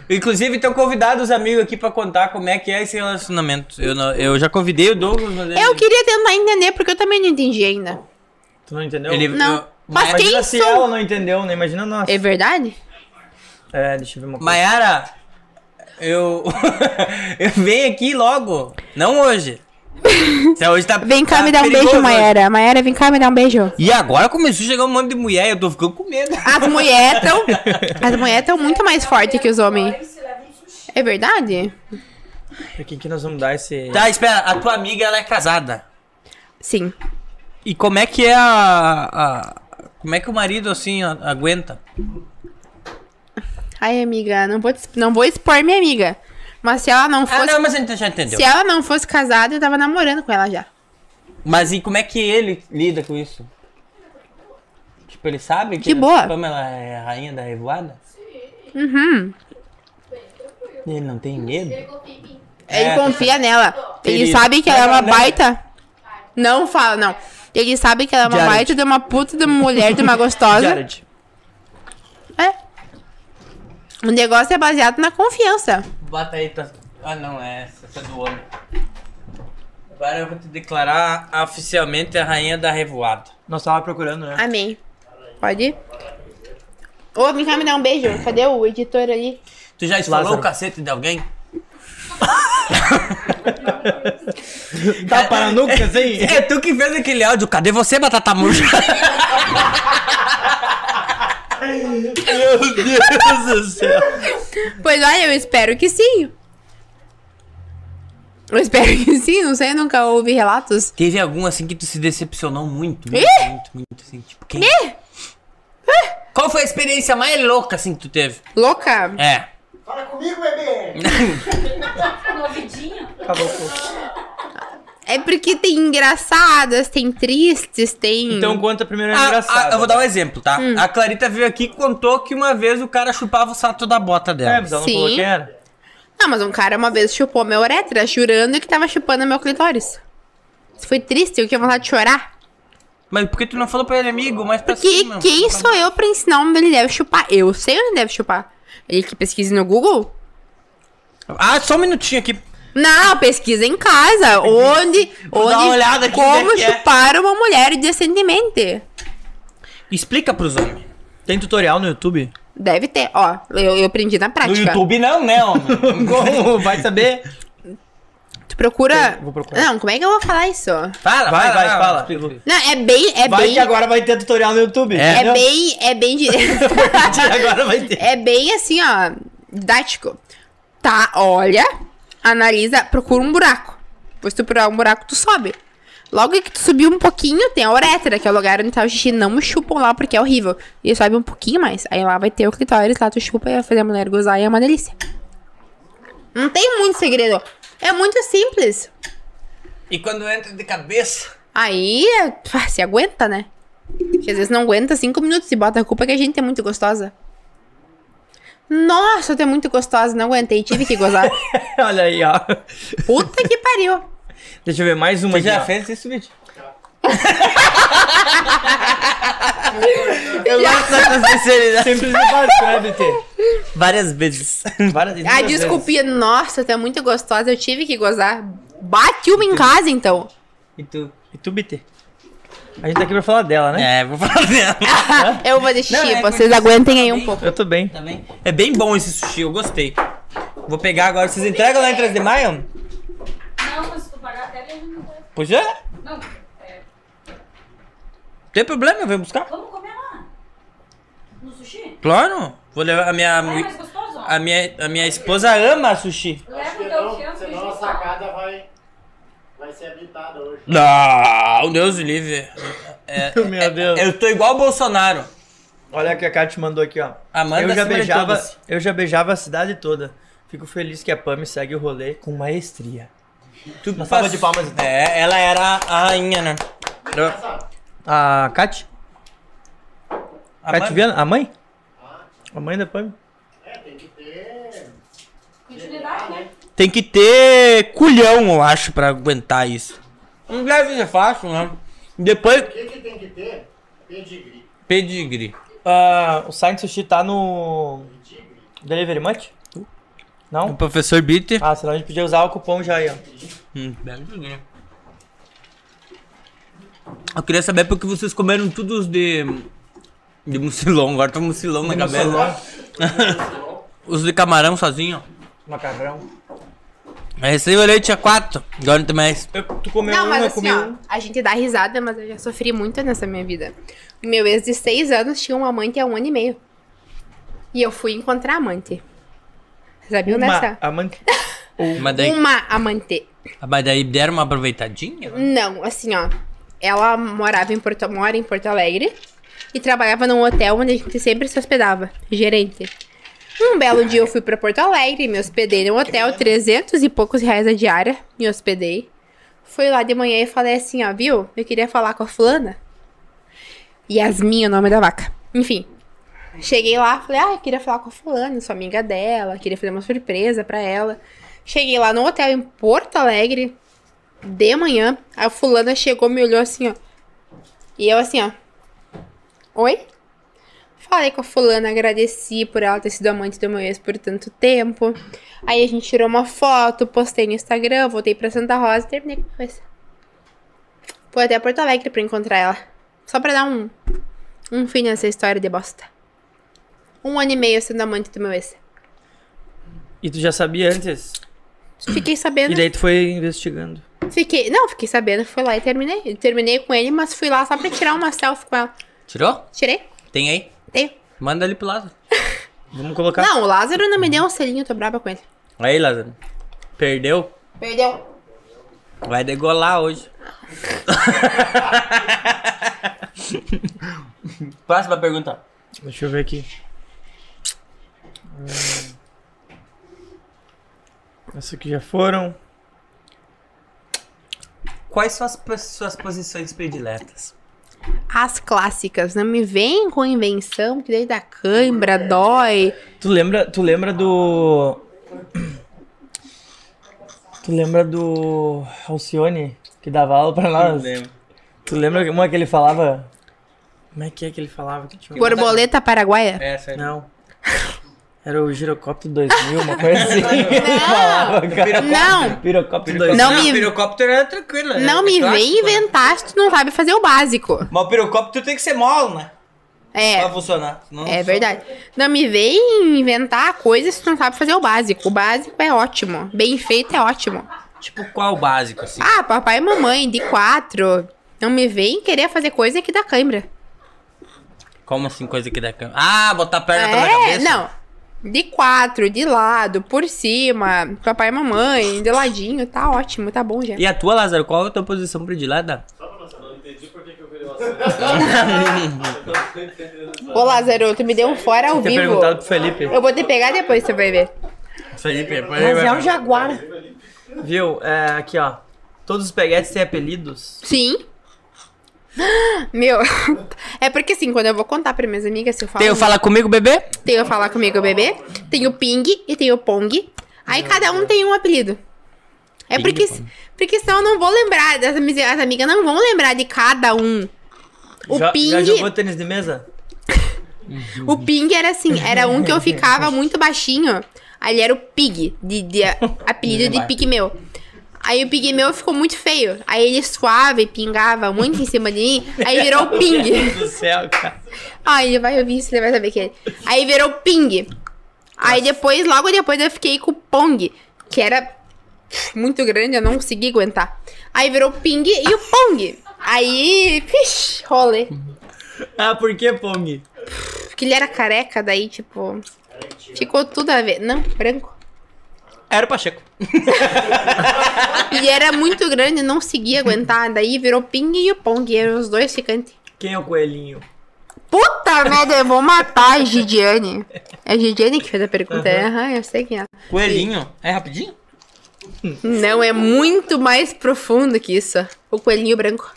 B: Inclusive, estão convidados os amigos aqui pra contar como é que é esse relacionamento. Eu, não- eu já convidei o Douglas, mas ele...
D: Eu queria tentar entender, porque eu também não entendi ainda.
A: Tu não entendeu?
B: ele-
D: Não.
B: eu- assim,
D: Mas
A: Imagina
D: quem
A: se
D: sou?
A: ela não entendeu, né? Imagina nós.
D: É verdade?
A: É, deixa eu ver uma coisa.
B: Maiara, eu... (laughs) eu venho aqui logo. Não
D: (laughs)
B: hoje. Se hoje tá,
D: Vem cá
B: tá
D: me dar um
B: perigoso
D: beijo,
B: hoje.
D: Mayara. Mayara, vem cá me dar um beijo.
B: E agora começou a chegar um monte de mulher, eu tô ficando com medo.
D: As mulheres tão. As mulheres tão muito mais fortes que os homens.
F: um
D: É verdade?
A: Pra quem que nós vamos dar esse...
B: Tá, espera, a tua amiga ela é casada.
D: Sim.
B: E como é que é a. a- como é que o marido assim a- aguenta?
D: Ai, amiga, não vou, te- não vou expor minha amiga. Mas se ela não
B: Ah,
D: fosse.
B: não, mas a gente já entendeu.
D: se ela não fosse casada, eu tava namorando com ela já.
B: Mas e como é que ele lida com isso? Tipo, ele sabe que
D: De boa.
B: a Pamela é a rainha da revoada?
D: Uhum.
B: E ele não tem medo?
D: Ele
B: É,
D: confia nela. Ele
B: Querido.
D: sabe que ela é
B: Não,
D: uma
B: não, não.
D: baita. Não fala, não. Ele sabe que ela é uma
B: Jared.
D: baita de uma puta de uma mulher, de uma gostosa.
A: Jared.
D: É. O negócio é baseado na confiança.
B: Bota aí tua. Ah, não, é essa, essa é do homem. Agora eu vou te declarar oficialmente a rainha da revoada.
A: Nós tava procurando, né?
D: Amém. Pode ir? Ô, vem cá me dar um beijo. Cadê o editor ali?
B: Tu já esfolou
A: Lázaro.
B: o cacete de alguém?
D: Ah,
A: Tá parando
D: (laughs)
A: assim?
B: É tu que fez aquele áudio. Cadê você, batata murcha? (laughs) Meu Deus do céu.
D: Pois olha, eu espero que sim. Eu espero que sim, não sei, nunca ouvi relatos.
B: Teve algum assim que tu se decepcionou muito, muito,
D: Ih!
B: muito, muito, assim, tipo, quem? Qual foi a experiência mais louca assim que tu teve?
D: Louca.
B: É.
E: Fala comigo, bebê!
F: Tá Novidinho.
A: Acabou. pô.
D: É porque tem engraçadas, tem tristes, tem.
A: Então conta primeiro a
D: Ah,
B: A-
A: engraçada.
B: a- eu vou dar um exemplo, tá? A Clarita veio aqui e contou que uma vez o cara chupava o sato da bota
A: É,
B: dela.
A: mas ela não
D: Sim.
A: falou quem era.
D: Ah, mas um cara uma vez chupou meu uretra, jurando que tava chupando meu clitóris. Isso foi triste, eu tinha vontade de chorar.
B: Mas por que tu não falou pra ele, amigo? Mas pra
D: Que
B: cima.
D: quem sou eu pra ensinar onde ele deve chupar? Eu sei onde deve chupar. Ele que pesquise no Google?
B: Ah, só um minutinho aqui.
D: Não, pesquisa
B: (laughs)
D: em casa. Onde.
B: Vou
D: onde
B: dar uma olhada aqui,
D: como
B: onde é que é.
D: chupar uma mulher decentemente.
B: Explica pros homens.
A: Tem tutorial no YouTube? (laughs)
D: Deve ter, ó. Eu, eu aprendi na
B: No
D: prática.
B: YouTube não, né, homem?
A: Como? Vai saber?
D: Tu procura.
A: Vou procurar.
D: Não, como é que eu vou falar isso?
B: Fala,
A: Tá, Vai, vai, fala.
D: Não, é bem. É
A: Vai
D: bem.
A: que agora vai ter tutorial no YouTube.
B: É.
D: É
A: entendeu?
D: bem. É bem.
B: (laughs)
D: de-
A: (laughs)
D: (laughs)
A: agora vai ter.
D: é bem assim, ó. Didático. Tá, olha, analisa, procura um buraco. Depois tu procurar um buraco, tu sobe. Logo que tu subir um pouquinho, tem a uretra, que é o lugar onde tá o xixi. Não me chupam lá porque é horrível. E sobe um pouquinho mais. Aí lá vai ter o clitóris, lá tu chupa e vai fazer a mulher gozar e é uma delícia. Não tem muito segredo. É muito simples.
B: E quando entra de cabeça. (laughs)
D: Aí é, pá, se aguenta, né? Que às vezes não aguenta cinco minutos e bota a culpa que a gente é muito gostosa. Nossa, tu é muito gostosa, não aguentei, tive que
A: (laughs)
D: gozar.
A: (laughs) Olha aí, ó.
D: Puta que pariu.
A: Deixa eu ver mais uma
B: Tu
A: aqui.
B: já
A: ó.
B: fez isso, bicho?
A: Eu
D: ah,
A: gosto dessa sinceridade. Sempre me faz, né, BT?
B: Várias vezes.
A: Várias
D: A
A: duas vezes.
D: desculpinha, nossa, tu é muito gostosa, eu tive que gozar. Bate uma em casa, então.
B: E tu?
A: E tu, BT? A gente tá aqui pra falar dela, né?
B: (laughs) É, vou falar dela.
D: (laughs) eu vou deixar,
B: Não, é
D: vocês
B: porque-
D: aguentem aí um
B: Também-
D: pouco.
A: Eu tô bem.
B: Tá bem? É bem bom esse sushi, eu gostei. Vou pegar agora. Vocês entregam lá em 3 de maio?
F: Não, mas se tu pagar até ele, a gente não vai.
B: Pois é. Não
F: Não, é,
B: tem problema, vem buscar.
F: vamos comer lá. No sushi?
B: Claro. Vou levar a minha...
F: É mais gostoso?
B: A minha, a minha esposa ama sushi.
F: Leva então o
E: Senão,
F: fiambre
E: senão a sacada vai, vai ser habitada hoje.
B: Não, Deus o livre. É,
A: (laughs) Meu
B: é-
A: Deus.
B: Eu tô igual o Bolsonaro.
A: Olha o que a Kátia mandou aqui, ó.
B: Amanda
A: eu já
B: acima de
A: beijava,
B: todas.
A: eu já beijava a cidade toda. Fico feliz que a Pam segue o rolê com maestria.
B: Tu
G: Uma salva de palmas, então.
B: É, ela era a rainha, né?
A: A Kat?
B: A
A: Kat
B: mãe-
A: Viana? A mãe? A mãe da Pam?
E: É, tem que ter.
F: Continuidade, né?
B: Tem que ter culhão, eu acho, pra aguentar isso. Não deve ser fácil, né? Depois,
E: O que, que tem que ter? Pedigree.
B: pedigree.
A: Ah, o Science Sushi tá no
E: Pedigree.
A: Delivery Much?
B: O
A: Não?
B: professor Bitter.
A: Ah, senão a gente podia usar o cupom já aí, ó.
B: Hum, belo pedigree. Eu queria saber porque vocês comeram todos de. de mucilão. Agora tá mucilão na cabeça. (laughs) Os de camarão sozinho.
A: Macarrão.
B: Aí recebi o leite a quatro. Agora não tem mais.
A: Eu- tu comeu
D: Não,
A: um,
D: mas
A: eu
D: assim,
A: comi
D: ó,
A: um.
D: a gente dá risada, mas eu já sofri muito nessa minha vida. Meu ex de seis anos tinha um amante há um ano e meio. E eu fui encontrar a amante. Sabiam
A: Uma
D: dessa?
A: amante.
B: Mas daí, Ah,
D: Uma amante.
B: mas daí deram uma aproveitadinha?
D: Não, assim, ó. Ela morava em Porto, mora em Porto Alegre e trabalhava num hotel onde a gente sempre se hospedava, gerente. Um belo dia eu fui pra Porto Alegre, me hospedei num hotel, 300 e poucos reais a diária, me hospedei. Fui lá de manhã e falei assim, ó, viu? Eu queria falar com a fulana. Yasmin, é o nome da vaca. Enfim, Cheguei lá, falei, ah, eu queria falar com a fulana, sou amiga dela, queria fazer uma surpresa pra ela. Cheguei lá no hotel em Porto Alegre, de manhã, a fulana chegou, me olhou assim, ó. E eu assim, ó. Oi? Falei com a fulana, agradeci por ela ter sido amante do meu ex por tanto tempo. Aí a gente tirou uma foto, postei no Instagram, voltei pra Santa Rosa e terminei com a coisa. Fui até Porto Alegre pra encontrar ela. Só pra dar um, um fim nessa história de bosta. Um ano e meio sendo amante do meu ex.
A: E tu já sabia antes?
D: Fiquei sabendo.
A: E daí tu foi investigando.
D: Fiquei. Não, fiquei sabendo. Fui lá e terminei. Eu Terminei com ele, mas fui lá só pra tirar uma selfie com ela.
B: Tirou?
D: Tirei?
B: Tem aí?
D: Tenho.
B: Manda ali pro Lázaro.
A: Vamos colocar.
D: Não, o Lázaro não me deu um selinho, tô brava com ele.
B: Aí, Lázaro. Perdeu?
D: Perdeu.
B: Vai degolar hoje. (laughs) Próxima pergunta.
A: Deixa eu ver aqui. Hum. Essa aqui já foram.
B: Quais são as po- suas posições prediletas?
D: As clássicas. Não me vem com invenção, que daí dá cãibra, dói.
A: Tu lembra, tu lembra do. (coughs) Tu lembra do Alcione, que dava aula pra nós? Tu lembra uma que ele falava. Como é que é que ele falava? Que tinha...
D: Borboleta paraguaia?
B: Essa é
A: Não. Era o Girocóptero 2000, uma coisa
D: (laughs)
A: assim. ele falava, cara.
D: Não!
A: Pirocóptero 2000.
D: Não me-
B: pirocóptero é tranquilo. né?
D: Não
B: É
D: me
B: clássico,
D: vem
B: né?
D: inventar se tu não sabe fazer o básico.
G: Mas o pirocóptero tem que ser mole, né?
D: É.
G: Pra funcionar. senão não
D: É
G: funciona.
D: verdade. Não me vem inventar coisas se tu não sabe fazer o básico. O básico é ótimo. Bem feito é ótimo.
B: Tipo, qual o básico, assim?
D: Ah, papai e mamãe, de quatro. Não me vem querer fazer coisa que dá cãibra.
B: Como assim, coisa que dá câmera? Ah, botar a perna atrás da
D: É,
B: cabeça?
D: não. De quatro, de lado, por cima, papai e mamãe, de ladinho, tá ótimo, tá bom já.
B: E a tua, Lázaro, qual é a tua posição predileta?
C: Não entendi por que que eu virei o assunto.
D: Ô, Lázaro, tu me deu um fora ao
A: Tinha
D: vivo.
A: perguntado pro Felipe.
D: Eu vou te pegar depois, você vai ver.
B: Felipe, põe
A: Mas é um jaguar. Viu? É, aqui, ó. Todos os peguetes têm apelidos.
D: Sim. (gasps) Meu, (laughs) é porque assim, quando eu vou contar pra minhas amigas, se eu falo.
B: Tem o Fala Comigo, bebê?
D: Tem o Falar Comigo Bebê, tem o Ping e tem o Pong. Aí cada um tem um apelido. É
B: Ping,
D: porque,
B: Pong.
D: porque senão eu não vou lembrar, das amigas, as amigas não vão lembrar de cada um. O
A: já,
D: Ping,
A: já jogou tênis de mesa?
D: o Ping era assim, era
B: (laughs)
D: um que eu ficava muito baixinho. Ali era o Pig, de, de-
B: (laughs)
D: apelido
B: é
D: de Pigmeu. Aí o Pigmeu ficou muito feio. Aí ele suava e pingava muito em cima de mim. Aí virou o
B: (laughs)
D: Ping.
A: do céu, cara.
D: Aí ele vai ouvir isso, ele vai saber que é. Aí virou Ping. Aí depois, logo depois, eu fiquei com o Pong, que era muito grande, eu não consegui aguentar. Aí virou Ping e o Pong. Aí, vixi, rolê.
A: Ah, por que Pong?
D: Porque ele era careca, daí, tipo. Ficou tudo a ver. Não, branco.
G: Era o Pacheco.
D: E era muito grande, não conseguia aguentar. Daí virou Ping e o Pong. Eram os dois ficantes.
A: Quem é o coelhinho?
D: Puta merda, eu vou matar a Gidiane. É a Gidiane que fez a pergunta. Aham, eu sei quem é.
G: Coelhinho. É rapidinho?
D: Não, é muito mais profundo que isso. O coelhinho branco.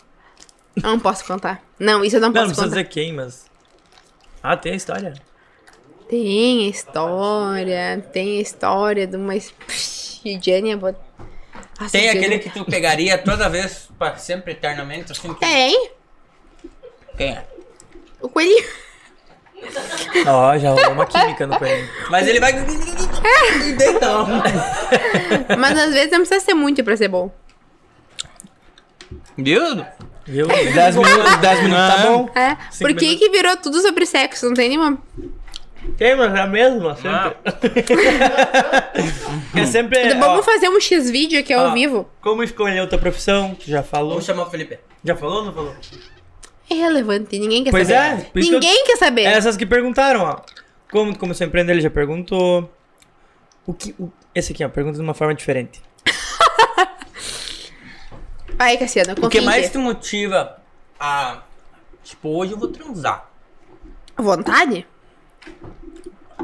D: Não posso contar. Não, isso eu não
A: Não, não
D: posso
A: precisa
D: contar.
A: dizer quem, mas. Ah, tem a história.
D: Tem a história, tem a história de uma... es- Psh, Jenny é bo- Nossa,
B: Tem
D: Jenny-
B: aquele que tu pegaria toda vez, pra sempre, eternamente, assim, que...
D: Tem,
B: quem é?
A: (laughs)
D: o coelhinho.
A: Ó, já rolou uma
D: (laughs)
A: química no coelhinho.
B: Mas ele vai... E Deitão.
D: Mas às vezes não precisa ser muito pra ser bom.
B: Viu?
A: Viu? Ah.
G: 10 minutos, 10 minutos, tá bom?
D: É,
A: Cinco
D: por que
A: minutos.
D: que virou tudo sobre sexo? Não tem nenhuma...
A: Tem, mas é a mesma, sempre. (laughs) Porque sempre. É, ó, Ah.
D: Vamos fazer um X-vídeo aqui ao
A: ó,
D: vivo.
A: Como escolher outra profissão? Tu já falou?
B: Vamos chamar o Felipe.
A: Já falou ou não falou?
D: É relevante, ninguém quer
A: Pois
D: saber.
A: é, por isso que eu-
D: Ninguém quer saber.
A: Essas que perguntaram, ó. Como tu começou a empreender, ele já perguntou. O que. o- Esse aqui, ó, pergunta de uma forma diferente.
D: Ai, Cassiano,
B: O que
D: confia em
B: mais
D: ti.
B: te motiva a... Tipo, hoje eu vou transar.
D: Vontade?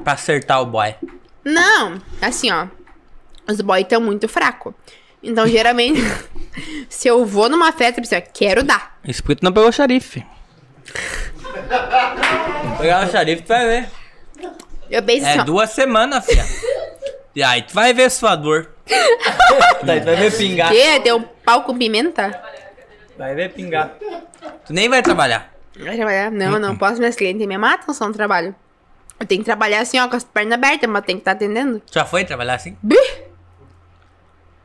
B: Pra acertar o boy.
D: Não, assim, ó. Os boys estão muito fracos. Então, geralmente, (laughs) se eu vou numa festa, eu penso, quero dar.
B: Isso porque tu não pegou o xarife. Pegar o xarife, tu vai ver.
D: Eu penso assim,
B: É
D: ó.
B: duas semanas, filha. E aí tu vai ver sua dor.
A: Daí tu vai ver pingar.
D: Quê? Deu um pau com pimenta?
A: Vai ver
D: Tá
A: pingar.
B: Tu nem vai trabalhar.
D: Vai trabalhar? Não,
A: Uhum.
D: não posso. Minhas clientes me matam só no trabalho. Eu tenho que trabalhar assim, ó, com as pernas abertas, mas tem que estar atendendo.
B: Já foi trabalhar assim?
D: Bih,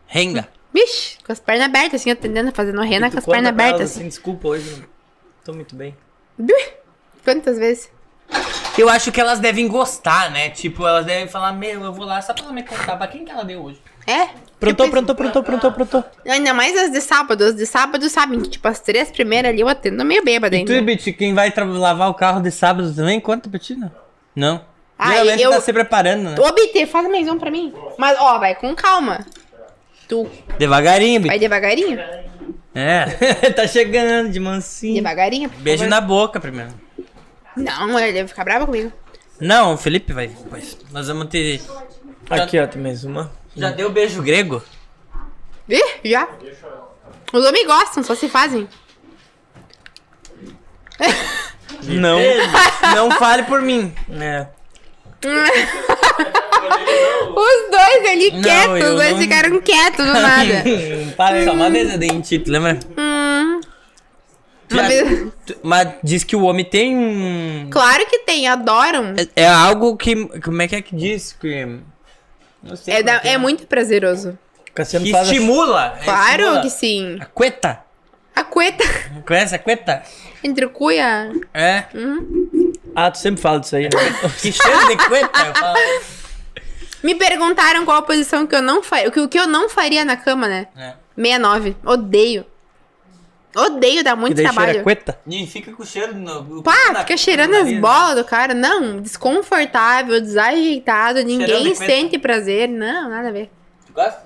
B: Renga.
D: Bicho, com as pernas abertas, assim, atendendo, fazendo renda
A: E tu
D: com as
A: conta
D: pernas
A: pra elas
D: abertas.
A: assim, desculpa, hoje não tô muito bem.
D: Bih, Quantas vezes?
B: Eu acho que elas devem gostar, né? Tipo, elas devem falar, meu, eu vou lá só pra ela me contar pra quem que ela deu hoje.
D: É?
A: Prontou,
D: Eu penso-
A: prontou, prontou, prontou, prontou.
D: Ainda mais as de sábado. As de sábado, sabem, que, tipo, as três primeiras ali eu atendo meio bêbada
A: é
D: ainda.
B: Bit, quem vai tra- lavar o carro de sábado também? Conta pra ti, não? Não.
D: Ah,
B: Geralmente
D: eu-
B: tá se preparando, né?
D: Ô, BT, faz mais um pra mim. Mas, ó, vai com calma. Tu
B: Devagarinho, Bit.
D: vai devagarinho?
B: É. (laughs) tá chegando de mansinho.
D: Devagarinho. por
B: Beijo
D: favor.
B: na boca primeiro.
D: Não, ele vai ficar bravo comigo.
B: Não, o Felipe vai depois. Nós vamos ter.
A: Aqui, ó, tem mais uma.
B: Já deu beijo grego?
D: Ih, já. Os homens gostam, só
B: (laughs)
D: se fazem.
A: Não.
B: Não fale por mim.
A: É.
D: Os dois ali
B: Não,
D: quietos,
B: eu
D: os dois
B: não-
D: ficaram quietos do nada.
B: (laughs) Fale só uma vez eu dei um título, lembra?
D: hum,
B: Tu já-
D: Uma vez-
B: tu- Mas diz que o homem tem um.
D: claro que tem, adoram.
B: É, é algo que. Como é que é que diz? Que. Não sei.
D: É,
B: como
D: da-
B: que
D: é muito prazeroso.
A: O Cassiano
B: Que
A: faz. assim.
B: estimula. É,
D: Claro
B: estimula.
D: que sim.
B: A cueta.
D: A cueta (laughs)
B: Conhece a cueta?
D: entre o cu e a...
B: É.
D: Hum.
A: Ah, tu sempre fala disso aí, né?
B: Que cheiro de cueta. eu falo.
D: Me perguntaram qual a posição que eu não faria. O que eu não faria na cama, né?
B: (laughs) É.
D: 69. Odeio. Odeio, dá muito
A: Que daí cheira
D: trabalho.
A: a cueta.
B: E fica com cheiro no.
D: Pá,
B: na-
D: fica
B: no
D: cheirando as
B: nariz.
D: bolas do cara. Não, desconfortável, desajeitado, ninguém
B: Cheirando e
D: sente prazer. Não, nada a ver.
B: Tu (laughs) gosta?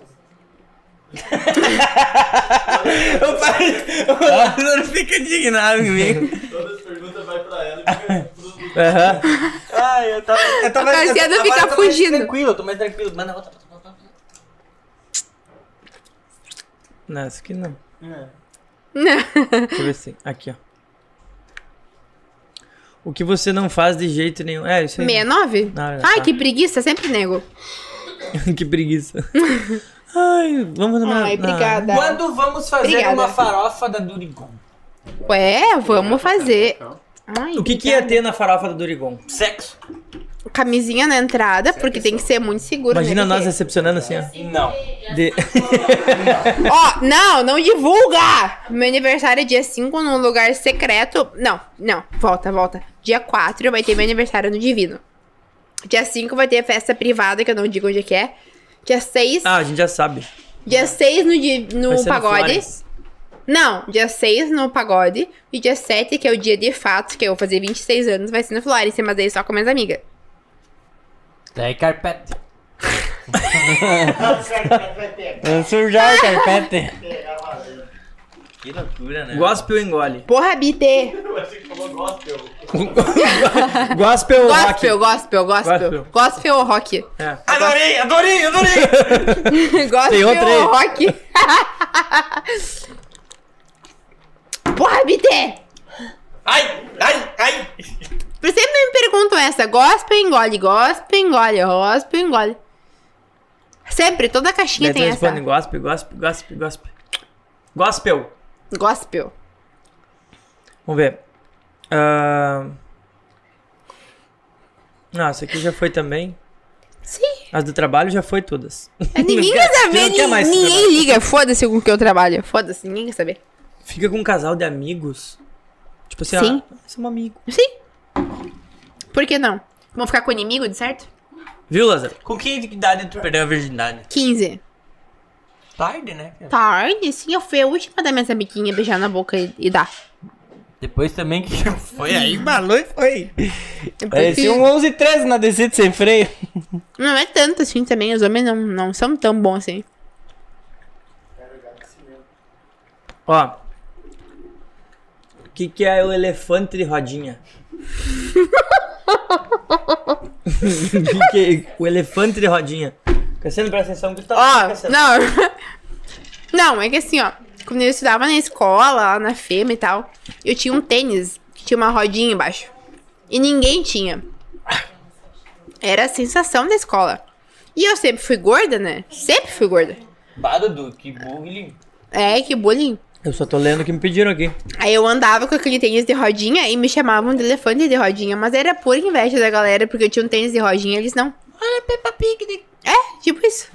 B: o pai, o Lázaro fica indignado comigo.
C: Todas as perguntas vai pra ela e fica tudo
A: Aham.
B: Ai, eu tava. Eu
D: O Cassiano
B: agora
D: fica
B: eu tô mais
D: fugindo.
B: Tranquilo, eu tô mais tranquilo. Manda outra. outra, outra, outra.
A: Não, essa aqui não.
D: É. Não.
A: Deixa eu ver assim. Aqui, ó. O que você não faz de jeito nenhum. É, isso aí.
D: 69?
A: Não, não,
D: Ai,
A: tá.
D: que preguiça, sempre nego.
A: (laughs) que preguiça. Ai, vamos numa.
D: Ai,
A: na- Ah.
D: obrigada.
B: Quando vamos fazer
D: Tá. Obrigada.
B: uma farofa da Durigon?
D: Ué, vamos fazer.
E: então.
D: Ai,
A: O que, é? que ia ter na farofa do Dorigon?
B: Sexo?
D: Camisinha na entrada, porque tem que ser muito seguro. né,
A: Imagina nós
D: bebê?
A: recepcionando assim, ó.
B: Não.
A: De-
D: Ó, não, não divulga! Meu aniversário é dia 5 num lugar secreto. Não, não, volta, volta. Dia 4 vai ter meu aniversário no Divino. Dia 5 vai ter festa privada, que eu não digo onde é que é. Dia 6,
A: (laughs) Ah, a gente já sabe.
D: dia 6 no, di-
A: Vai
D: no
A: ser
D: pagode.
A: Flores.
D: não, dia 6 no pagode. E dia 7, que é o dia de fato, que eu vou fazer 26 anos, vai ser no Flores, mas aí só com minhas amigas.
B: Daí carpete. Sujar o carpete. Que loucura, né?
A: Gospel engole.
D: (laughs) Porra, Bite!
C: assim que falou gospel.
G: Gospel,
D: Gospel,
G: rock.
D: gospel, gospel.
A: Gospel.
D: Gospel ou rock?
B: Adorei, adorei, adorei!
D: gospel
G: outro aí?
D: ou rock? (laughs) Porra, BT!
B: Ai, ai, ai!
D: Por sempre me perguntam essa. Gospel engole, gospel engole, gospel engole. Sempre, toda caixinha
A: Daí tu
D: tem essa.
A: responde gospel, gospel, gospel, gospel. Gospel.
D: Gospel.
A: Vamos ver. Ah, Nossa, aqui já foi também.
D: Sim.
A: As do trabalho já foi todas. (laughs)
D: Ninguém
A: quer-
D: quer saber,
A: não quer
D: nin-
A: mais esse
D: ninguém
A: trabalho.
D: liga. Foda-se com o que eu trabalho. Foda-se, ninguém quer saber.
A: Fica com um casal de amigos. Tipo assim,
D: Sim.
A: ah, somos amigos.
D: Sim. Por que não? Vão ficar com o inimigo, de certo?
A: Viu, Lázaro?
B: Com que idade tu perdeu a virgindade?
D: 15.
B: Tarde, né? cara?
D: Tarde, sim, eu fui a última da minha amiguinha beijar na boca e, e dar.
B: Depois também que (laughs) foi aí, balou e foi.
G: Parecia um 11 e 13 na descida sem freio.
D: Não é tanto assim também, os homens não, não são tão bons assim.
A: Ó. O que, que é o elefante de rodinha? (laughs) O que que é o elefante de rodinha? Cassiano, presta atenção que tu tá falando,
D: Ó,
A: Cassiano.
D: não. (laughs) Não, é que assim, ó. Quando eu estudava na escola, lá na FEMA e tal, eu tinha um tênis que tinha uma rodinha embaixo. E ninguém tinha. Era a sensação da escola. E eu sempre fui gorda, né? Sempre fui gorda.
B: Bado, que bullying.
D: É, que bullying.
A: Eu só tô lendo o que me pediram aqui.
D: Aí eu andava com aquele tênis de rodinha e me chamavam de elefante de rodinha, mas era pura inveja da galera, porque eu tinha um tênis de rodinha e eles não. Olha, Peppa Pig. de- É, tipo isso.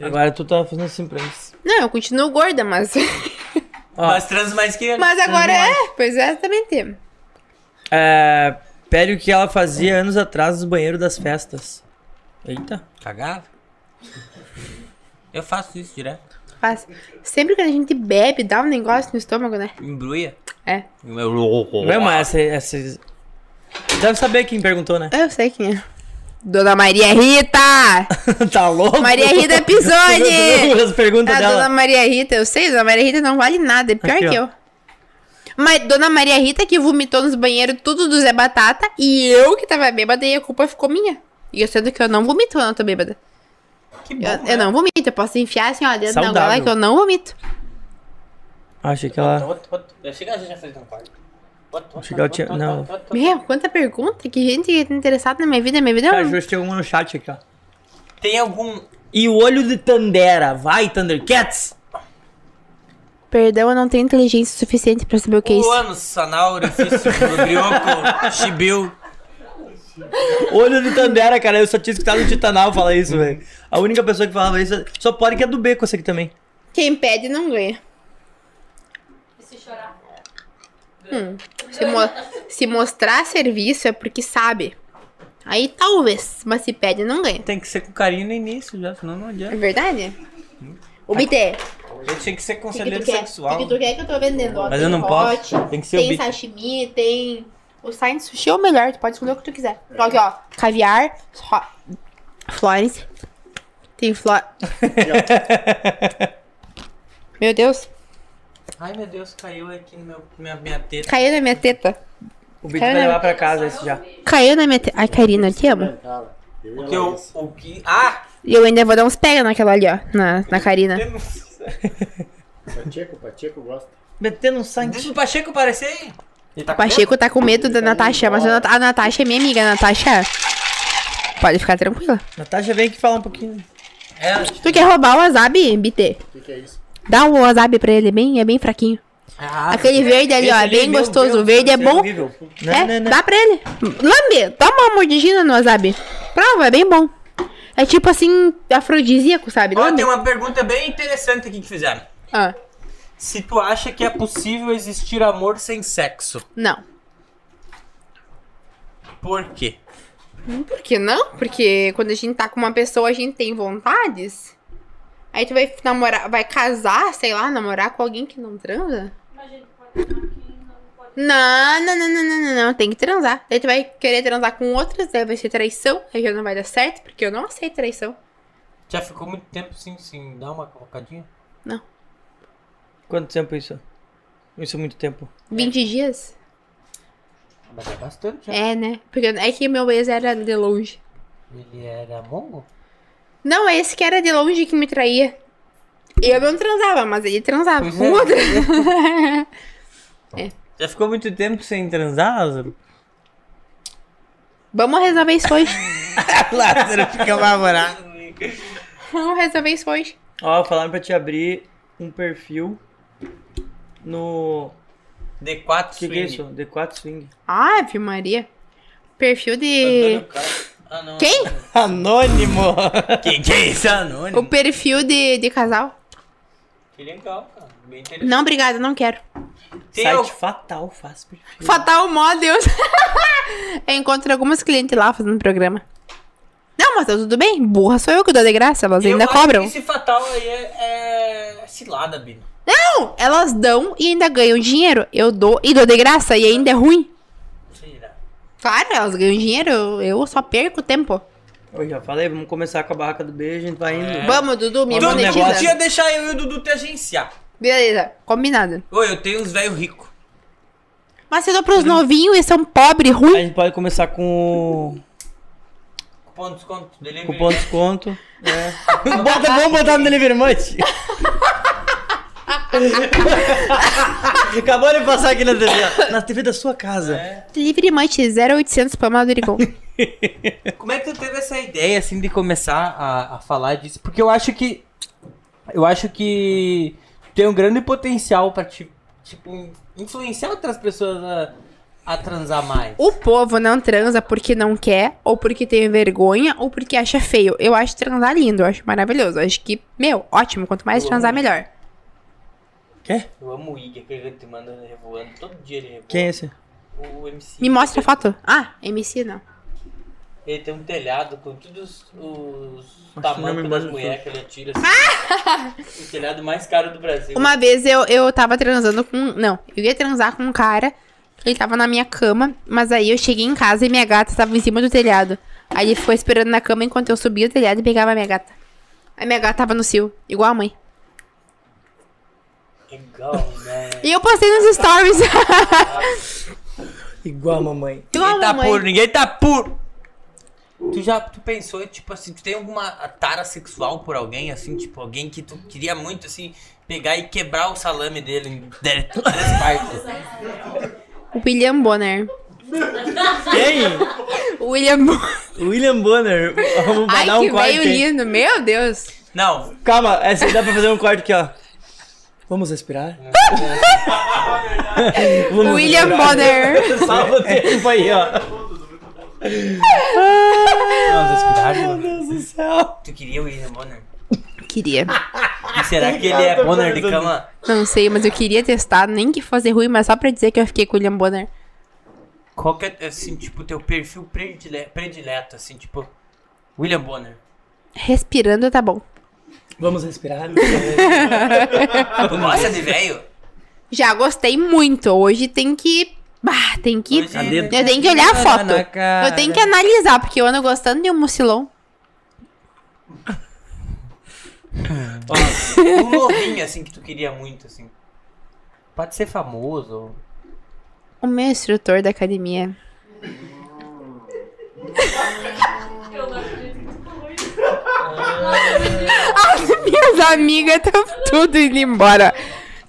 A: Agora tu tá fazendo assim pra eles.
D: Não, eu continuo gorda, (laughs) mas.
A: Ó,
B: Mas trans mais que
D: mas agora é, pois é, também tem.
A: é, pede o que ela fazia anos atrás nos banheiros das festas. Eita.
B: Cagava. Eu faço isso direto.
D: Faz. Sempre quando a gente bebe, dá um negócio no estômago, né?
B: Embrulha.
D: É.
B: O meu louco.
A: Não é mais essa, essas- Deve saber quem perguntou, né? (laughs)
D: Eu sei quem é. Ah, Dona Maria (laughs) Rita!
A: tá louco?
D: Maria Rita
A: Tu (laughs)
D: Pisoni! Tá
A: viu As perguntas
D: A
A: dela.
D: Dona Maria Rita, eu sei, Dona Maria Rita não vale nada, é pior
A: Aqui,
D: que
A: ó.
D: eu. Mas Dona Maria Rita que vomitou nos banheiros tudo do Zé Batata e eu que tava bêbada e a culpa ficou minha. E eu sendo que eu não vomito quando eu tô bêbada.
B: Que
D: Eu, eu não vomito, eu posso enfiar assim, ó, dentro da
A: né? Saudável.
D: gola que eu não vomito.
A: Ah, Achei que ela.
B: Eu sei que a gente já fez um quarto.
A: Achei que ela tinha. Não.
D: Meu, quanta pergunta, que gente que tá interessada na minha vida, minha vida é
A: Cara,
D: um-
A: justo tem um no chat aqui, ó.
B: Tem algum.
A: E o olho de Tandera, vai, Thundercats!
D: Perdão, eu não tenho inteligência suficiente pra saber o que é isso.
B: Luano, Sanauro, Fício,
D: (laughs)
B: Brioco, Chibiu.
A: Olho de Tandera, cara, eu só tinha escutado o Titanal falar isso, velho. A única pessoa que falava isso, só pode que é do Beco essa aqui também.
D: Quem pede não ganha.
F: E se chorar?
D: Se, mo- se mostrar serviço é porque sabe. Aí talvez, mas se pede não ganha.
B: Tem que ser com carinho no início já, senão não
D: É
B: adianta.
D: verdade? Ô, BT,
B: Eu tinha que ser
D: o que, que
B: conselheiro
D: tu quer?
B: sexual.
D: O que, que tu quer que eu tô vendendo? Ó,
B: Mas
D: tem
B: eu não
D: hot,
B: posso. Tem que ser o
D: Tem
B: bicho.
D: sashimi, tem... O Sign Sushi é o melhor, tu pode escolher o que tu quiser. Então aqui, ó, caviar, ro- Florence, tem flor... (laughs) Meu Deus,
B: Ai meu Deus, caiu aqui na minha, minha teta.
D: caiu na minha teta.
A: O Beco vai
D: Caramba.
A: levar pra casa esse já.
D: Caiu na minha teta. Ai, Karina, eu te amo.
E: Cara, eu
B: O
E: ia
B: que eu.
E: lá nesse.
B: O que. Ah!
D: E eu ainda vou dar uns pega naquela ali, ó, na, na Karina.
B: eu não sei.
E: Pacheco, Pacheco gosta.
A: Metendo um sangue.
B: Deixa o Pacheco aparecer aí. Ele tá
D: O Pacheco tá com medo da Natasha, mas a Nat- a Natasha é minha amiga, a Natasha. Pode ficar tranquila.
A: Natasha, vem aqui falar um pouquinho.
B: É,
D: Tu quer roubar o wasabi, BT?
E: O que, que é isso?
D: Dá um wasabi pra ele, é bem, é bem fraquinho.
B: Ah,
D: Aquele verde ali, ó, é bem gostoso. O verde é bom.
A: Não,
D: é,
A: não, não.
D: dá pra ele. Lambe, toma uma mordidinha no wasabi. Prova, é bem bom. É tipo assim, afrodisíaco, sabe?
B: Ó,
D: Lambe.
B: tem uma pergunta bem interessante aqui que fizeram.
D: Ah,
B: Se tu acha que é possível existir amor sem sexo,
D: não.
B: por quê?
D: Por que não? Porque quando a gente tá com uma pessoa, a gente tem vontades. Aí tu vai namorar, vai casar, sei lá, namorar com alguém que não transa?
F: Imagina que pode tomar quem não pode.
D: Não, não, não, não, não, não, não, tem que transar. Daí tu vai querer transar com outras, daí vai ser traição, aí já não vai dar certo, porque eu não aceito traição.
G: É.
B: Já ficou muito tempo sem, sem dar uma colocadinha?
A: Quanto tempo isso? Isso é muito tempo.
D: 20 dias?
B: Mas é bastante. né?
D: É, né? Porque eu- é que meu ex era de longe.
B: Ele era mongo?
D: Não, é esse que era de longe que me traía. Eu não transava, mas ele transava
B: Pois
D: com
B: é.
G: Uhum.
D: outra. (laughs)
G: Já ficou muito tempo sem transar, Lázaro?
D: Vamos resolver isso hoje.
G: (laughs) Lázaro fica apavorado.
D: Vamos resolver isso hoje.
A: Ó, falaram pra te abrir um perfil no.
B: D4
A: O que, que é isso? D4 Swing.
D: Ave Maria. Perfil
G: Tá
D: de.
B: Ah, não.
D: Quem?
A: (laughs)
G: Anônimo.
B: Que, que é isso, anônimo?
D: O perfil de, de casal.
B: Que é legal, cara. Bem interessante.
D: Não, obrigada, não quero.
B: Tem
A: Site
B: al-
A: fatal, faz perfil.
D: Fatal Models. (laughs) eu encontro algumas clientes lá fazendo programa. Não, mas tá tudo bem. Burra sou eu que dou de graça. Elas
B: Eu
D: ainda
B: acho
D: cobram.
B: que Esse fatal aí é, é cilada, Bino.
D: Não, elas dão e ainda ganham dinheiro. Eu dou e dou de graça e ainda é ruim.
B: Será?
D: Claro, elas ganham dinheiro. eu- Eu só perco tempo.
A: Eu já falei, vamos começar com a barraca do beijo, a gente vai indo.
D: Vamos, Dudu, me
A: Dudu,
D: monetiza.
A: É. negócio.
B: Podia deixar eu e o Dudu te agenciar.
D: Beleza, combinado.
B: Ô, eu tenho uns velho rico.
D: Mas você dá pros novinhos e são pobres,
A: A
D: ruim.
A: gente pode começar com o
B: Cupom de desconto. Delivery.
A: cupom de desconto. (laughs) É.
G: Bota, vamos botar no Delivery
A: (laughs)
G: Munch. Acabou de passar aqui na TV.
A: Na TV da sua casa.
D: Livre Mante 0800 Pama Adrigon.
B: Como é que tu teve essa ideia, assim, de começar a, a falar disso? Porque eu acho que. Eu acho que tem um grande potencial pra te, tipo, influenciar outras pessoas a, a transar mais.
D: O povo não transa porque não quer, ou porque tem vergonha, ou porque acha feio. Eu acho transar lindo, eu acho maravilhoso. Eu acho que, meu, ótimo. Quanto mais transar, melhor.
B: Eu amo o Ig, aquele que te manda revoando. Todo dia ele revoa.
A: Quem é esse?
B: O MC.
D: Me mostra a foto. Ah, MC não.
B: Ele tem um telhado com todos os
A: que não
B: tamancos
A: me
B: das
A: manda
B: mulheres que ele atira. Assim.
D: (laughs)
B: o telhado mais caro do Brasil.
D: Uma vez eu, eu tava transando com. Não, eu ia transar com um cara. Ele tava na minha cama, mas aí eu cheguei em casa e minha gata tava em cima do telhado. Aí ele ficou esperando na cama enquanto eu subia o telhado e pegava a minha gata. Aí minha gata tava no cio, igual a mãe.
B: Legal,
D: (laughs)
B: né?
D: E eu postei nos stories. (laughs)
A: Igual a mamãe.
D: igual a mamãe.
B: ninguém tá puro. Tu já tu pensou, tipo assim, tu tem alguma tara sexual por alguém, assim, tipo, alguém que tu queria muito, assim, pegar e quebrar o salame dele em (laughs) dez- três partes?
D: O William Bonner.
A: Quem?
D: O William Bonner.
A: William Bonner. Vamos
D: Ai,
A: dar um
D: que
A: corte.
D: veio
A: aí.
D: lindo. Meu Deus.
B: Não,
A: Calma, essa aí dá pra fazer um corte aqui, ó. Vamos respirar? (laughs)
D: O
A: Vamos
D: William
A: respirar.
D: Bonner.
A: Salva o tempo aí, ó.
B: não,
A: Meu Deus do céu.
B: Tu queria o William Bonner?
D: (laughs) Queria. Ah,
B: E será que ele é Bonner de cama?
D: Não sei, mas eu queria testar. Nem que fosse ruim, mas só pra dizer que eu fiquei com o William Bonner.
B: Qual que é, assim, tipo, teu perfil predile- predileto, assim, tipo, William Bonner?
D: Respirando tá bom.
A: Vamos respirar?
B: Tu Tipo, gosta de (laughs) velho?
D: Já gostei muito. Hoje tem que. Bah, tem que.
A: é
B: Hoje-
D: Eu tenho que olhar a foto. Eu tenho que analisar, porque eu ando gostando de um mucilão.
B: Ó, um novinho, assim, que tu queria muito, assim. Pode ser famoso.
D: O meu instrutor da academia.
F: Eu não acredito que tu falou isso.
D: Minhas amigas estão tudo indo embora.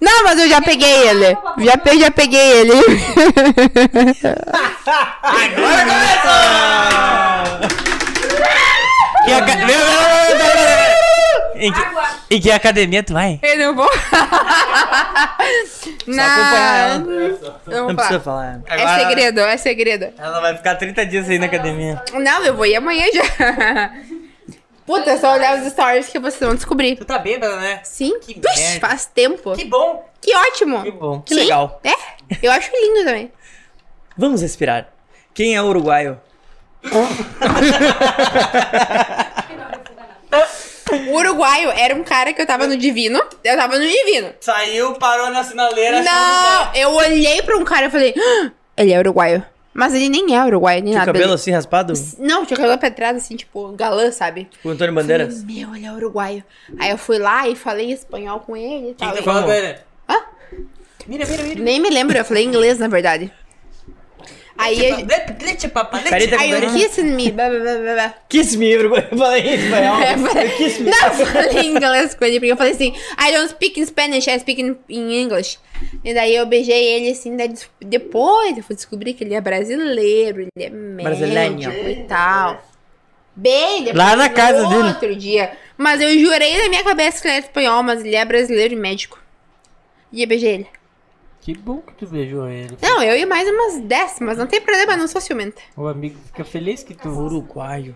D: Não, mas eu já peguei ele. Já, pe- já peguei ele.
B: E, aca- Meu, meu, meu, meu, meu, meu. Em que- em que academia tu vai?
D: (laughs) Eu não vou.
A: acompanhar ela.
D: não. Não,
A: Não
D: vou
A: precisa
D: falar.
A: falar.
D: É segredo, é segredo.
B: Ela vai ficar 30 dias aí na academia.
D: Não, eu vou ir amanhã já. Puta, é só olhar os stories que vocês vão descobrir.
B: Tu tá bêbada, né?
D: Sim,
B: Que
D: Puxa,
B: merda.
D: faz tempo.
B: Que
D: Que,
B: bom.
D: ótimo.
B: Que bom.
A: Que legal.
D: É, eu acho lindo também.
A: Vamos respirar. Quem é uruguaio?
D: O uruguaio era um cara que eu tava no divino. Eu tava no divino.
B: Saiu, parou na
A: é
B: sinaleira.
A: um
B: achou
D: Não, eu olhei pra um cara e falei, "Ah, ele é uruguaio. Mas ele nem é uruguaio, nem
A: Tinha
D: nada.
A: cabelo assim raspado?
D: Ele- Não, tinha cabelo pra trás, assim, tipo, galã, sabe?
A: O Antônio Bandeiras?
D: Falei, Meu, ele é uruguaio. Aí eu fui lá e falei espanhol com ele e
B: que- Quem
D: tal.
B: tá
D: E-
B: falando, né?
D: Hã?
B: Mira, mira, mira.
D: Nem me lembro, eu falei inglês, na verdade. Aí a gente...
B: Leite papa,
G: Peraí, tá-
B: leite.
D: Aí eu
A: né?
D: kiss me. Blá, blá, blá, blá, blá.
G: Kiss me, eu falei em espanhol.
A: É,
G: Eu Kiss me.
D: É, Não, (laughs) eu falei em inglês com ele, porque eu falei assim, I don't speak in Spanish, I speak in, in English. E daí eu beijei ele assim, daí des- depois eu fui descobrir que ele é brasileiro, ele é médico
G: Brasileiro.
D: e tal. Bem, depois
G: Lá na
D: no
G: casa dele.
D: outro dia. Mas eu jurei na minha cabeça que ele era espanhol, mas ele é brasileiro e médico. E eu beijei ele.
H: Que bom que tu beijou ele.
D: Não, eu e mais umas dez, mas não tem problema, não sou ciumenta.
H: O amigo fica feliz que tu. é
G: Uruguaio.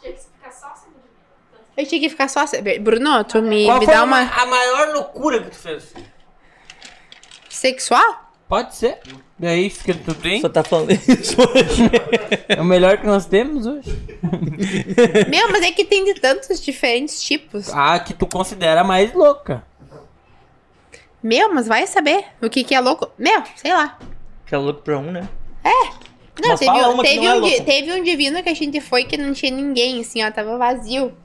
F: Tinha que ficar só sendo de mim.
D: Eu tinha que ficar só. Bruno, tu me,
B: Qual
D: me
B: foi
D: dá uma.
B: a maior loucura que tu fez?
D: sexual?
H: Pode ser. Daí fica tudo bem.
A: Só tá falando isso hoje.
H: É o melhor que nós temos hoje.
D: Meu, mas é que tem de tantos diferentes tipos.
H: Ah, que tu considera mais louca.
D: Meu, mas vai saber o que que é louco. Meu, sei lá.
A: Que é louco pra um, né?
D: Não,
G: Mas
D: teve,
G: fala
D: um-
G: uma que
D: teve
G: não é
D: um, di-
G: louca.
D: teve um divino que a gente foi que não tinha ninguém, assim, ó, tava vazio.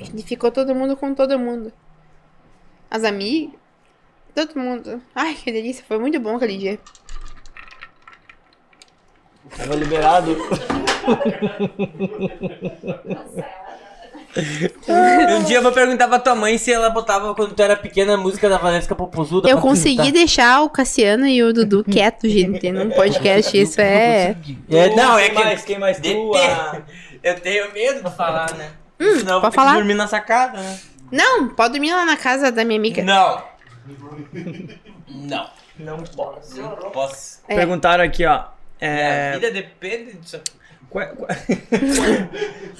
D: A gente ficou todo mundo com todo mundo. As amigas, todo mundo. Ai, que delícia, foi muito bom aquele dia.
G: Tava liberado.
B: Um dia eu vou perguntar pra tua mãe se ela botava quando tu era pequena a música da Valesca Popozuda.
D: Eu
B: pra tu
D: consegui
B: escutar.
D: deixar o Cassiano e
G: (laughs)
D: o Dudu quieto, gente, num podcast, isso é...
H: É, não,
B: é
G: quem
B: que-
G: mais, quem mais? Tu, a-
B: Depende. Eu tenho medo de falar, né? Senão eu vou
D: Hum, pode
B: ter que
D: falar.
B: dormir na sacada, né?
D: Não, pode dormir lá na casa da minha amiga.
B: Não. Não. Não posso. Não posso.
D: É.
A: Perguntaram aqui, ó.
B: A
A: É,
B: vida depende disso.
A: qua- qua- (laughs)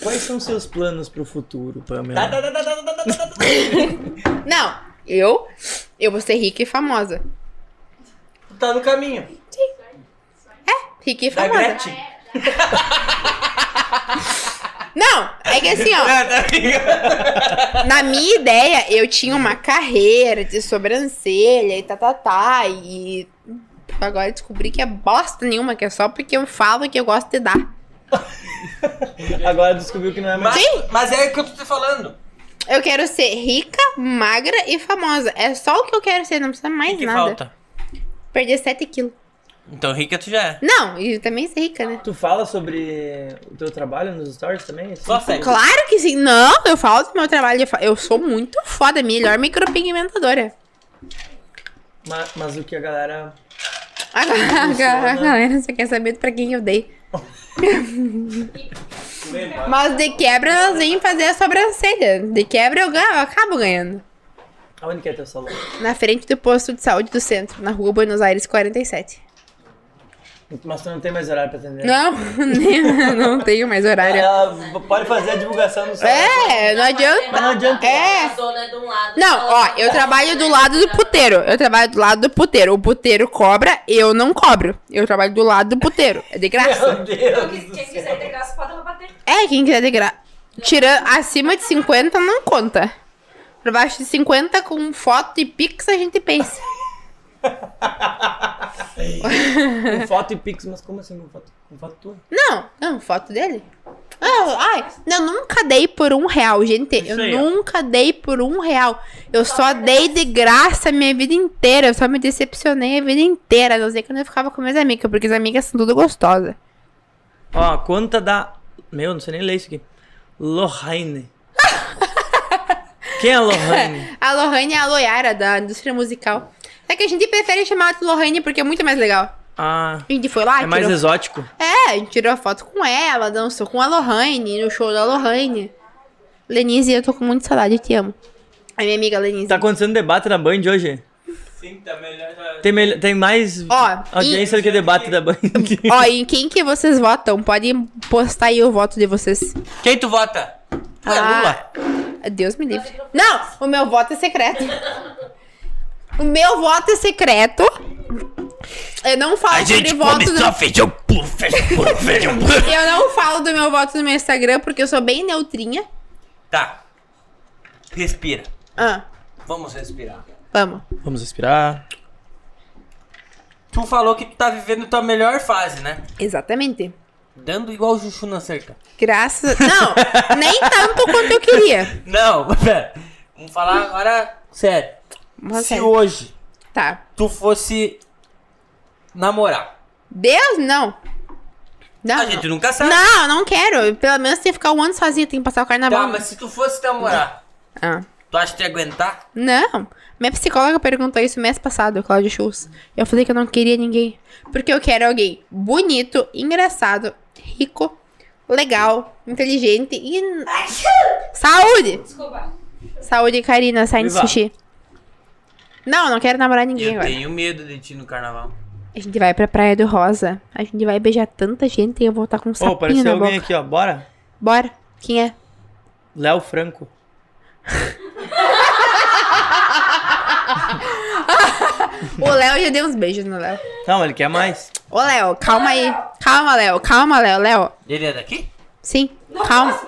A: Quais são seus planos pro futuro, Pamela?
B: Tá, tá, tá, tá, tá, tá, tá, tá, tá.
D: Não, eu... Eu vou ser rica e famosa.
B: Tu tá no caminho.
D: Rica e
B: Da
D: famosa.
B: Gretchen.
D: Não, é que assim, ó...
B: (laughs) Ah, tá ligado?
D: Na minha ideia, eu tinha uma carreira de sobrancelha e tá, tá, tá, e agora eu descobri que é bosta nenhuma, que é só porque eu falo que eu gosto de dar.
A: Agora descobriu que não é mais.
B: Mas, mas é o que eu tô te falando.
D: Eu quero ser rica, magra e famosa. É só o que eu quero ser, não precisa mais
B: O que
D: nada.
B: falta?
D: Perder 7 quilos.
B: Então rica tu já é.
D: Não, e também ser rica, né?
A: Tu fala sobre o teu trabalho nos stories também? assim?
B: Só sete.
D: Claro que sim. Não, eu falo do meu trabalho. eu fa- Eu sou muito foda, melhor micropigmentadora.
A: Ma- Mas, o que a galera.
D: A, (laughs) a, a galera só quer saber pra quem eu dei. Mas de quebra elas vêm fazer a sobrancelha. De quebra eu, ganho, eu acabo ganhando.
A: Aonde que é teu salão?
D: Na frente do posto de saúde do centro, na rua Buenos Aires 47.
A: Mas tu não é. tem mais horário pra atender.
D: Não, (laughs) nem- não tenho mais horário.
A: Ela pode fazer a divulgação no salão.
D: É, não
A: Mas não
D: adianta.
A: adianta.
D: É.
F: A zona é de um lado.
D: Não,
F: a
D: ó,
F: outra
D: eu
F: é
D: trabalho do
F: outra.
D: lado do puteiro. Eu trabalho do lado do puteiro. O puteiro cobra, eu não cobro. Eu trabalho do lado do puteiro. É de graça.
A: Meu
F: Então,
A: Deus.
F: quem quem quiser ter graça pode ela bater.
D: É, quem quiser de graça. Tirando acima de 50 não conta. Pra baixo de 50 com foto e pix a gente pensa.
A: Com foto e pix, mas como assim com foto? Com foto tua?
D: Não, não, foto dele. Ah, ai, não, nunca dei por um real, gente. eu
A: aí, ó.
D: nunca dei por um real. Eu só dei de graça a minha vida inteira. Eu só me decepcionei a vida inteira. A Não sei quando eu ficava com minhas amigas, porque as amigas são tudo gostosas.
A: Ó, a conta da. Meu, não sei nem ler isso aqui. Lohane. Quem é a
D: (laughs)
A: Lohane?
D: A Lohane é a Loyara da indústria musical. É que a gente prefere chamar ela de Lohane porque é muito mais legal.
A: Ah,
D: A gente foi lá,
A: é mais
D: tirou
A: exótico.
D: É, a gente tirou foto com ela, dançou com a Lohane, no show da Lohane. Lenise, eu tô com muita saudade, te amo. A minha amiga Lenise.
A: Tá acontecendo debate na Band hoje?
B: Sim, tá melhor. já-
A: Tem, mel- tem mais
D: Ó,
A: audiência do que debate da Band.
D: (laughs) Ó, em quem que vocês votam? Podem postar aí o voto de vocês.
B: Quem tu vota? Tu é Lula.
D: Ah, Deus me livre. Não, o meu voto é secreto. O meu voto é secreto. Eu não falo sobre voto. do-
B: feijão puro, feijão
D: (laughs)
B: puro, feijão puro.
D: Eu não falo do meu voto no meu Instagram porque eu sou bem neutrinha.
B: Tá. Respira.
D: Ah,
B: Vamos respirar.
D: vamos.
A: Vamos respirar.
B: Tu falou que tu tá vivendo tua melhor fase, né?
D: Exatamente.
B: Dando igual o Chuchu na cerca.
D: Graças. Não, nem tanto quanto eu queria.
B: Não, (laughs) pera. Vamos falar agora sério.
D: Mas
H: Tá
B: Se
D: sério.
B: hoje
D: Tá.
B: tu fosse namorar,
D: Deus, não. Não,
B: a
D: não.
B: gente nunca sabe.
D: não, não quero. Pelo menos tem que ficar um ano sozinha, tem que passar o carnaval.
B: Tá, mas se tu fosse namorar,
D: Ah.
B: tu acha que ia aguentar?
D: Não. Minha psicóloga perguntou isso mês passado, Cláudio Schultz. Eu falei que eu não queria ninguém. Porque eu quero alguém bonito, engraçado, rico, legal, inteligente e. Saúde!
F: Desculpa.
D: Saúde, Karina, sai de
G: Viva.
D: sushi. Não, não quero namorar ninguém
B: eu
D: agora.
B: tenho medo de ti no carnaval.
D: A gente vai pra Praia do Rosa. A gente vai beijar tanta gente e eu vou estar com um
A: Ô,
D: sapinho
A: apareceu
D: na
A: alguém
D: boca.
A: aqui, ó. Bora.
D: Bora. Quem é?
A: Léo Franco.
D: O Léo já deu uns beijos no Léo.
A: Não, ele quer mais.
D: Ô, Léo, calma aí. Calma, Léo. Calma, Léo. Léo,
B: Ele é daqui?
D: sim. Calma.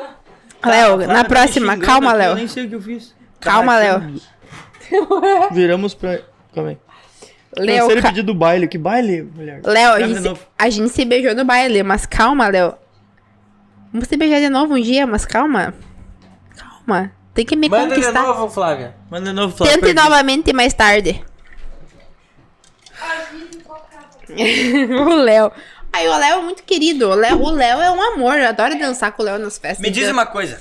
D: Léo, na
A: Cara, tá me
D: próxima.
A: xingando
D: Calma,
A: aqui,
D: Léo.
A: Eu nem sei o que eu fiz.
D: Calma,
A: Cara,
D: Léo.
A: que- Viramos pra. Calma aí.
D: Léo,
A: Cansei de
D: ca-
A: pedir do baile. Que baile, mulher?
D: Léo, a
A: Leva de
D: gente, se-
A: novo.
D: a gente se beijou no baile, mas calma, Léo. Vamos se beijar de novo um dia, mas calma. Calma. Tem que me
H: Manda de
D: conquistar.
H: novo, Flávia.
A: Manda de novo, Flávio.
D: Tente
A: perdi.
D: novamente mais tarde. (laughs) o Léo. Aí o Léo é muito querido. O Léo, o Léo é um amor. Eu adoro dançar com o Léo nas festas.
B: Me diz uma coisa.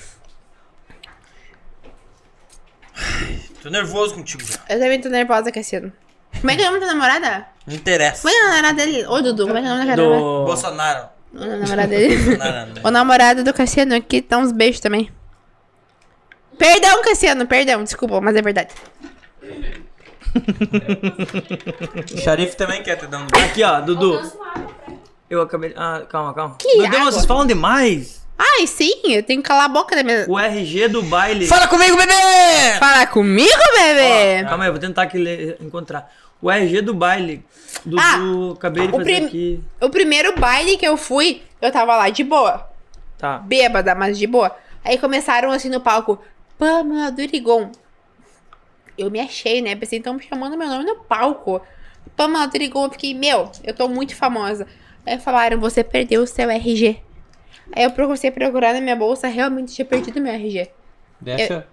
B: Tô nervoso contigo já.
D: Eu também tô nervosa, Cassiano. Como é que é o nome da namorada?
B: Não interessa.
D: Como é que é o namorado dele? Ô, Dudu, como é que é o nome da namorada?
A: Do...
B: Bolsonaro.
D: O namorado dele.
B: Bolsonaro, né?
D: (laughs) O namorado do Cassiano aqui dá uns beijos também. Perdão, Cassiano, perdão, desculpa, mas é verdade.
B: O xarife também quer te dar um beijo.
A: Aqui, ó, Dudu.
F: Lança uma água pra ela.
A: Eu acabei. Ah, calma, calma.
D: Que
A: Meu Deus,
D: água?
A: vocês falam demais.
D: Ai, sim, eu tenho que calar a boca da minha.
A: O RG do baile.
B: Fala comigo, bebê!
D: Fala comigo, bebê!
A: Calma aí, eu vou tentar que le- encontrar. O RG do baile. Dudu,
D: Ah,
A: acabei de
D: o
A: fazer
D: prim-
A: aqui.
D: O primeiro baile que eu fui, eu tava lá de boa.
A: Tá.
D: bêbada, mas de boa. Aí começaram assim no palco, Pamela Durigon. Eu me achei, né? Pensei, então me chamando meu nome no palco. Pamela Durigon, eu fiquei, meu, eu tô muito famosa. Aí falaram, você perdeu o seu RG. Aí eu comecei a procurar na minha bolsa, realmente tinha perdido meu RG.
H: Deixa.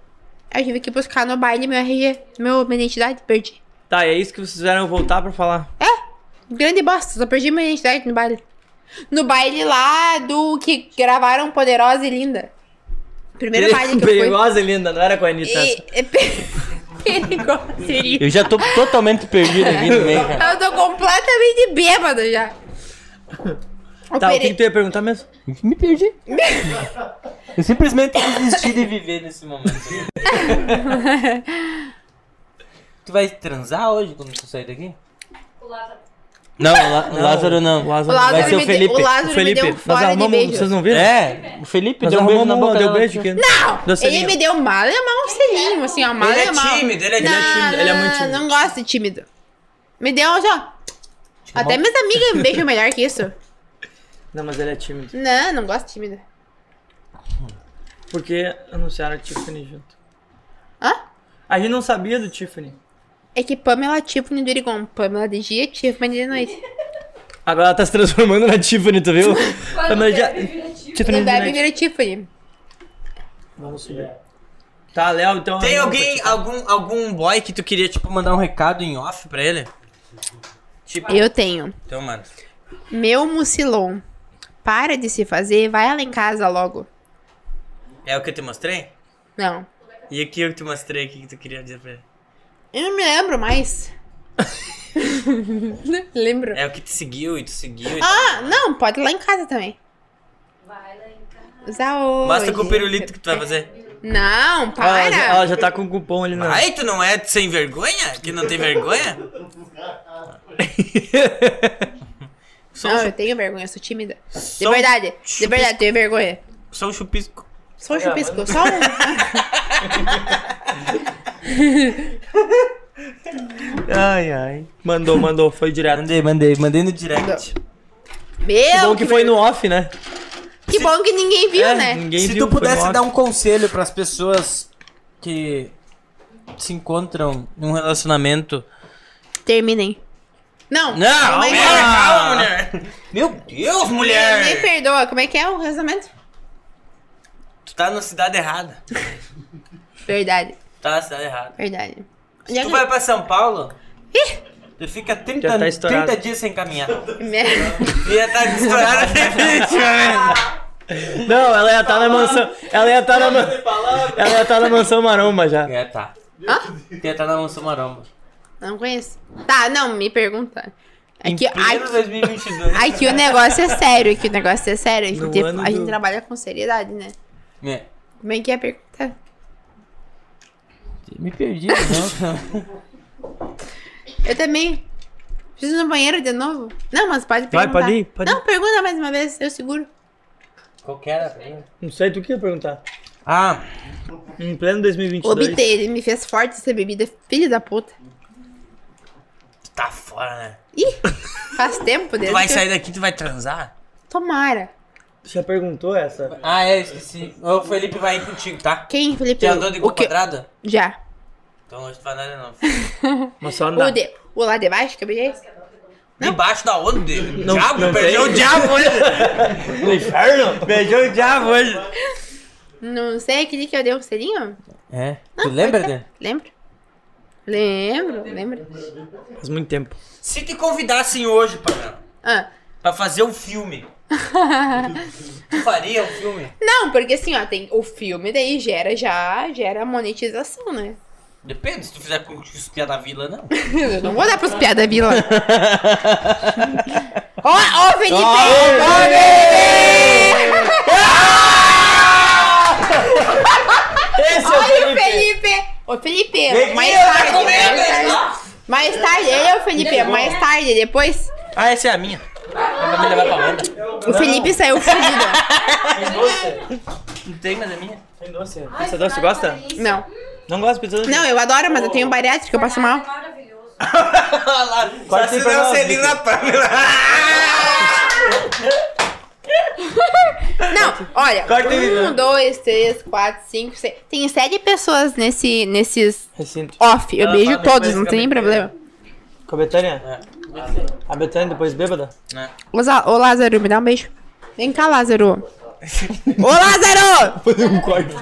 D: Aí eu tive que buscar no baile meu RG, meu, minha identidade, perdi.
A: Tá, é isso que vocês fizeram voltar pra falar.
D: Grande bosta, só perdi minha identidade no baile. No baile lá do que gravaram Poderosa e Linda. Primeiro baile que eu fui.
A: Perigosa e linda, não era com a Anitta. essa.
D: E- é pe- (laughs) perigoso, seria.
H: Eu já tô totalmente perdido aqui no meio, cara.
D: Eu tô completamente bêbada já. O
A: Tá, o
D: peri-
A: que, que tu ia perguntar mesmo?
H: Me perdi.
B: (laughs)
H: Eu simplesmente desisti de viver nesse momento. (laughs) tu vai transar hoje quando tu sair daqui?
F: O Lázaro.
H: Não, o, La- o Lázaro não.
A: O Lázaro. um
D: O Lázaro,
H: Vai ser o
D: me deu-
H: Felipe.
D: o Lázaro
A: O Felipe,
D: me deu um
A: nós
D: fora de
A: arrumamos,
D: beijo.
A: vocês não viram?
H: É, o Felipe
A: Nós
H: deu um beijo na
A: arrumamos,
H: boca
A: deu
H: dela.
A: beijo aqui.
D: Não,
A: Docelinho.
D: ele me deu mal alemão, um selinho, assim, ó, mal
B: Ele é
D: alemão.
B: tímido, ele é
D: não,
B: tímido, ele é muito tímido.
D: Não gosto de tímido. Me deu, ó. Até minhas amigas me beijam melhor que isso.
A: Não, mas ele é tímido.
D: Não, não gosto de tímido.
A: Porque anunciaram a Tiffany junto.
D: Hã?
A: A gente não sabia do Tiffany.
D: É que Pamela é Tiffany do Irigon. Pamela de dia, Tiffany de noite.
A: Agora ela tá se transformando na Tiffany, tu viu?
F: Quando
A: Mas já-
F: bebe, vira
A: (laughs)
F: tipo.
A: Tiffany de
D: Não deve
A: noite.
D: virar Tiffany.
A: Vamos subir. Tá, Léo, então.
B: Tem
A: eu não
B: alguém,
A: vou
B: algum, algum boy que tu queria, tipo, mandar um recado em off pra ele? Tipo,
D: Eu tenho.
B: então, mano.
D: Meu mucilon, para de se fazer, vai lá em casa logo.
B: É o que eu te mostrei?
D: Não.
B: E aqui eu te mostrei o que que tu queria dizer pra ele.
D: Eu não me lembro mais. Não lembro.
B: É o que te seguiu e tu seguiu. e
D: Ah, não, pode ir lá em casa também.
F: Vai lá em casa.
D: Usar
B: tu-
D: hoje.
B: Mostra com o pirulito que tu vai fazer.
D: Não,
A: te- Ah,
D: para.
A: Ela, já- ela já tá com o cupom ali na.
B: Ai, tu não é sem vergonha? Que não tem vergonha? sou, um
D: Não,
B: chu-
D: eu tenho vergonha, eu sou tímida. De
B: Só um
D: verdade, de
B: chupisco. É.
D: verdade, eu tenho vergonha.
B: sou um chupisco.
D: Só um chupisco,
B: (laughs)
D: só um.
A: Ai, ai. Mandou, mandou, foi direto.
H: Mandei, mandei, mandei no direct.
A: Que
D: Meu,
A: bom que foi no off, né?
D: que bom que ninguém viu,
A: É,
D: né?
A: Ninguém
H: Se
A: viu,
H: tu
A: foi no
H: pudesse
A: off.
H: dar um conselho pras pessoas que se encontram num relacionamento.
D: Terminem. Não.
B: Não,
D: como é que
B: mulher,
D: é?
B: calma, mulher. Meu Deus,
D: Me
B: mulher.
D: perdoa, como é que é o casamento?
B: Tu tá na cidade errada.
D: Verdade,
B: Tá na cidade errada.
D: verdade. Onde é
B: Se tu
D: que-
B: vai pra São Paulo,
D: Ih,
H: Tu fica 30,
A: Já tá estourado.
H: 30 dias sem caminhar.
B: Ia tá
H: (laughs)
B: estar estourada definitivamente.
A: Não, ela ia estar na mansão. Ela ia estar na mansão. Ela ia estar na mansão maromba já.
H: É, tá. Ia
B: tá
H: estar na mansão maromba.
D: (laughs) Não conheço. Tá, não, me pergunta. É
H: Em
D: que,
H: pleno
D: aqui,
H: 2022.
D: aqui o negócio é sério, aqui o negócio é sério. A
A: No
D: gente,
A: ano
D: a gente
A: do-
D: trabalha com seriedade, né?
H: É.
D: Como é que é a pergunta?
H: Me perdi, não.
D: (laughs) Eu também. Preciso ir no banheiro de novo? Não, mas pode
A: Vai,
D: perguntar.
A: pode ir, pode
D: Não, pergunta mais uma vez, eu seguro.
H: Qual que era? a pergunta?
A: Não sei do que ia perguntar.
H: Ah,
A: Em pleno 2022.
D: Obtei, ele me fez forte essa bebida, filho da puta.
B: Tu tá fora, né?
D: Faz tempo dele.
B: Tu vai sair daqui, tu vai transar?
D: Tomara.
A: Já perguntou essa?
H: ah, é, esqueci. O Felipe vai ir contigo, tá?
D: Quem, Felipe?
H: Já andou de
D: o
H: gol
D: que?
H: quadrado?
D: Já.
B: Então hoje tu vai andar de novo.
A: Mas só
D: O,
A: andar.
D: de, o lá de baixo que eu beijei?
B: Debaixo da onda dele.
A: Não-
B: diabo,
A: não
B: perdeu
A: tem.
B: o diabo hoje.
A: (laughs) No inferno?
B: Beijou o diabo hoje.
D: Não sei, aquele que eu dei um selinho?
H: É. Tu lembra dele?
D: Lembra? né? Lembro, lembro.
A: Faz muito tempo.
B: Se te convidassem hoje, Panela,
D: Ah,
B: pra fazer um filme, tu faria um filme?
D: não, porque assim, ó, tem o filme, daí gera já, gera monetização, né? (laughs)
B: Depende, se tu fizer com os pia da vila, não.
D: Eu não vou dar pros piadas da vila. Ó, ó, Felipe!
A: Esse é o
D: Olha o
A: Felipe!
D: Felipe! Ô, Felipe, mais tarde, mais tarde. Mais tarde, ele é o Felipe, mais tarde, depois.
B: Ah, essa é a minha. Ela vai me levar pra onda.
D: O Felipe saiu fugido.
B: Não tem, mas é minha.
A: Tem doce. Pizza doce, Tipo, gosta?
D: Não.
A: Não gosta de assim, pizza doce?
D: Não, eu adoro, mas eu tenho bariátrica, eu passo mal.
F: é Maravilhoso.
B: Olha lá,
A: Corta
B: só
A: aí
B: se
A: pra
B: der um
A: nós,
B: selinho
A: Vitor.
B: na Pamela.
D: Não, olha.
A: Corta aí,
D: um,
A: Vitor.
D: dois, três, quatro, cinco, seis. Tem sete pessoas nesse, nesses
A: Recinto.
D: off. Eu
B: Ela
D: beijo
B: fala
D: todos,
B: depois
D: não
B: que
D: tem
B: eu
D: nem
B: beijei.
D: problema.
A: Com a Betânia?
B: É.
A: A Betânia depois bêbada?
D: Ô, Za- ô, Lázaro, me dá um beijo. Vem cá, Lázaro. Ô, Lázaro!
A: Um corte.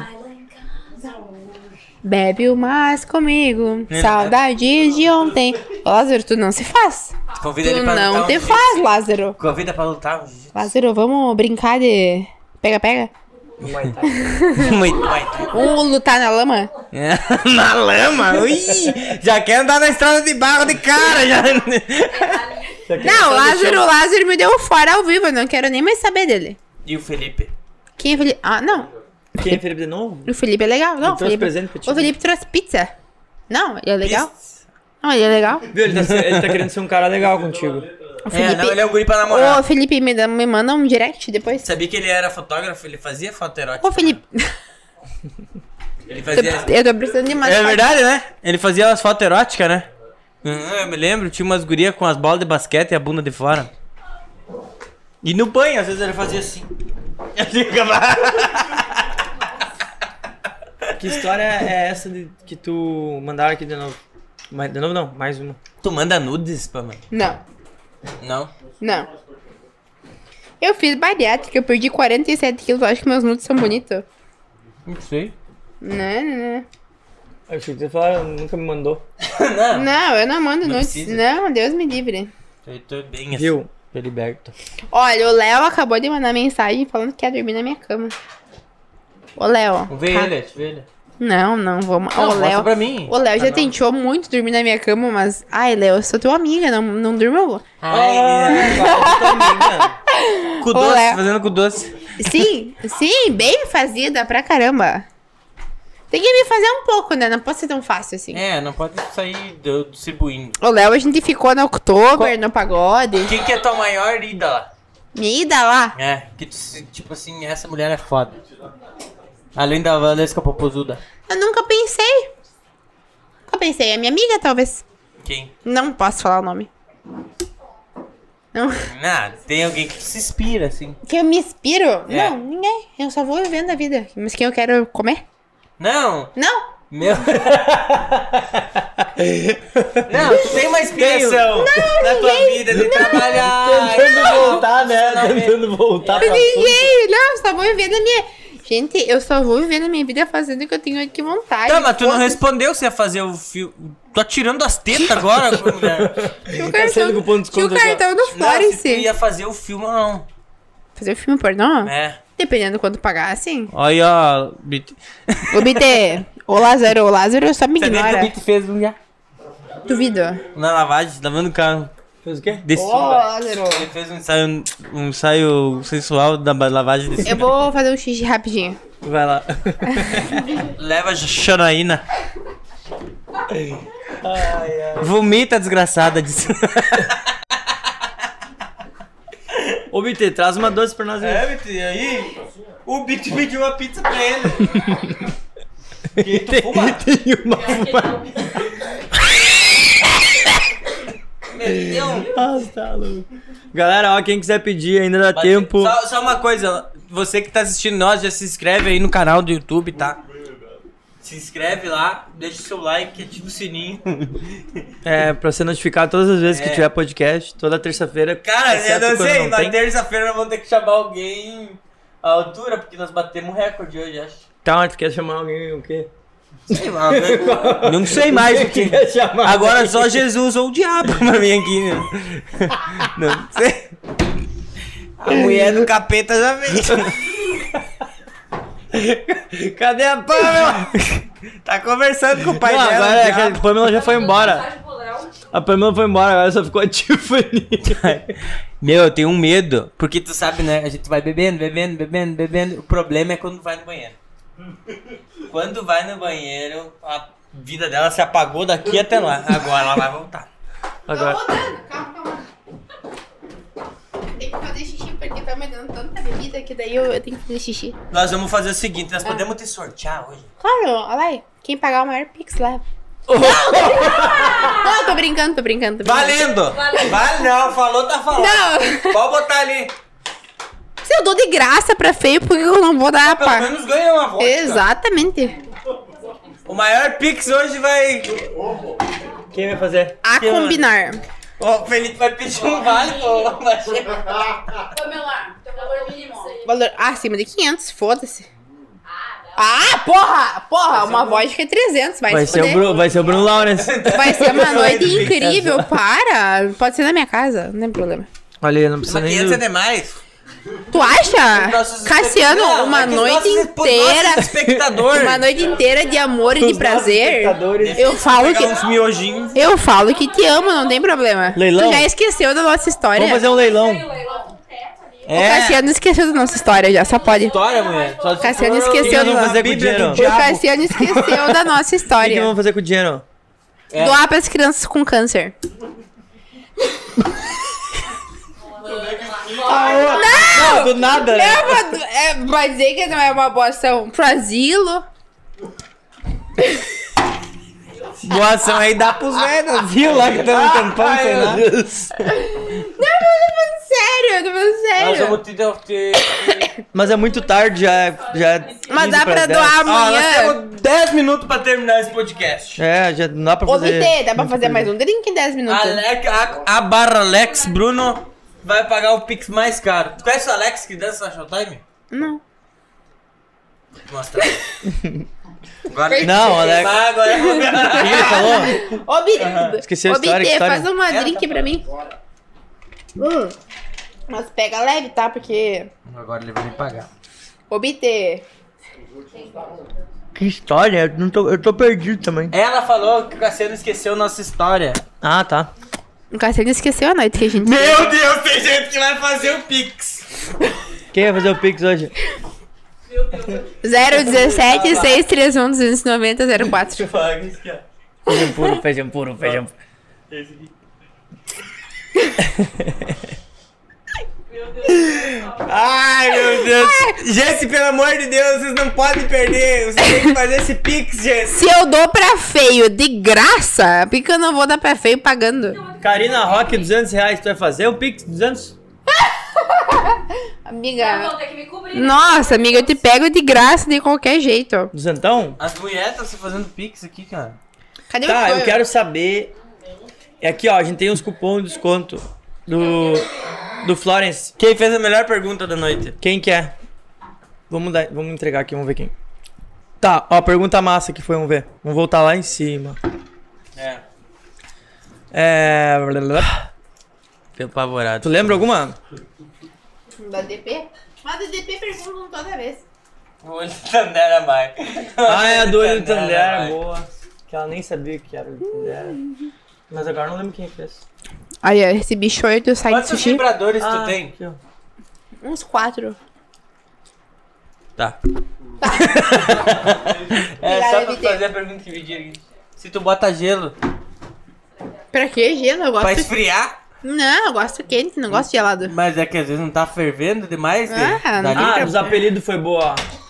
D: Bebe o mais comigo. Saudades de ontem. Ô, Lázaro, tu não se faz.
B: Convida
D: Tu
B: ele pra lutar.
D: não
B: um
D: te
B: jiu-jitsu.
D: faz, Lázaro.
B: Convida pra lutar. um jiu-jitsu.
D: Lázaro, vamos brincar de. Pega, pega.
B: Muito bem.
D: Um lutar na lama?
H: É, (laughs)
B: na lama? Ui, já quer andar na estrada de barro de cara. Já.
D: Não, Lázaro, Lázaro me deu fora ao vivo. Eu não quero nem mais saber dele.
B: E o Felipe?
D: Quem é Felipe? Ah, não.
A: Quem é Felipe de novo?
D: O Felipe é legal. Não,
A: Ele
D: o
A: trouxe
D: Felipe.
A: presente pra ti,
D: o
A: né?
D: Felipe trouxe pizza. Não, ele é legal. Não, ele é legal.
A: Viu, ele tá, se- ele tá querendo ser um cara legal contigo.
D: O
B: É,
D: Felipe.
B: não, ele é um guri pra namorar.
D: Ô, Felipe, me, dá- me manda um direct depois.
B: Sabia que ele era fotógrafo? Ele fazia foto erótica. né?
D: Ô, Felipe, (laughs)
B: Ele fazia...
D: eu tô precisando de mais.
H: É
D: foto.
H: verdade, né? Ele fazia umas fotos eróticas, né? Uhum, eu me lembro, tinha umas gurias com as bolas de basquete e a bunda de fora. E no banho, às vezes ele fazia assim. (laughs)
A: Que história é essa de, que tu mandaram aqui de novo? Mas- De novo não, mais uma.
B: Tu manda nudes pra mim?
D: Não,
B: Não.
D: não. Eu fiz bariátrica, eu perdi 47 quilos. eu Acho que meus nudes são bonitos.
H: Não sei.
B: (laughs)
D: Não, não, não.
A: Eu achei que você falou, nunca me mandou.
D: Não, eu não mando nudes.
B: precisa.
D: Não, Deus me livre.
B: Eu tô bem assim.
A: Viu?
H: Tô liberto.
D: Olha, o Léo acabou de mandar mensagem falando que quer dormir na minha cama. Ô, Léo.
B: assim.
H: Vê
D: ca-
H: ele, vê ele.
D: Não, não, vamos.
H: Não,
D: Ô,
H: mostra
D: Léo.
H: pra mim. Ah,
D: O Léo já tentou muito dormir na minha cama, mas. Ai, Léo, eu sou tua amiga, não, não durmo.
B: Ai,
D: (laughs)
H: Com
D: Ô,
H: doce,
D: Léo.
H: fazendo com doce. (laughs)
D: Sim, sim, bem fazida pra caramba. Tem que me fazer um pouco, né? Não pode ser tão fácil assim.
H: É, não pode sair do- distribuindo.
D: O Léo, a gente ficou no October, no pagode.
B: Quem que é tua maior ídola?
D: Me ida lá.
H: É, que tu se- tipo assim, essa mulher é foda. Além da Valesca Popozuda.
D: Eu nunca pensei. Nunca pensei. É minha amiga, talvez.
B: Quem?
D: Não posso falar o nome. Não.
B: Nada.
H: Ah, Tem alguém que se inspira, assim.
D: Que eu me inspiro?
B: É.
D: Não, ninguém. Eu só vou vivendo a vida. Mas quem eu quero comer?
H: Não!
D: Não. (laughs)
H: Meu.
B: Não, tu tem uma inspiração na tua vida de trabalhar.
H: Tá
A: Tentando voltar, né? Tentando voltar pra
D: Ninguém, não, só vou viver na minha. Gente, eu só vou viver na minha vida fazendo o que eu tenho que vontade.
H: Tá, mas tu não
D: Foda-se.
H: respondeu se ia fazer o fio. Tô atirando as (laughs) tetas agora, mulher.
D: Tinha o
G: Cancela com ponto
D: cartão,
G: de
D: tinha o
G: desconto já.
H: é
D: cartão do
H: Não, se tu
D: Florence.
H: ia fazer o filme, não.
D: Fazer o filme pornô?
H: É.
D: Dependendo do quanto pagassem.
H: Aí, ó. Bit-
D: Ô, BT, ô Lázaro, ô Lázaro só me
H: Sabia que o
D: ignora.
H: Bito fez um já?
D: Duvido.
H: Na lavagem, lavando o carro.
G: Fez o quê?
H: Desse,
D: Ô, Lázaro.
H: Ele fez um ensaio, um ensaio sensual da ba- lavagem desse.
D: Eu vou fazer um xixi rapidinho.
H: Vai lá. Leva a Xanaína. Vomita, desgraçada. Disse. (laughs)
A: Ô, BT, traz uma doce pra nós aí.
B: É, Vitor, e aí? O Bit pediu uma pizza pra ele.
H: Tem- tem uma
B: Meu
A: Nossa, tá louco. Galera, ó, quem quiser pedir ainda dá
B: Deus.
A: tempo.
B: Só, só uma coisa, você que tá assistindo nós, já se inscreve aí no canal do YouTube, tá? Se inscreve lá, deixa o seu like, ativa o sininho.
A: É, pra ser notificado todas as vezes
B: É.
A: que tiver podcast, toda terça-feira.
B: Cara,
A: exceto
B: eu não
A: quando
B: sei, na
A: tem.
B: terça-feira nós vamos ter que chamar alguém à altura, porque nós batemos um recorde hoje, acho.
A: Tá, tu quer chamar alguém o quê?
B: Sei lá, né?
H: Não sei mais
A: (laughs)
H: o que.
G: Quer chamar?
H: Agora só Jesus ou o diabo pra mim aqui, né? Não sei. A mulher do capeta já
A: (laughs)
H: veio.
A: Cadê a Pamela?
H: Tá conversando com o pai
A: Não,
H: dela.
A: agora
H: o
A: é que
H: diabo.
A: a Pamela já foi embora. A Pamela foi embora, agora só ficou a Tiffany.
H: Meu, eu tenho um medo.
B: Porque tu sabe, né? A gente vai bebendo, bebendo, bebendo, bebendo. O problema é quando vai no banheiro. Quando vai no banheiro, a vida dela se apagou daqui até lá. Agora ela vai voltar.
A: (laughs) Agora.
D: rodando, calma, calma. Eu tenho que fazer xixi porque tá me dando tanta bebida que daí eu, eu tenho que fazer xixi.
B: Nós vamos fazer o seguinte, nós podemos te sortear hoje.
D: Claro, olha lá. Quem pagar o maior pix leva. Não, tô brincando, tô brincando, tô brincando.
B: Valendo!
F: Valendo.
B: Vale não, falou, tá falando.
D: Não,
B: Pode botar ali.
D: se eu dou de graça pra feio, por que eu não vou dar
B: Pelo
D: pra...
B: menos ganha uma volta.
D: Exatamente.
B: O maior Pix hoje vai.
A: Quem vai fazer?
D: A combinar.
B: Ó, o Felipe vai pedir um vale, pô. Vai chegar.
F: Pamela, teu valor mínimo.
D: Valor acima de 500, foda-se. Ah, porra! Porra, uma vodka é 300, vai,
A: Vai
D: se
A: ser, o
D: fuder.
A: Bruno, vai ser o Bruno (laughs) Lawrence.
D: (laughs) Vai ser um uma noite incrível, para! Pode ser na minha casa, não tem problema.
A: Olha, aí, não precisa
B: Mas
A: nem.
B: 500 é demais.
D: Tu acha?
B: Nossos
D: Cassiano,
B: espectadores-
D: uma
B: é que os
D: noite
B: nossos-
D: inteira.
B: Nossos espectadores.
D: Uma noite inteira de amor e de prazer.
G: Espectadores.
D: Eu falo que.
B: Uns miojinhos.
D: Eu falo que te amo, não tem problema.
A: Leilão?
D: Tu já esqueceu da nossa história.
A: Vamos fazer um É. leilão.
D: O
B: É.
D: Cassiano esqueceu da nossa história já, só pode. O
B: Olha, mulher. Só
D: Cassiano
A: que
D: esqueceu
A: nós
D: do
A: vamos fazer com o
B: Bíblia
A: dinheiro?
B: do
A: O
B: diabo.
D: O Cassiano esqueceu da nossa
A: que que
D: história.
A: vamos fazer com o dinheiro?
D: Doar para as crianças com câncer.
G: Não, do nada, né?
D: É uma- é, vai dizer que não é uma boa ação pro asilo.
H: Boa ação aí dá pros velhos. Viu lá que tá no tampão, sei lá.
D: Sério, eu tô falando
B: Nós
D: sério.
B: vamos te dar te...
A: Mas é muito tarde, já. já
D: Mas
A: 15
D: dá pra
A: dez.
D: doar
B: Ah, nós
D: amanhã.
B: temos 10 minutos pra terminar esse podcast.
A: É, já não dá pra
D: Ô,
A: fazer.
D: BT, dá pra
A: muita
D: fazer
A: coisa.
D: mais um drink em 10 minutos.
B: Alex, a, a barra Alex Bruno vai pagar o Pix mais caro. Tu conhece o Alex que dança na Showtime?
D: Não.
B: Mostra.
D: (laughs)
B: Agora,
A: Não, Alex.
B: Ah, agora eu vou ver.
A: O que ele falou?
D: Ô, tá BT,
A: Esqueceu a
D: ô,
A: história, que
D: BT
A: história?
D: faz uma drink pra mim. Hum. Mas pega leve, tá? Porque.
B: Agora ele vai me pagar.
D: Ô, BT.
A: Que história? Eu, não tô, eu tô perdido também.
B: Ela falou que o Cassiano esqueceu nossa história.
A: Ah, tá.
D: O Cassiano esqueceu a noite que a gente.
B: Meu Deus, tem gente que vai fazer o Pix.
A: Quem vai fazer o Pix hoje?
D: 017 631 290
A: (laughs)
D: 04.
B: Paga isso aqui, ó.
A: Feijão Um puro, feijão puro, feijão puro.
H: Ai, meu Deus. Gente, pelo amor de Deus, vocês não podem perder. Vocês têm que fazer esse pix, gente.
D: Se eu dou pra feio de graça, por que eu não vou dar pra feio pagando?
A: Karina Rock, 200 reais. Tu vai fazer o Pix? 200?
F: Eu
D: Amiga.
F: vou ter Tá que me cobrir.
D: Nossa, amiga, eu te pego de graça de qualquer jeito.
A: 200?
B: As mulheres estão se fazendo Pix aqui, cara.
D: Cadê o
A: Tá,
D: meu
A: eu quero saber. É aqui, ó. A gente tem uns cupons de desconto do. Do Florence.
H: Quem fez a melhor pergunta da noite?
A: Quem que é? Vamos, dar, vamos entregar aqui, vamos ver quem. Tá, ó, pergunta massa que foi, vamos ver. Vamos voltar lá em cima.
B: É.
A: É.
H: Fiquei apavorado.
A: Tu lembra alguma?
D: Da DP? Mas da DP perguntam toda vez.
B: Olho do Tandera é Mai.
A: Ah, é a do Olho do
B: Tandera,
A: Tandera,
B: vai.
A: boa. Que ela nem sabia que era o Olho do Tandera. Mas agora eu não lembro quem fez.
D: Aí, ó, esse bicho aí do site
B: Quantos
D: sushi.
B: vibradores
D: ah.
B: tu tem?
A: Ah, aqui, ó.
D: Uns quatro.
B: Tá. é
D: Obrigada,
B: só pra
D: Vitor.
B: fazer a pergunta que me aqui. Se tu bota gelo
D: Pra que gelo? Eu
B: pra
D: gosto.
B: esfriar,
D: Não, eu gosto quente, não gosto de gelado.
B: mas é que às vezes não tá fervendo demais, né?
D: Ah,
B: Dá
D: não.
B: nem
A: Ah,
B: pra-
A: os apelidos foi boa, ó.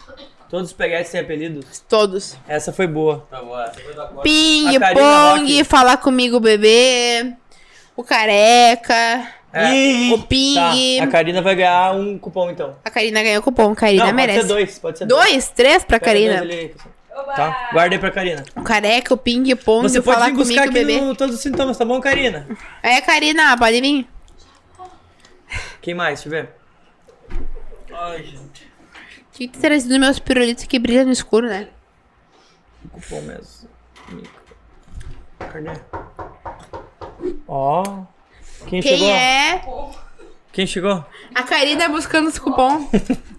A: Todos os peguetes têm apelidos.
D: Todos.
A: Essa foi boa.
B: Tá bom, essa foi da Copa.
D: Ping,
A: A Karina
D: pong,
A: Rock.
D: falar comigo, bebê. O careca.
A: É.
D: O ping.
A: Tá, a Karina vai ganhar um cupom então.
D: A Karina ganhou o cupom, Karina
A: não,
D: merece.
A: pode ser dois, pode ser dois.
D: Dois, três pra
A: Pega
D: Karina.
A: dois ali, pessoal.
F: Oba!
A: Tá, guardei pra Karina.
D: O careca, o ping, o pong,
A: Você
D: o
A: pode
D: falar
A: vir buscar
D: comigo,
A: aqui
D: bebê.
A: no Todos os Sintomas, tá bom, Karina?
D: É, Karina, pode vir.
A: Quem mais? Deixa eu ver.
B: Ai, gente.
D: Tinha que ter trazido meus pirulitos que brilham no escuro, né?
A: Cupom mesmo. Cadê? Ó. Quem,
D: Quem
A: chegou?
D: é?
A: Quem
D: (laughs)
A: chegou?
D: A Karina buscando os
A: (laughs)
D: cupom.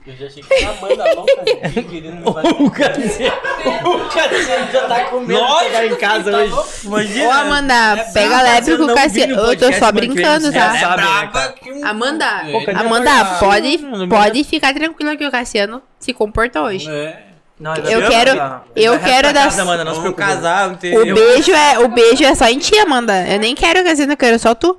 B: Eu já cheguei com a banda louca, (laughs) gente, querendo me bater.
A: O Cassiano. O
B: (laughs)
A: Cassiano já tá com medo de chegar em casa hoje. É,
D: Ô, Amanda, pega leve com o Cassiano. Eu tô só brincando,
A: É, sabe,
D: tá?
A: né,
B: Brava
A: cara?
B: que um...
D: Amanda,
B: É,
A: cadê a
D: Amanda,
A: Karina?
D: pode,
H: Não, não
D: pode ficar tranquila que o Cassiano se comporta hoje.
B: É.
A: Não, ele
D: Eu
A: vai-
D: quero,
A: Tá. Ele
D: eu
A: vai pra
D: quero dar...
A: casa, Amanda, não se
B: Vamos
A: preocupe.
B: casar, não
D: O
B: tem...
D: beijo, é, o beijo é só em ti, Amanda. Eu nem quero o Cassiano, eu quero só tu.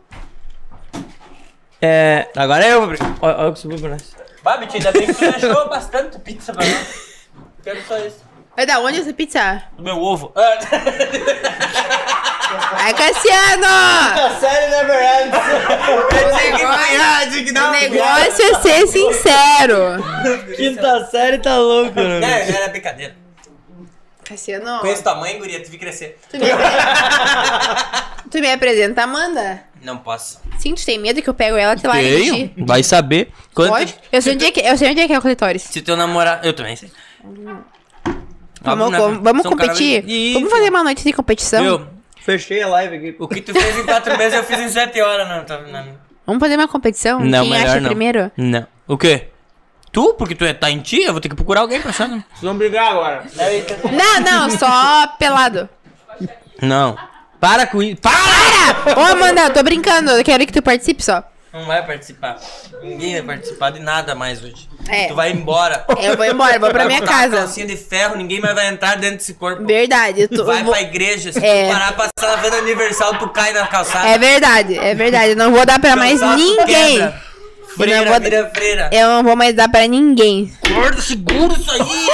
A: É.
H: Agora eu vou
A: Olha olha o que subiu né?
D: (laughs)
A: pra nós.
B: Bah, Bitinho, ainda bem que tu deixou bastante pizza pra nós. Quero só isso.
D: É da onde essa pizza?
B: Do meu ovo. (laughs) Ah,
D: Ai, Cassiano!
A: Sério, never ends.
D: (laughs) O negócio é ser sincero.
A: Quinta série tá louco,
B: não,
A: né?
B: é, era brincadeira.
D: Cassiano,
B: Conheço tua mãe, guria, tu vi crescer.
A: (laughs)
D: tu me, apre- tu me apresenta, a Amanda?
B: Não posso.
D: Sim, tu tem medo que eu pego ela até lá em ti?
H: Tenho. Vai saber. Quando
D: Pode? Eu sei, onde é que, eu sei onde é que é o clitóris.
B: Se teu namorado... Eu também sei.
D: Vamos,
B: Óbvio, né?
D: com- vamos
B: Sou um cara
D: competir?
B: bem-
D: Vamos fazer então? uma noite de competição?
B: Viu?
A: Fechei a live aqui.
B: O que tu fez em quatro meses, eu fiz em sete horas. Não, tá, não.
D: Vamos fazer uma competição?
H: Não,
D: Quem
H: melhor
D: Um acha
H: não.
D: primeiro?
H: Não. O quê? Tu? Porque tu é, tá em ti? Eu vou ter que procurar alguém pra achar. né?
A: Vocês vão brigar agora.
D: Não, não, só pelado.
H: Não. Para com isso. Para!
D: Ô, Amanda, eu tô brincando. Eu quero que tu participe só.
B: Não vai participar. Ninguém vai participar de nada mais hoje.
D: É.
B: Tu vai embora.
D: Eu vou embora, vou (laughs) pra
B: Vai
D: minha
B: botar uma
D: casa.
B: calcinha de ferro, ninguém mais vai entrar dentro desse corpo.
D: Verdade. eu tô-
B: Vai
D: eu vou-
B: pra igreja, se
D: É.
B: tu parar pra estar vendo aniversário, tu cai na calçada.
D: É verdade, é verdade. Eu não vou dar pra mais
B: Calçado
D: ninguém.
B: quebra.
D: Eu não
B: Freira,
D: vou- É.
B: vira freira.
D: Eu não vou mais dar pra ninguém.
H: Gordo, segura isso
D: (laughs)
H: aí!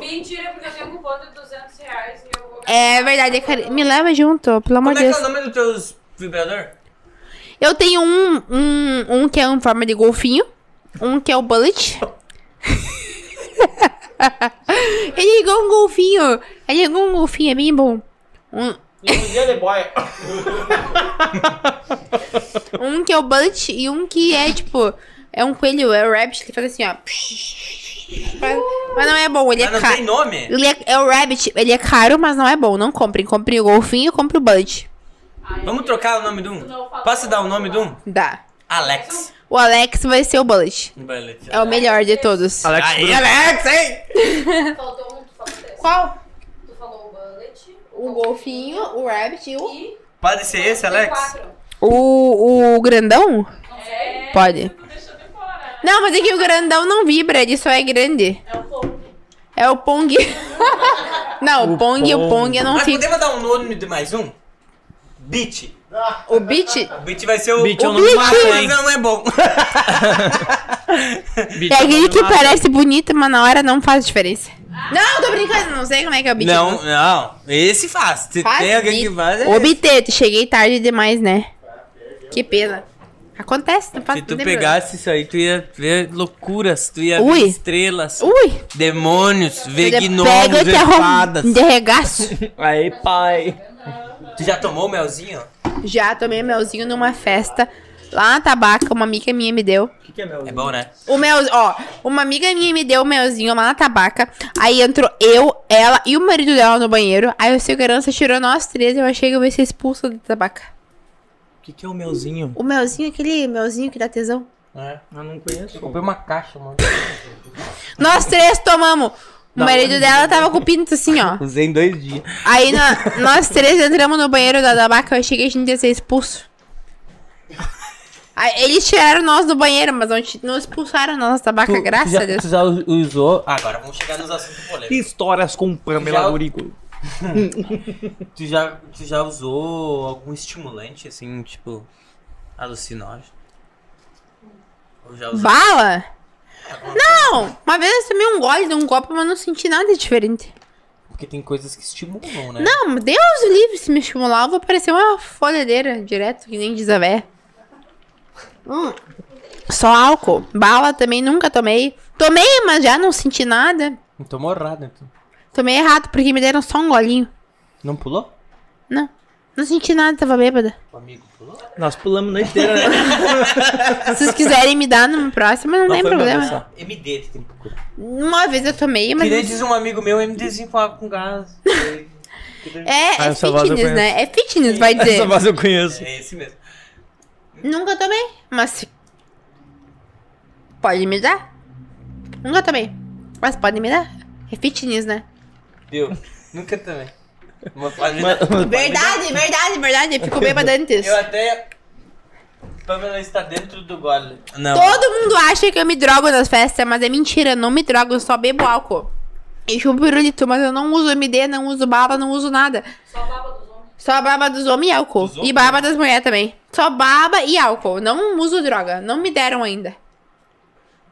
F: Mentira, porque eu tenho um cupom de 200 reais e eu vou... um,
D: É verdade, cara. Me leva junto, pelo amor
B: Como
D: de
B: é que é
D: Deus.
B: o nome dos teus vibrador?
D: Eu tenho um, um, um que é em forma de golfinho, um que é o Bullet. (laughs) Ele é igual um golfinho. Ele é igual um golfinho, é bem bom. Um,
E: Ele boy.
D: um que é o Bullet e um que é tipo. É um coelho, é o Rabbit, que faz assim, ó. Mas, mas não é bom, ele é
B: Mas Ah, não tem
D: caro.
B: nome?
D: Ele é, é o Rabbit, ele é caro, mas não é bom. Não comprem. Comprem o golfinho e compre o Bullet.
B: Vamos trocar o nome de um? Posso dar o nome de um?
D: Dá.
B: Alex.
D: O Alex vai ser o Bullet.
B: Beleza.
D: É o melhor de todos.
A: Alex
B: Aí, Alex, hein?
F: Faltou um, tu falou desse.
D: Qual?
F: Tu falou o bullet.
D: O golfinho, o rabbit e o...
F: E...
B: Pode ser esse, Alex?
F: Quatro.
D: O, grandão?
F: É,
D: Pode.
F: tu deixou de fora.
D: Não, mas é que o grandão não vibra, ele só é grande.
F: É o povo.
D: É o pong. (laughs) não, o pong, o pong eu não
B: Mas
D: fico.
B: podemos dar um nome de mais um? Beat.
D: O beat?
B: O Beat vai ser o...
A: Beat é
B: o
A: um nome
D: Beat.
A: massa,
B: mas
A: hein?
B: não é
D: (laughs)
B: bom.
D: É
B: tipo
D: aquele que parece bonito, mas na hora não faz diferença. Não, tô brincando, não sei como é que é o beat.
B: Não, não. Esse faz. Se
D: Faz
B: tem alguém
D: beat.
B: que faz, é
D: Ô, Biteto, cheguei tarde demais, né? Que pena. Acontece, não faz
B: Se tu
D: não tem problema.
B: pegasse isso aí, tu ia ver loucuras, tu ia
D: Ui.
B: ver estrelas,
D: Ui!
B: demônios, ver
D: pega
B: gnomos,
D: e te
B: ver fadas.
D: arrombo de (laughs) regaço.
A: Aí, pai.
B: Tu já tomou melzinho?
D: Já tomei melzinho numa festa lá na tabaca, uma amiga minha me deu.
A: O que, que é meu?
B: É bom, né?
D: O mel, ó, uma amiga minha me deu o melzinho lá na tabaca. Aí entrou eu, ela e o marido dela no banheiro. Aí o segurança tirou nós três e eu achei que eu ia ser expulso da tabaca.
B: O que, que é o melzinho?
D: O melzinho, aquele melzinho que dá tesão.
B: É.
A: Eu não conheço.
H: Comprei uma caixa, mano.
D: Nós três tomamos. O marido dela
B: é?
D: tava com o pinto assim, ó.
H: Usei em dois dias.
D: Aí nó- nós três entramos no banheiro da tabaca. Eu achei que a gente ia ser expulso. Aí, eles tiraram nós do banheiro, mas não, ti- não expulsaram nós da tabaca, (laughs) graças a Deus.
H: já usou.
B: Ah, agora vamos chegar nos assuntos polêmicos.
G: Histórias com Pamela
B: Já-
G: Lurico.
B: Tu já, tu já usou algum estimulante, assim, tipo, alucinógeno? Ou já usou?
D: Bala? Não! Uma vez eu tomei um gole de um copo, mas não senti nada diferente.
B: Porque tem coisas que estimulam, né?
A: É.
D: Não, Deus livre, se me estimular, eu vou parecer uma folhadeira direto, que nem diz a véia. Hum. Só álcool. Bala também nunca tomei. Tomei, mas já não senti nada.
H: Não tomou errado,
B: né?
H: então.
D: Tomei errado, porque me deram só um golinho.
H: Não pulou?
D: Não. Não senti nada, tava bêbada.
B: O amigo pulou?
A: Nós pulamos a noite inteira, né?
D: Se vocês quiserem me dar numa próxima, não
A: Só
D: tem
A: foi uma vez
D: problema.
A: só.
B: MD, tu tem que procurar.
D: Uma vez eu tomei, mas.
B: Que nem diz um amigo meu, MDzinho com água com (laughs) gás.
D: É,
A: Ah,
D: é
A: essa voz eu
D: fitness,
A: conheço.
D: né? É fitness, vai dizer.
A: Essa voz (laughs) eu conheço.
B: é esse mesmo.
D: Nunca tomei, mas. Pode me dar? Nunca tomei. Mas pode me dar? É fitness, né?
B: Deu. Nunca também. (laughs) Uma fase-
D: Verdade,
B: (laughs)
D: verdade, verdade. Eu fico bêbada antes.
B: Eu até... Pamela está dentro do gole. Não.
D: Todo é mundo acha que eu me drogo nas festas, mas é mentira. eu Não me drogo, eu só bebo álcool. E chupo pirulito, mas eu não uso MD, não uso baba, não uso nada.
F: Só baba dos homens.
D: Só baba dos homens e álcool.
B: Dos homens?
D: E baba das mulheres também. Só baba e álcool. Não uso droga. Não me deram ainda.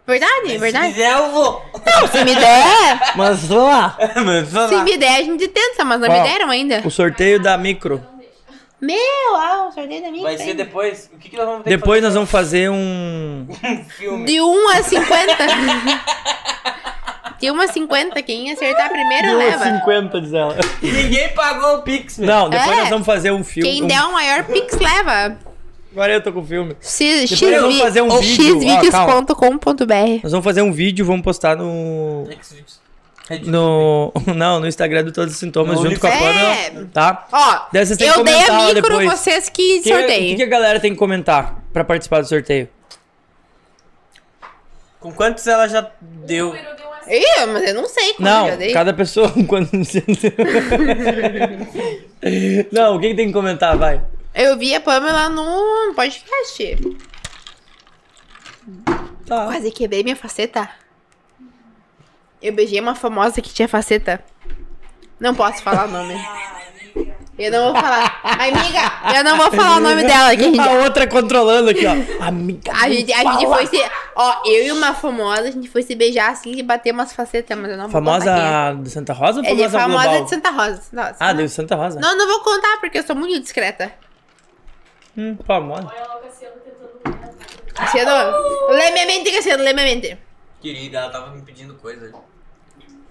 D: Verdade,
B: Se
D: verdade.
B: quiser, eu vou.
D: Não, se me der,
A: Mas vamos lá.
B: (laughs) Mas vai
D: se
B: lá.
D: me der, a gente tenta, mas não
A: Ó.
D: me deram ainda.
A: O sorteio da micro.
D: Meu, ah, o sorteio da minha
B: Vai ser
D: frente.
B: depois. O que, que nós vamos ter
A: Depois
B: que
A: nós vamos fazer um.
B: fazer? Um filme.
D: De 1 a 50. (laughs) De 1 a 50, quem acertar
A: um
D: primeiro leva.
A: 50, diz ela.
B: Ninguém pagou o Pix, meu.
A: Não, depois
D: É.
A: nós vamos fazer um filme.
D: Quem
A: um-
D: der o maior pix leva.
A: Agora eu tô com o filme.
D: X-
A: Depois vamos
D: xvi-
A: fazer um
D: ou
A: vídeo. Ó,
D: xvideos.com.br.
A: Nós vamos fazer um vídeo, vamos postar no.
B: Xvideos. Reddit.
A: No. (laughs) Não, no Instagram do Todos os Sintomas,
B: No
A: junto com a
D: OnlyFans.
A: Pamela. Tá?
D: Ó,
A: Daí vocês têm que
D: eu dei a
A: comentar lá
D: micro,
A: depois.
D: vocês que
A: O que- O que,
D: sorteio.
A: que a galera tem que comentar pra participar do sorteio?
B: Com quantos ela já deu?
F: Número de um é
D: Ih, mas eu não sei como
A: Não,
D: eu já dei.
A: cada pessoa (laughs) quando Não, o que, que tem que comentar, vai?
D: Eu vi a Pamela no podcast.
A: Tá.
D: Quase quebrei minha faceta. Eu beijei uma famosa que tinha faceta. Não posso falar o nome. Eu não vou falar. Amiga, eu não vou falar o nome dela. É Que a gente,
A: A outra controlando aqui, ó. Amiga.
D: a gente, a gente foi se. Ó, eu e uma famosa, a gente foi se beijar assim e bater umas facetas, mas eu não vou contar.
A: Famosa de Santa Rosa ou
D: Quem é. Ela é
A: famosa
D: famosa
A: global?
D: de Santa Rosa. Santa Rosa.
A: Ah, de Santa Rosa.
D: Não, não vou contar porque eu sou muito discreta.
A: Hum, famosa.
F: Olha lá o Cassiano tentando ganhar.
D: Cassiano, lê minha mente, Cassiano, lê minha mente.
B: Querida, ela tava me pedindo coisa.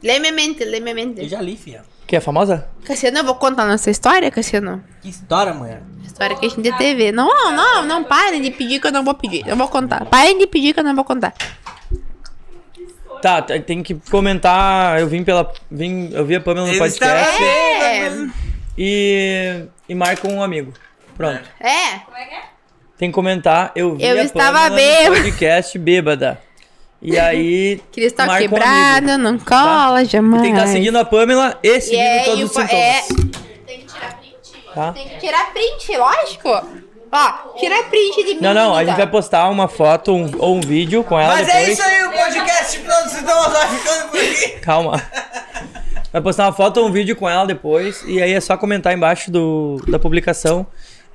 D: Lê minha mente, lê minha
B: Eu
D: mente.
B: já li, filha.
A: Que é famosa?
D: Cassiano, eu vou contar nossa história, Cassiano?
B: Que história, mulher.
D: História que a gente teve. Não, não, não, não parem de pedir que eu não vou pedir. Eu vou contar. Parem de pedir que eu não vou contar.
A: Tá, t- tem que comentar. Eu vim pela. Vim, eu vi a Pamela no
B: Ele
A: podcast
B: estava bem.
D: É,
A: e. E marca um amigo. Pronto.
D: é.
F: Como é que é?
A: Tem que comentar. Eu vi
D: Eu
A: a
D: estava
A: Pamela no
D: bêbada.
A: podcast bêbada. E aí.
D: (laughs) Cristal
A: marca um
D: quebrado,
A: amigo.
D: não cola jamais.
A: Tem que estar seguindo a Pamela e
D: E
A: seguindo
D: é,
A: todos
D: e
A: os
D: o pa-
A: sintomas.
D: é,
F: Tem que tirar print.
A: Tá?
D: tem que tirar print, lógico. Ó, tira print de mim. tá?
A: Não, não, a gente
D: menina.
A: vai postar uma foto um- ou um vídeo com ela
B: Mas
A: depois.
B: é isso aí, o podcast pronto, vocês estão lá ficando por aqui.
A: Calma. (laughs) Vai postar uma foto ou um vídeo com ela depois. E aí é só comentar embaixo do, da publicação.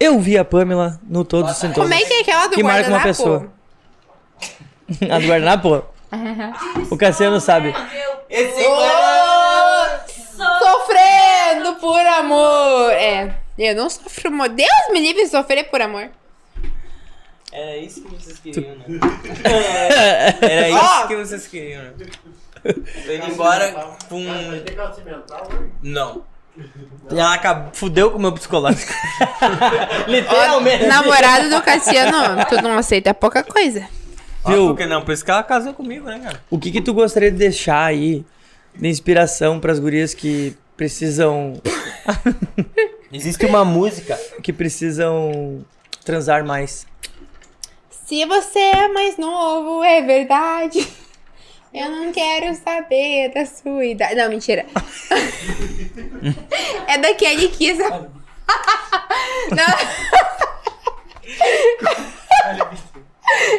A: Eu vi a Pamela no Todos os Sintomas.
D: Como é que é aquela do
A: Que marca uma
D: guardanapo?
A: pessoa. (laughs) A do guardanapo? o Cassiano sabe.
F: Eu
B: Esse
F: sou.
D: Sofrendo por amor. É, eu não sofro amor. Deus me livre de sofrer por amor.
B: Era isso que vocês queriam, né? (laughs) Era isso que vocês queriam, né? Tô indo embora com.
E: Vai ter classe mental, né?
B: Não.
H: E ela acabou, fudeu com o meu psicológico. Literalmente.
D: Namorado do Cassiano, tu não aceita pouca coisa.
H: (laughs)
B: Ah,
H: Viu? Porque não, por isso que ela casou comigo, né, cara?
A: O que que tu gostaria de deixar aí de inspiração pras gurias que precisam
H: Existe uma música.
A: que precisam transar mais?
D: Se você é mais novo, é verdade. Eu não quero saber da sua idade. Não, mentira. é da Kelly Kiss. (laughs) Não.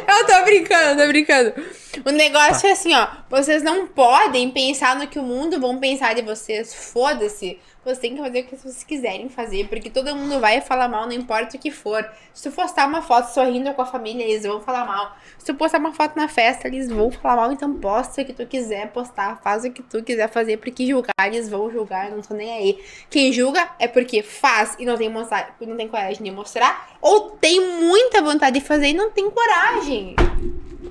D: Eu tô brincando, tô brincando. O negócio é assim, ó. Vocês não podem pensar no que o mundo vão pensar de vocês. Foda-se. Vocês têm que fazer o que vocês quiserem fazer. Porque todo mundo vai falar mal, não importa o que for. Se tu postar uma foto sorrindo com a família, eles vão falar mal. Se tu postar uma foto na festa, eles vão falar mal. Então posta o que tu quiser postar. Faz o que tu quiser fazer. Porque julgar, eles vão julgar. Eu não tô nem aí. Quem julga é porque faz e não tem, mostrar, não tem coragem de mostrar. Ou tem muita vontade de fazer e não tem coragem.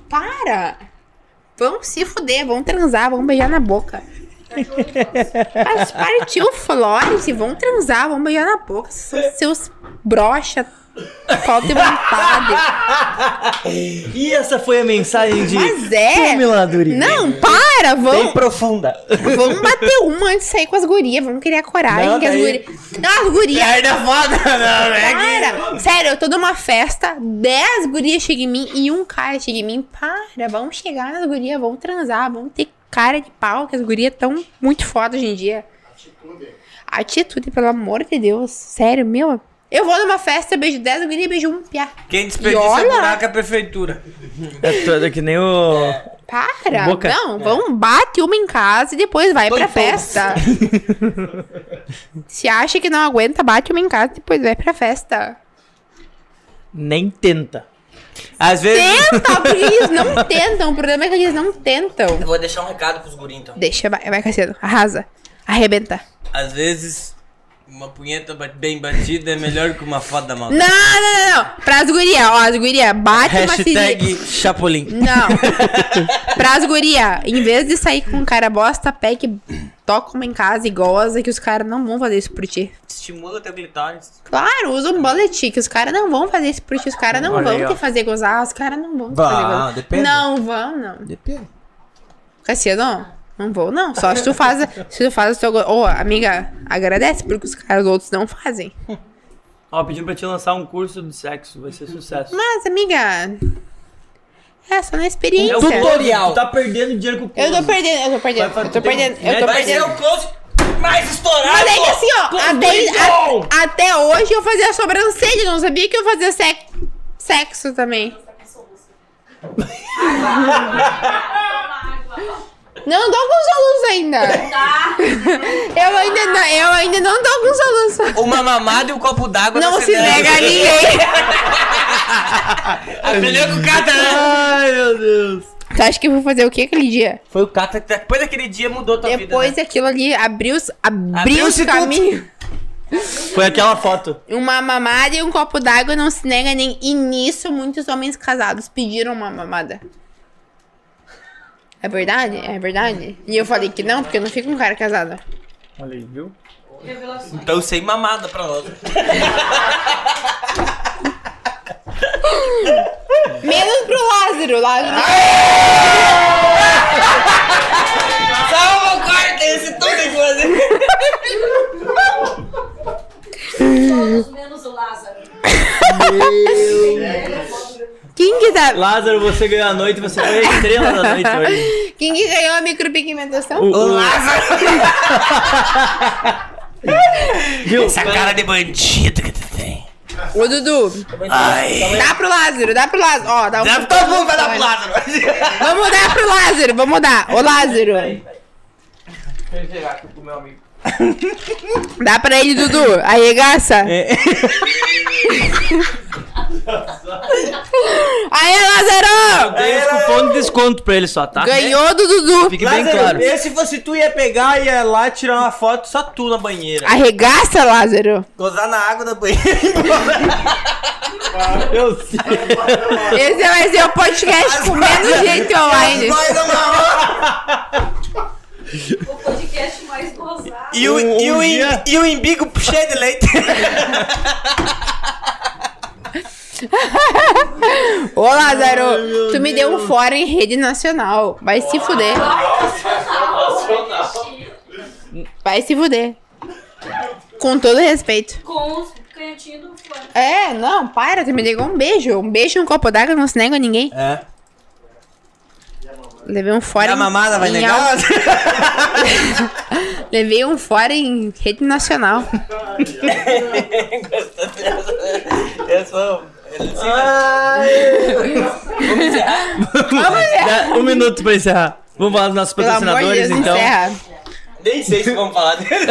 D: Para! Vão se fuder, vão transar, vão beijar na boca. Mas partiu Flores e vão transar, vão beijar na boca. Vocês são seus brocha, falta de vontade.
A: E essa foi a mensagem de
D: Mas é.
A: Pamela Duri.
D: Não, para!
H: Bem
D: Vão,
H: profunda.
D: vamos bater uma antes de sair com as gurias. Vamos criar coragem.
H: Não,
D: que as
H: daí-
D: gurias. Não, as gurias.
H: Merda foda, não, né?
D: Para! Sério, eu tô numa festa, 10 gurias chegam em mim e um cara chega em mim. Para, vamos chegar nas gurias, vamos transar, vamos ter cara de pau, que as gurias tão muito foda hoje em dia. Atitude. Atitude, pelo amor de Deus. Sério, meu. Eu vou numa festa, beijo 10 gurias e beijo um piá.
B: Quem
D: E
B: desperdiça
D: olha-
B: buraco é a prefeitura.
A: É toda que nem o.
D: Para!
A: Boca.
D: Não, vamos, bate uma em casa e depois vai pra festa. Se acha que não aguenta, bate uma em casa e depois vai pra festa.
A: Nem tenta.
H: Às vezes.
D: Tenta, porque eles não tentam. O problema é que eles não tentam.
B: Eu vou deixar um recado pros guri, então.
D: Deixa, vai, vai Cassiano. Arrasa. Arrebenta.
B: Às vezes, uma punheta ba- bem batida é melhor que uma foda mal.
D: Não, é não, não, não. Pras guria, ó, as guria, bate uma
H: Hashtag
D: ciri...
H: Chapolin.
D: Não. (laughs) Pras guria, em vez de sair com um cara bosta, pega e toca uma em casa e goza que os caras não vão fazer isso por ti.
B: Estimula teu clitóris.
D: Claro, usa um boletim, que os caras não vão fazer isso por ti, os caras não
A: Olha
D: vão
A: aí, ó.
D: te fazer gozar, os caras não vão te
H: Vá,
D: fazer gozar.
H: depende.
D: Não vão, não.
H: Depende.
D: Cassiano, não vou, não. Só se tu faz, se tu faz o teu... go- Ô, amiga, agradece, porque os caras outros não fazem.
G: Ó, pedindo pra te lançar um curso de sexo, vai ser sucesso.
D: Mas, amiga. É só na experiência.
G: Tu tá perdendo dinheiro com o
D: Eu tô perdendo, eu tô perdendo, eu tô perdendo, eu tô
B: Vai ser é
D: perdendo.
B: o close mais estourado!
D: Mas é que assim, ó, até, a- até hoje eu fazia sobrancelha, eu não sabia que eu fazia sec- sexo também. Não tô com soluço ainda. (laughs) Eu ainda não, eu ainda não tô com soluço.
B: Uma mamada e um copo d'água
D: Não
B: na
D: se
B: cidade.
D: nega a ninguém.
B: A É melhor que o Cata, né?
D: Tu acha que eu vou fazer o que aquele dia?
B: Foi o Cata que depois daquele dia mudou tua
D: Depois
B: vida. né?
D: daquilo ali abriu os, abriu os
B: Abriu-se tudo.
D: caminhos.
H: Foi aquela foto.
D: Uma mamada e um copo d'água não se nega nem. E nisso, muitos homens casados pediram uma mamada. É verdade? É verdade? E eu falei que não, porque eu não fico com um cara casado.
A: Olha aí, viu?
B: Né? Então sem mamada pra nós.
D: Menos pro Lázaro. Lázaro.
B: Salva o quarto, esse tudo tem que fazer.
F: Todos menos o Lázaro.
D: Quem, que tá-
A: Lázaro, você ganhou a noite, você foi a estrela da noite hoje.
D: Quem que ganhou a micropigmentação?
B: (laughs)
A: Viu?
B: Essa cara de bandido que tu tem.
D: Ô, Dudu.
B: Ai.
D: Dá pro Lázaro, dá pro Lázaro. Ó, dá um.
B: Dá- Todo mundo Tá vai dar pro Lázaro.
D: Vamos dar pro Lázaro, vamos dar. Ô, Lázaro. (laughs) Dá pra ele, Dudu. Arregaça.
H: É.
D: (laughs) Aê, Lázaro!
G: Tem os cupom de desconto pra ele só, tá?
D: Ganhou do Dudu.
G: Fique bem claro.
H: Se fosse tu, ia pegar, ia lá tirar uma foto, só tu na banheira.
D: Arregaça, Lázaro.
H: Gozar na água né, da (laughs) banheira. Eu sei.
D: Esse vai ser o podcast com menos gente online.
H: Vai numa hora.
F: O podcast mais gozado.
B: E o,
H: um,
B: e, o
H: um
B: im-
H: dia-
B: e o imbigo cheio de leite.
D: Ô, Lázaro, tu me deu um fora em rede nacional. Vai se fuder. Vai se fuder. Com todo respeito.
F: Com os canhotinhos do fone.
D: É, não, para, tu me negou um beijo. Um beijo e um copo d'água não se nega a ninguém.
B: É.
D: Levei um fora.
B: E a
D: em-
B: mamada vai
D: em
B: negar?
D: al- (laughs) Levei um fora em rede nacional.
B: Eu sou.
H: Dá um minuto pra encerrar. Vamos falar dos nossos
D: Pelo amor de
H: patrocinadores,
D: Deus,
H: então.
D: encerra.
B: Nem sei se vamos falar dele.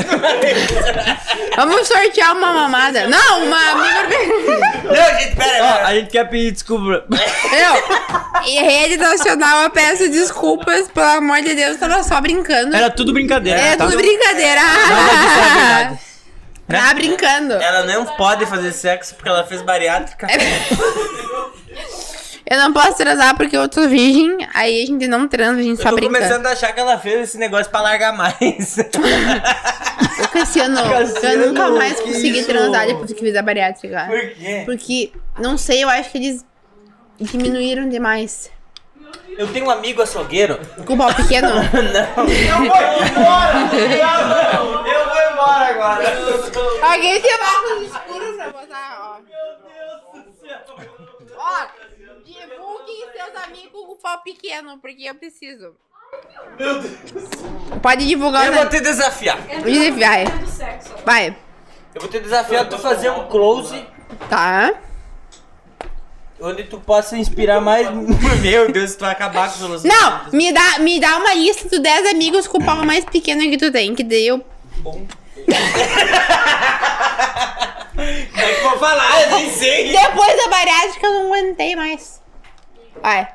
D: Vamos sortear uma mamada. Não, uma micro...
B: Não, gente, pera,
H: Ó,
B: pera.
H: a gente quer pedir desculpa.
D: É. Eu, em rede nacional, eu peço desculpas. Pelo amor de Deus, tava só brincando.
H: Era tudo brincadeira,
D: É
H: tá?
D: tudo brincadeira.
H: verdade.
D: (laughs) Tá brincando.
B: Ela não pode fazer sexo porque ela fez bariátrica.
D: Eu não posso transar porque eu tô virgem. Aí a gente não transa, a gente
B: Eu
D: só
B: tô
D: brinca.
B: começando a achar que ela fez esse negócio pra largar mais. (laughs)
D: Ô, Cassiano,
B: Cassiano,
D: eu nunca mais
B: que
D: consegui
B: isso?
D: transar depois que fiz a bariátrica.
B: Por quê?
D: Porque, não sei, eu acho que eles diminuíram demais.
B: Eu tenho um amigo açougueiro.
D: Com o pau
B: (laughs)
D: pequeno.
C: Eu vou embora agora.
D: Alguém tem óculos escuros pra botar, ó. Ó, divulguem seus amigos com o pau pequeno, porque eu preciso. Pode divulgar
B: Eu
D: o
B: vou te desafiar.
D: Ih, vai.
F: É Do sexo.
D: Vai,
B: Eu vou te desafiar tu fazer um close
D: tá.
B: onde tu possa inspirar mais. (laughs) Meu Deus, se tu vai acabar com os
D: Não, me dá, me dá uma lista dos 10 amigos com o pau mais pequeno que tu tem, que daí eu...
B: É que eu vou falar, eu nem sei.
D: Depois da bariátrica eu não aguentei mais. Vai,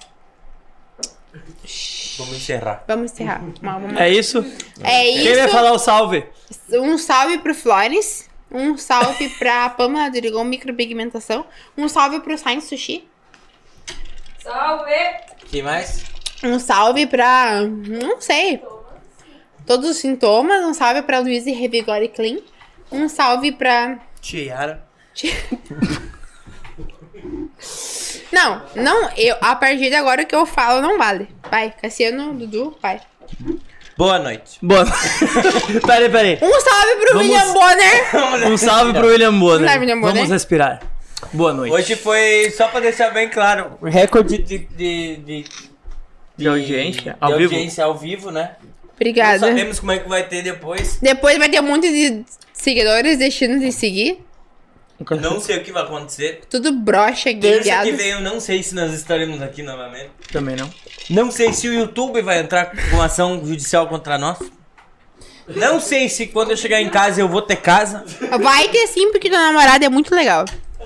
B: Vamos encerrar.
D: vamos encerrar. Uma- uma-
H: É isso?
D: É
H: Quem vai
D: isso,
H: falar o salve?
D: um salve pro Flores, um salve pra Pamela (laughs) Durigon Micropigmentação, um salve pro Science Sushi,
F: Salve!
B: Quem mais?
D: um salve pra... não sei, todos os sintomas, um salve pra Luiz e Revigore Clean, um salve pra...
B: Tiara.
D: Não, não, eu, a partir de agora o que eu falo não vale. Vai, Cassiano, Dudu, vai.
B: Boa noite.
H: Boa. (laughs) peraí, peraí.
D: Um salve pro
H: Vamos-
D: William Bonner.
H: Um salve pro William Bonner.
D: Não é William Bonner?
H: Vamos respirar. Boa noite.
B: Hoje foi, só pra deixar bem claro, o recorde de. de, de,
H: de audiência,
B: de
H: ao vivo.
B: audiência ao vivo, né? Não
D: Obrigada.
B: sabemos como é que vai ter depois.
D: Depois vai ter um monte de seguidores deixando de seguir.
B: Não sei o que vai acontecer.
D: Tudo broxa, gay,
B: Terça
D: viado.
B: que vem eu não sei se nós estaremos aqui novamente.
H: Também não.
B: Não sei se o YouTube vai entrar com ação judicial contra nós. Não sei se quando eu chegar em casa eu vou ter casa.
D: Vai ter sim, porque tua namorada é muito legal.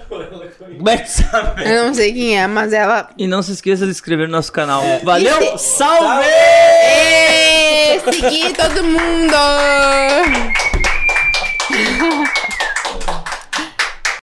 B: Como é que tu sabe?
D: Eu não sei quem é, mas ela.
H: E não se esqueça de inscrever no nosso canal. Valeu!
D: E se-
H: Salve!
D: É, Ê, seguir todo mundo!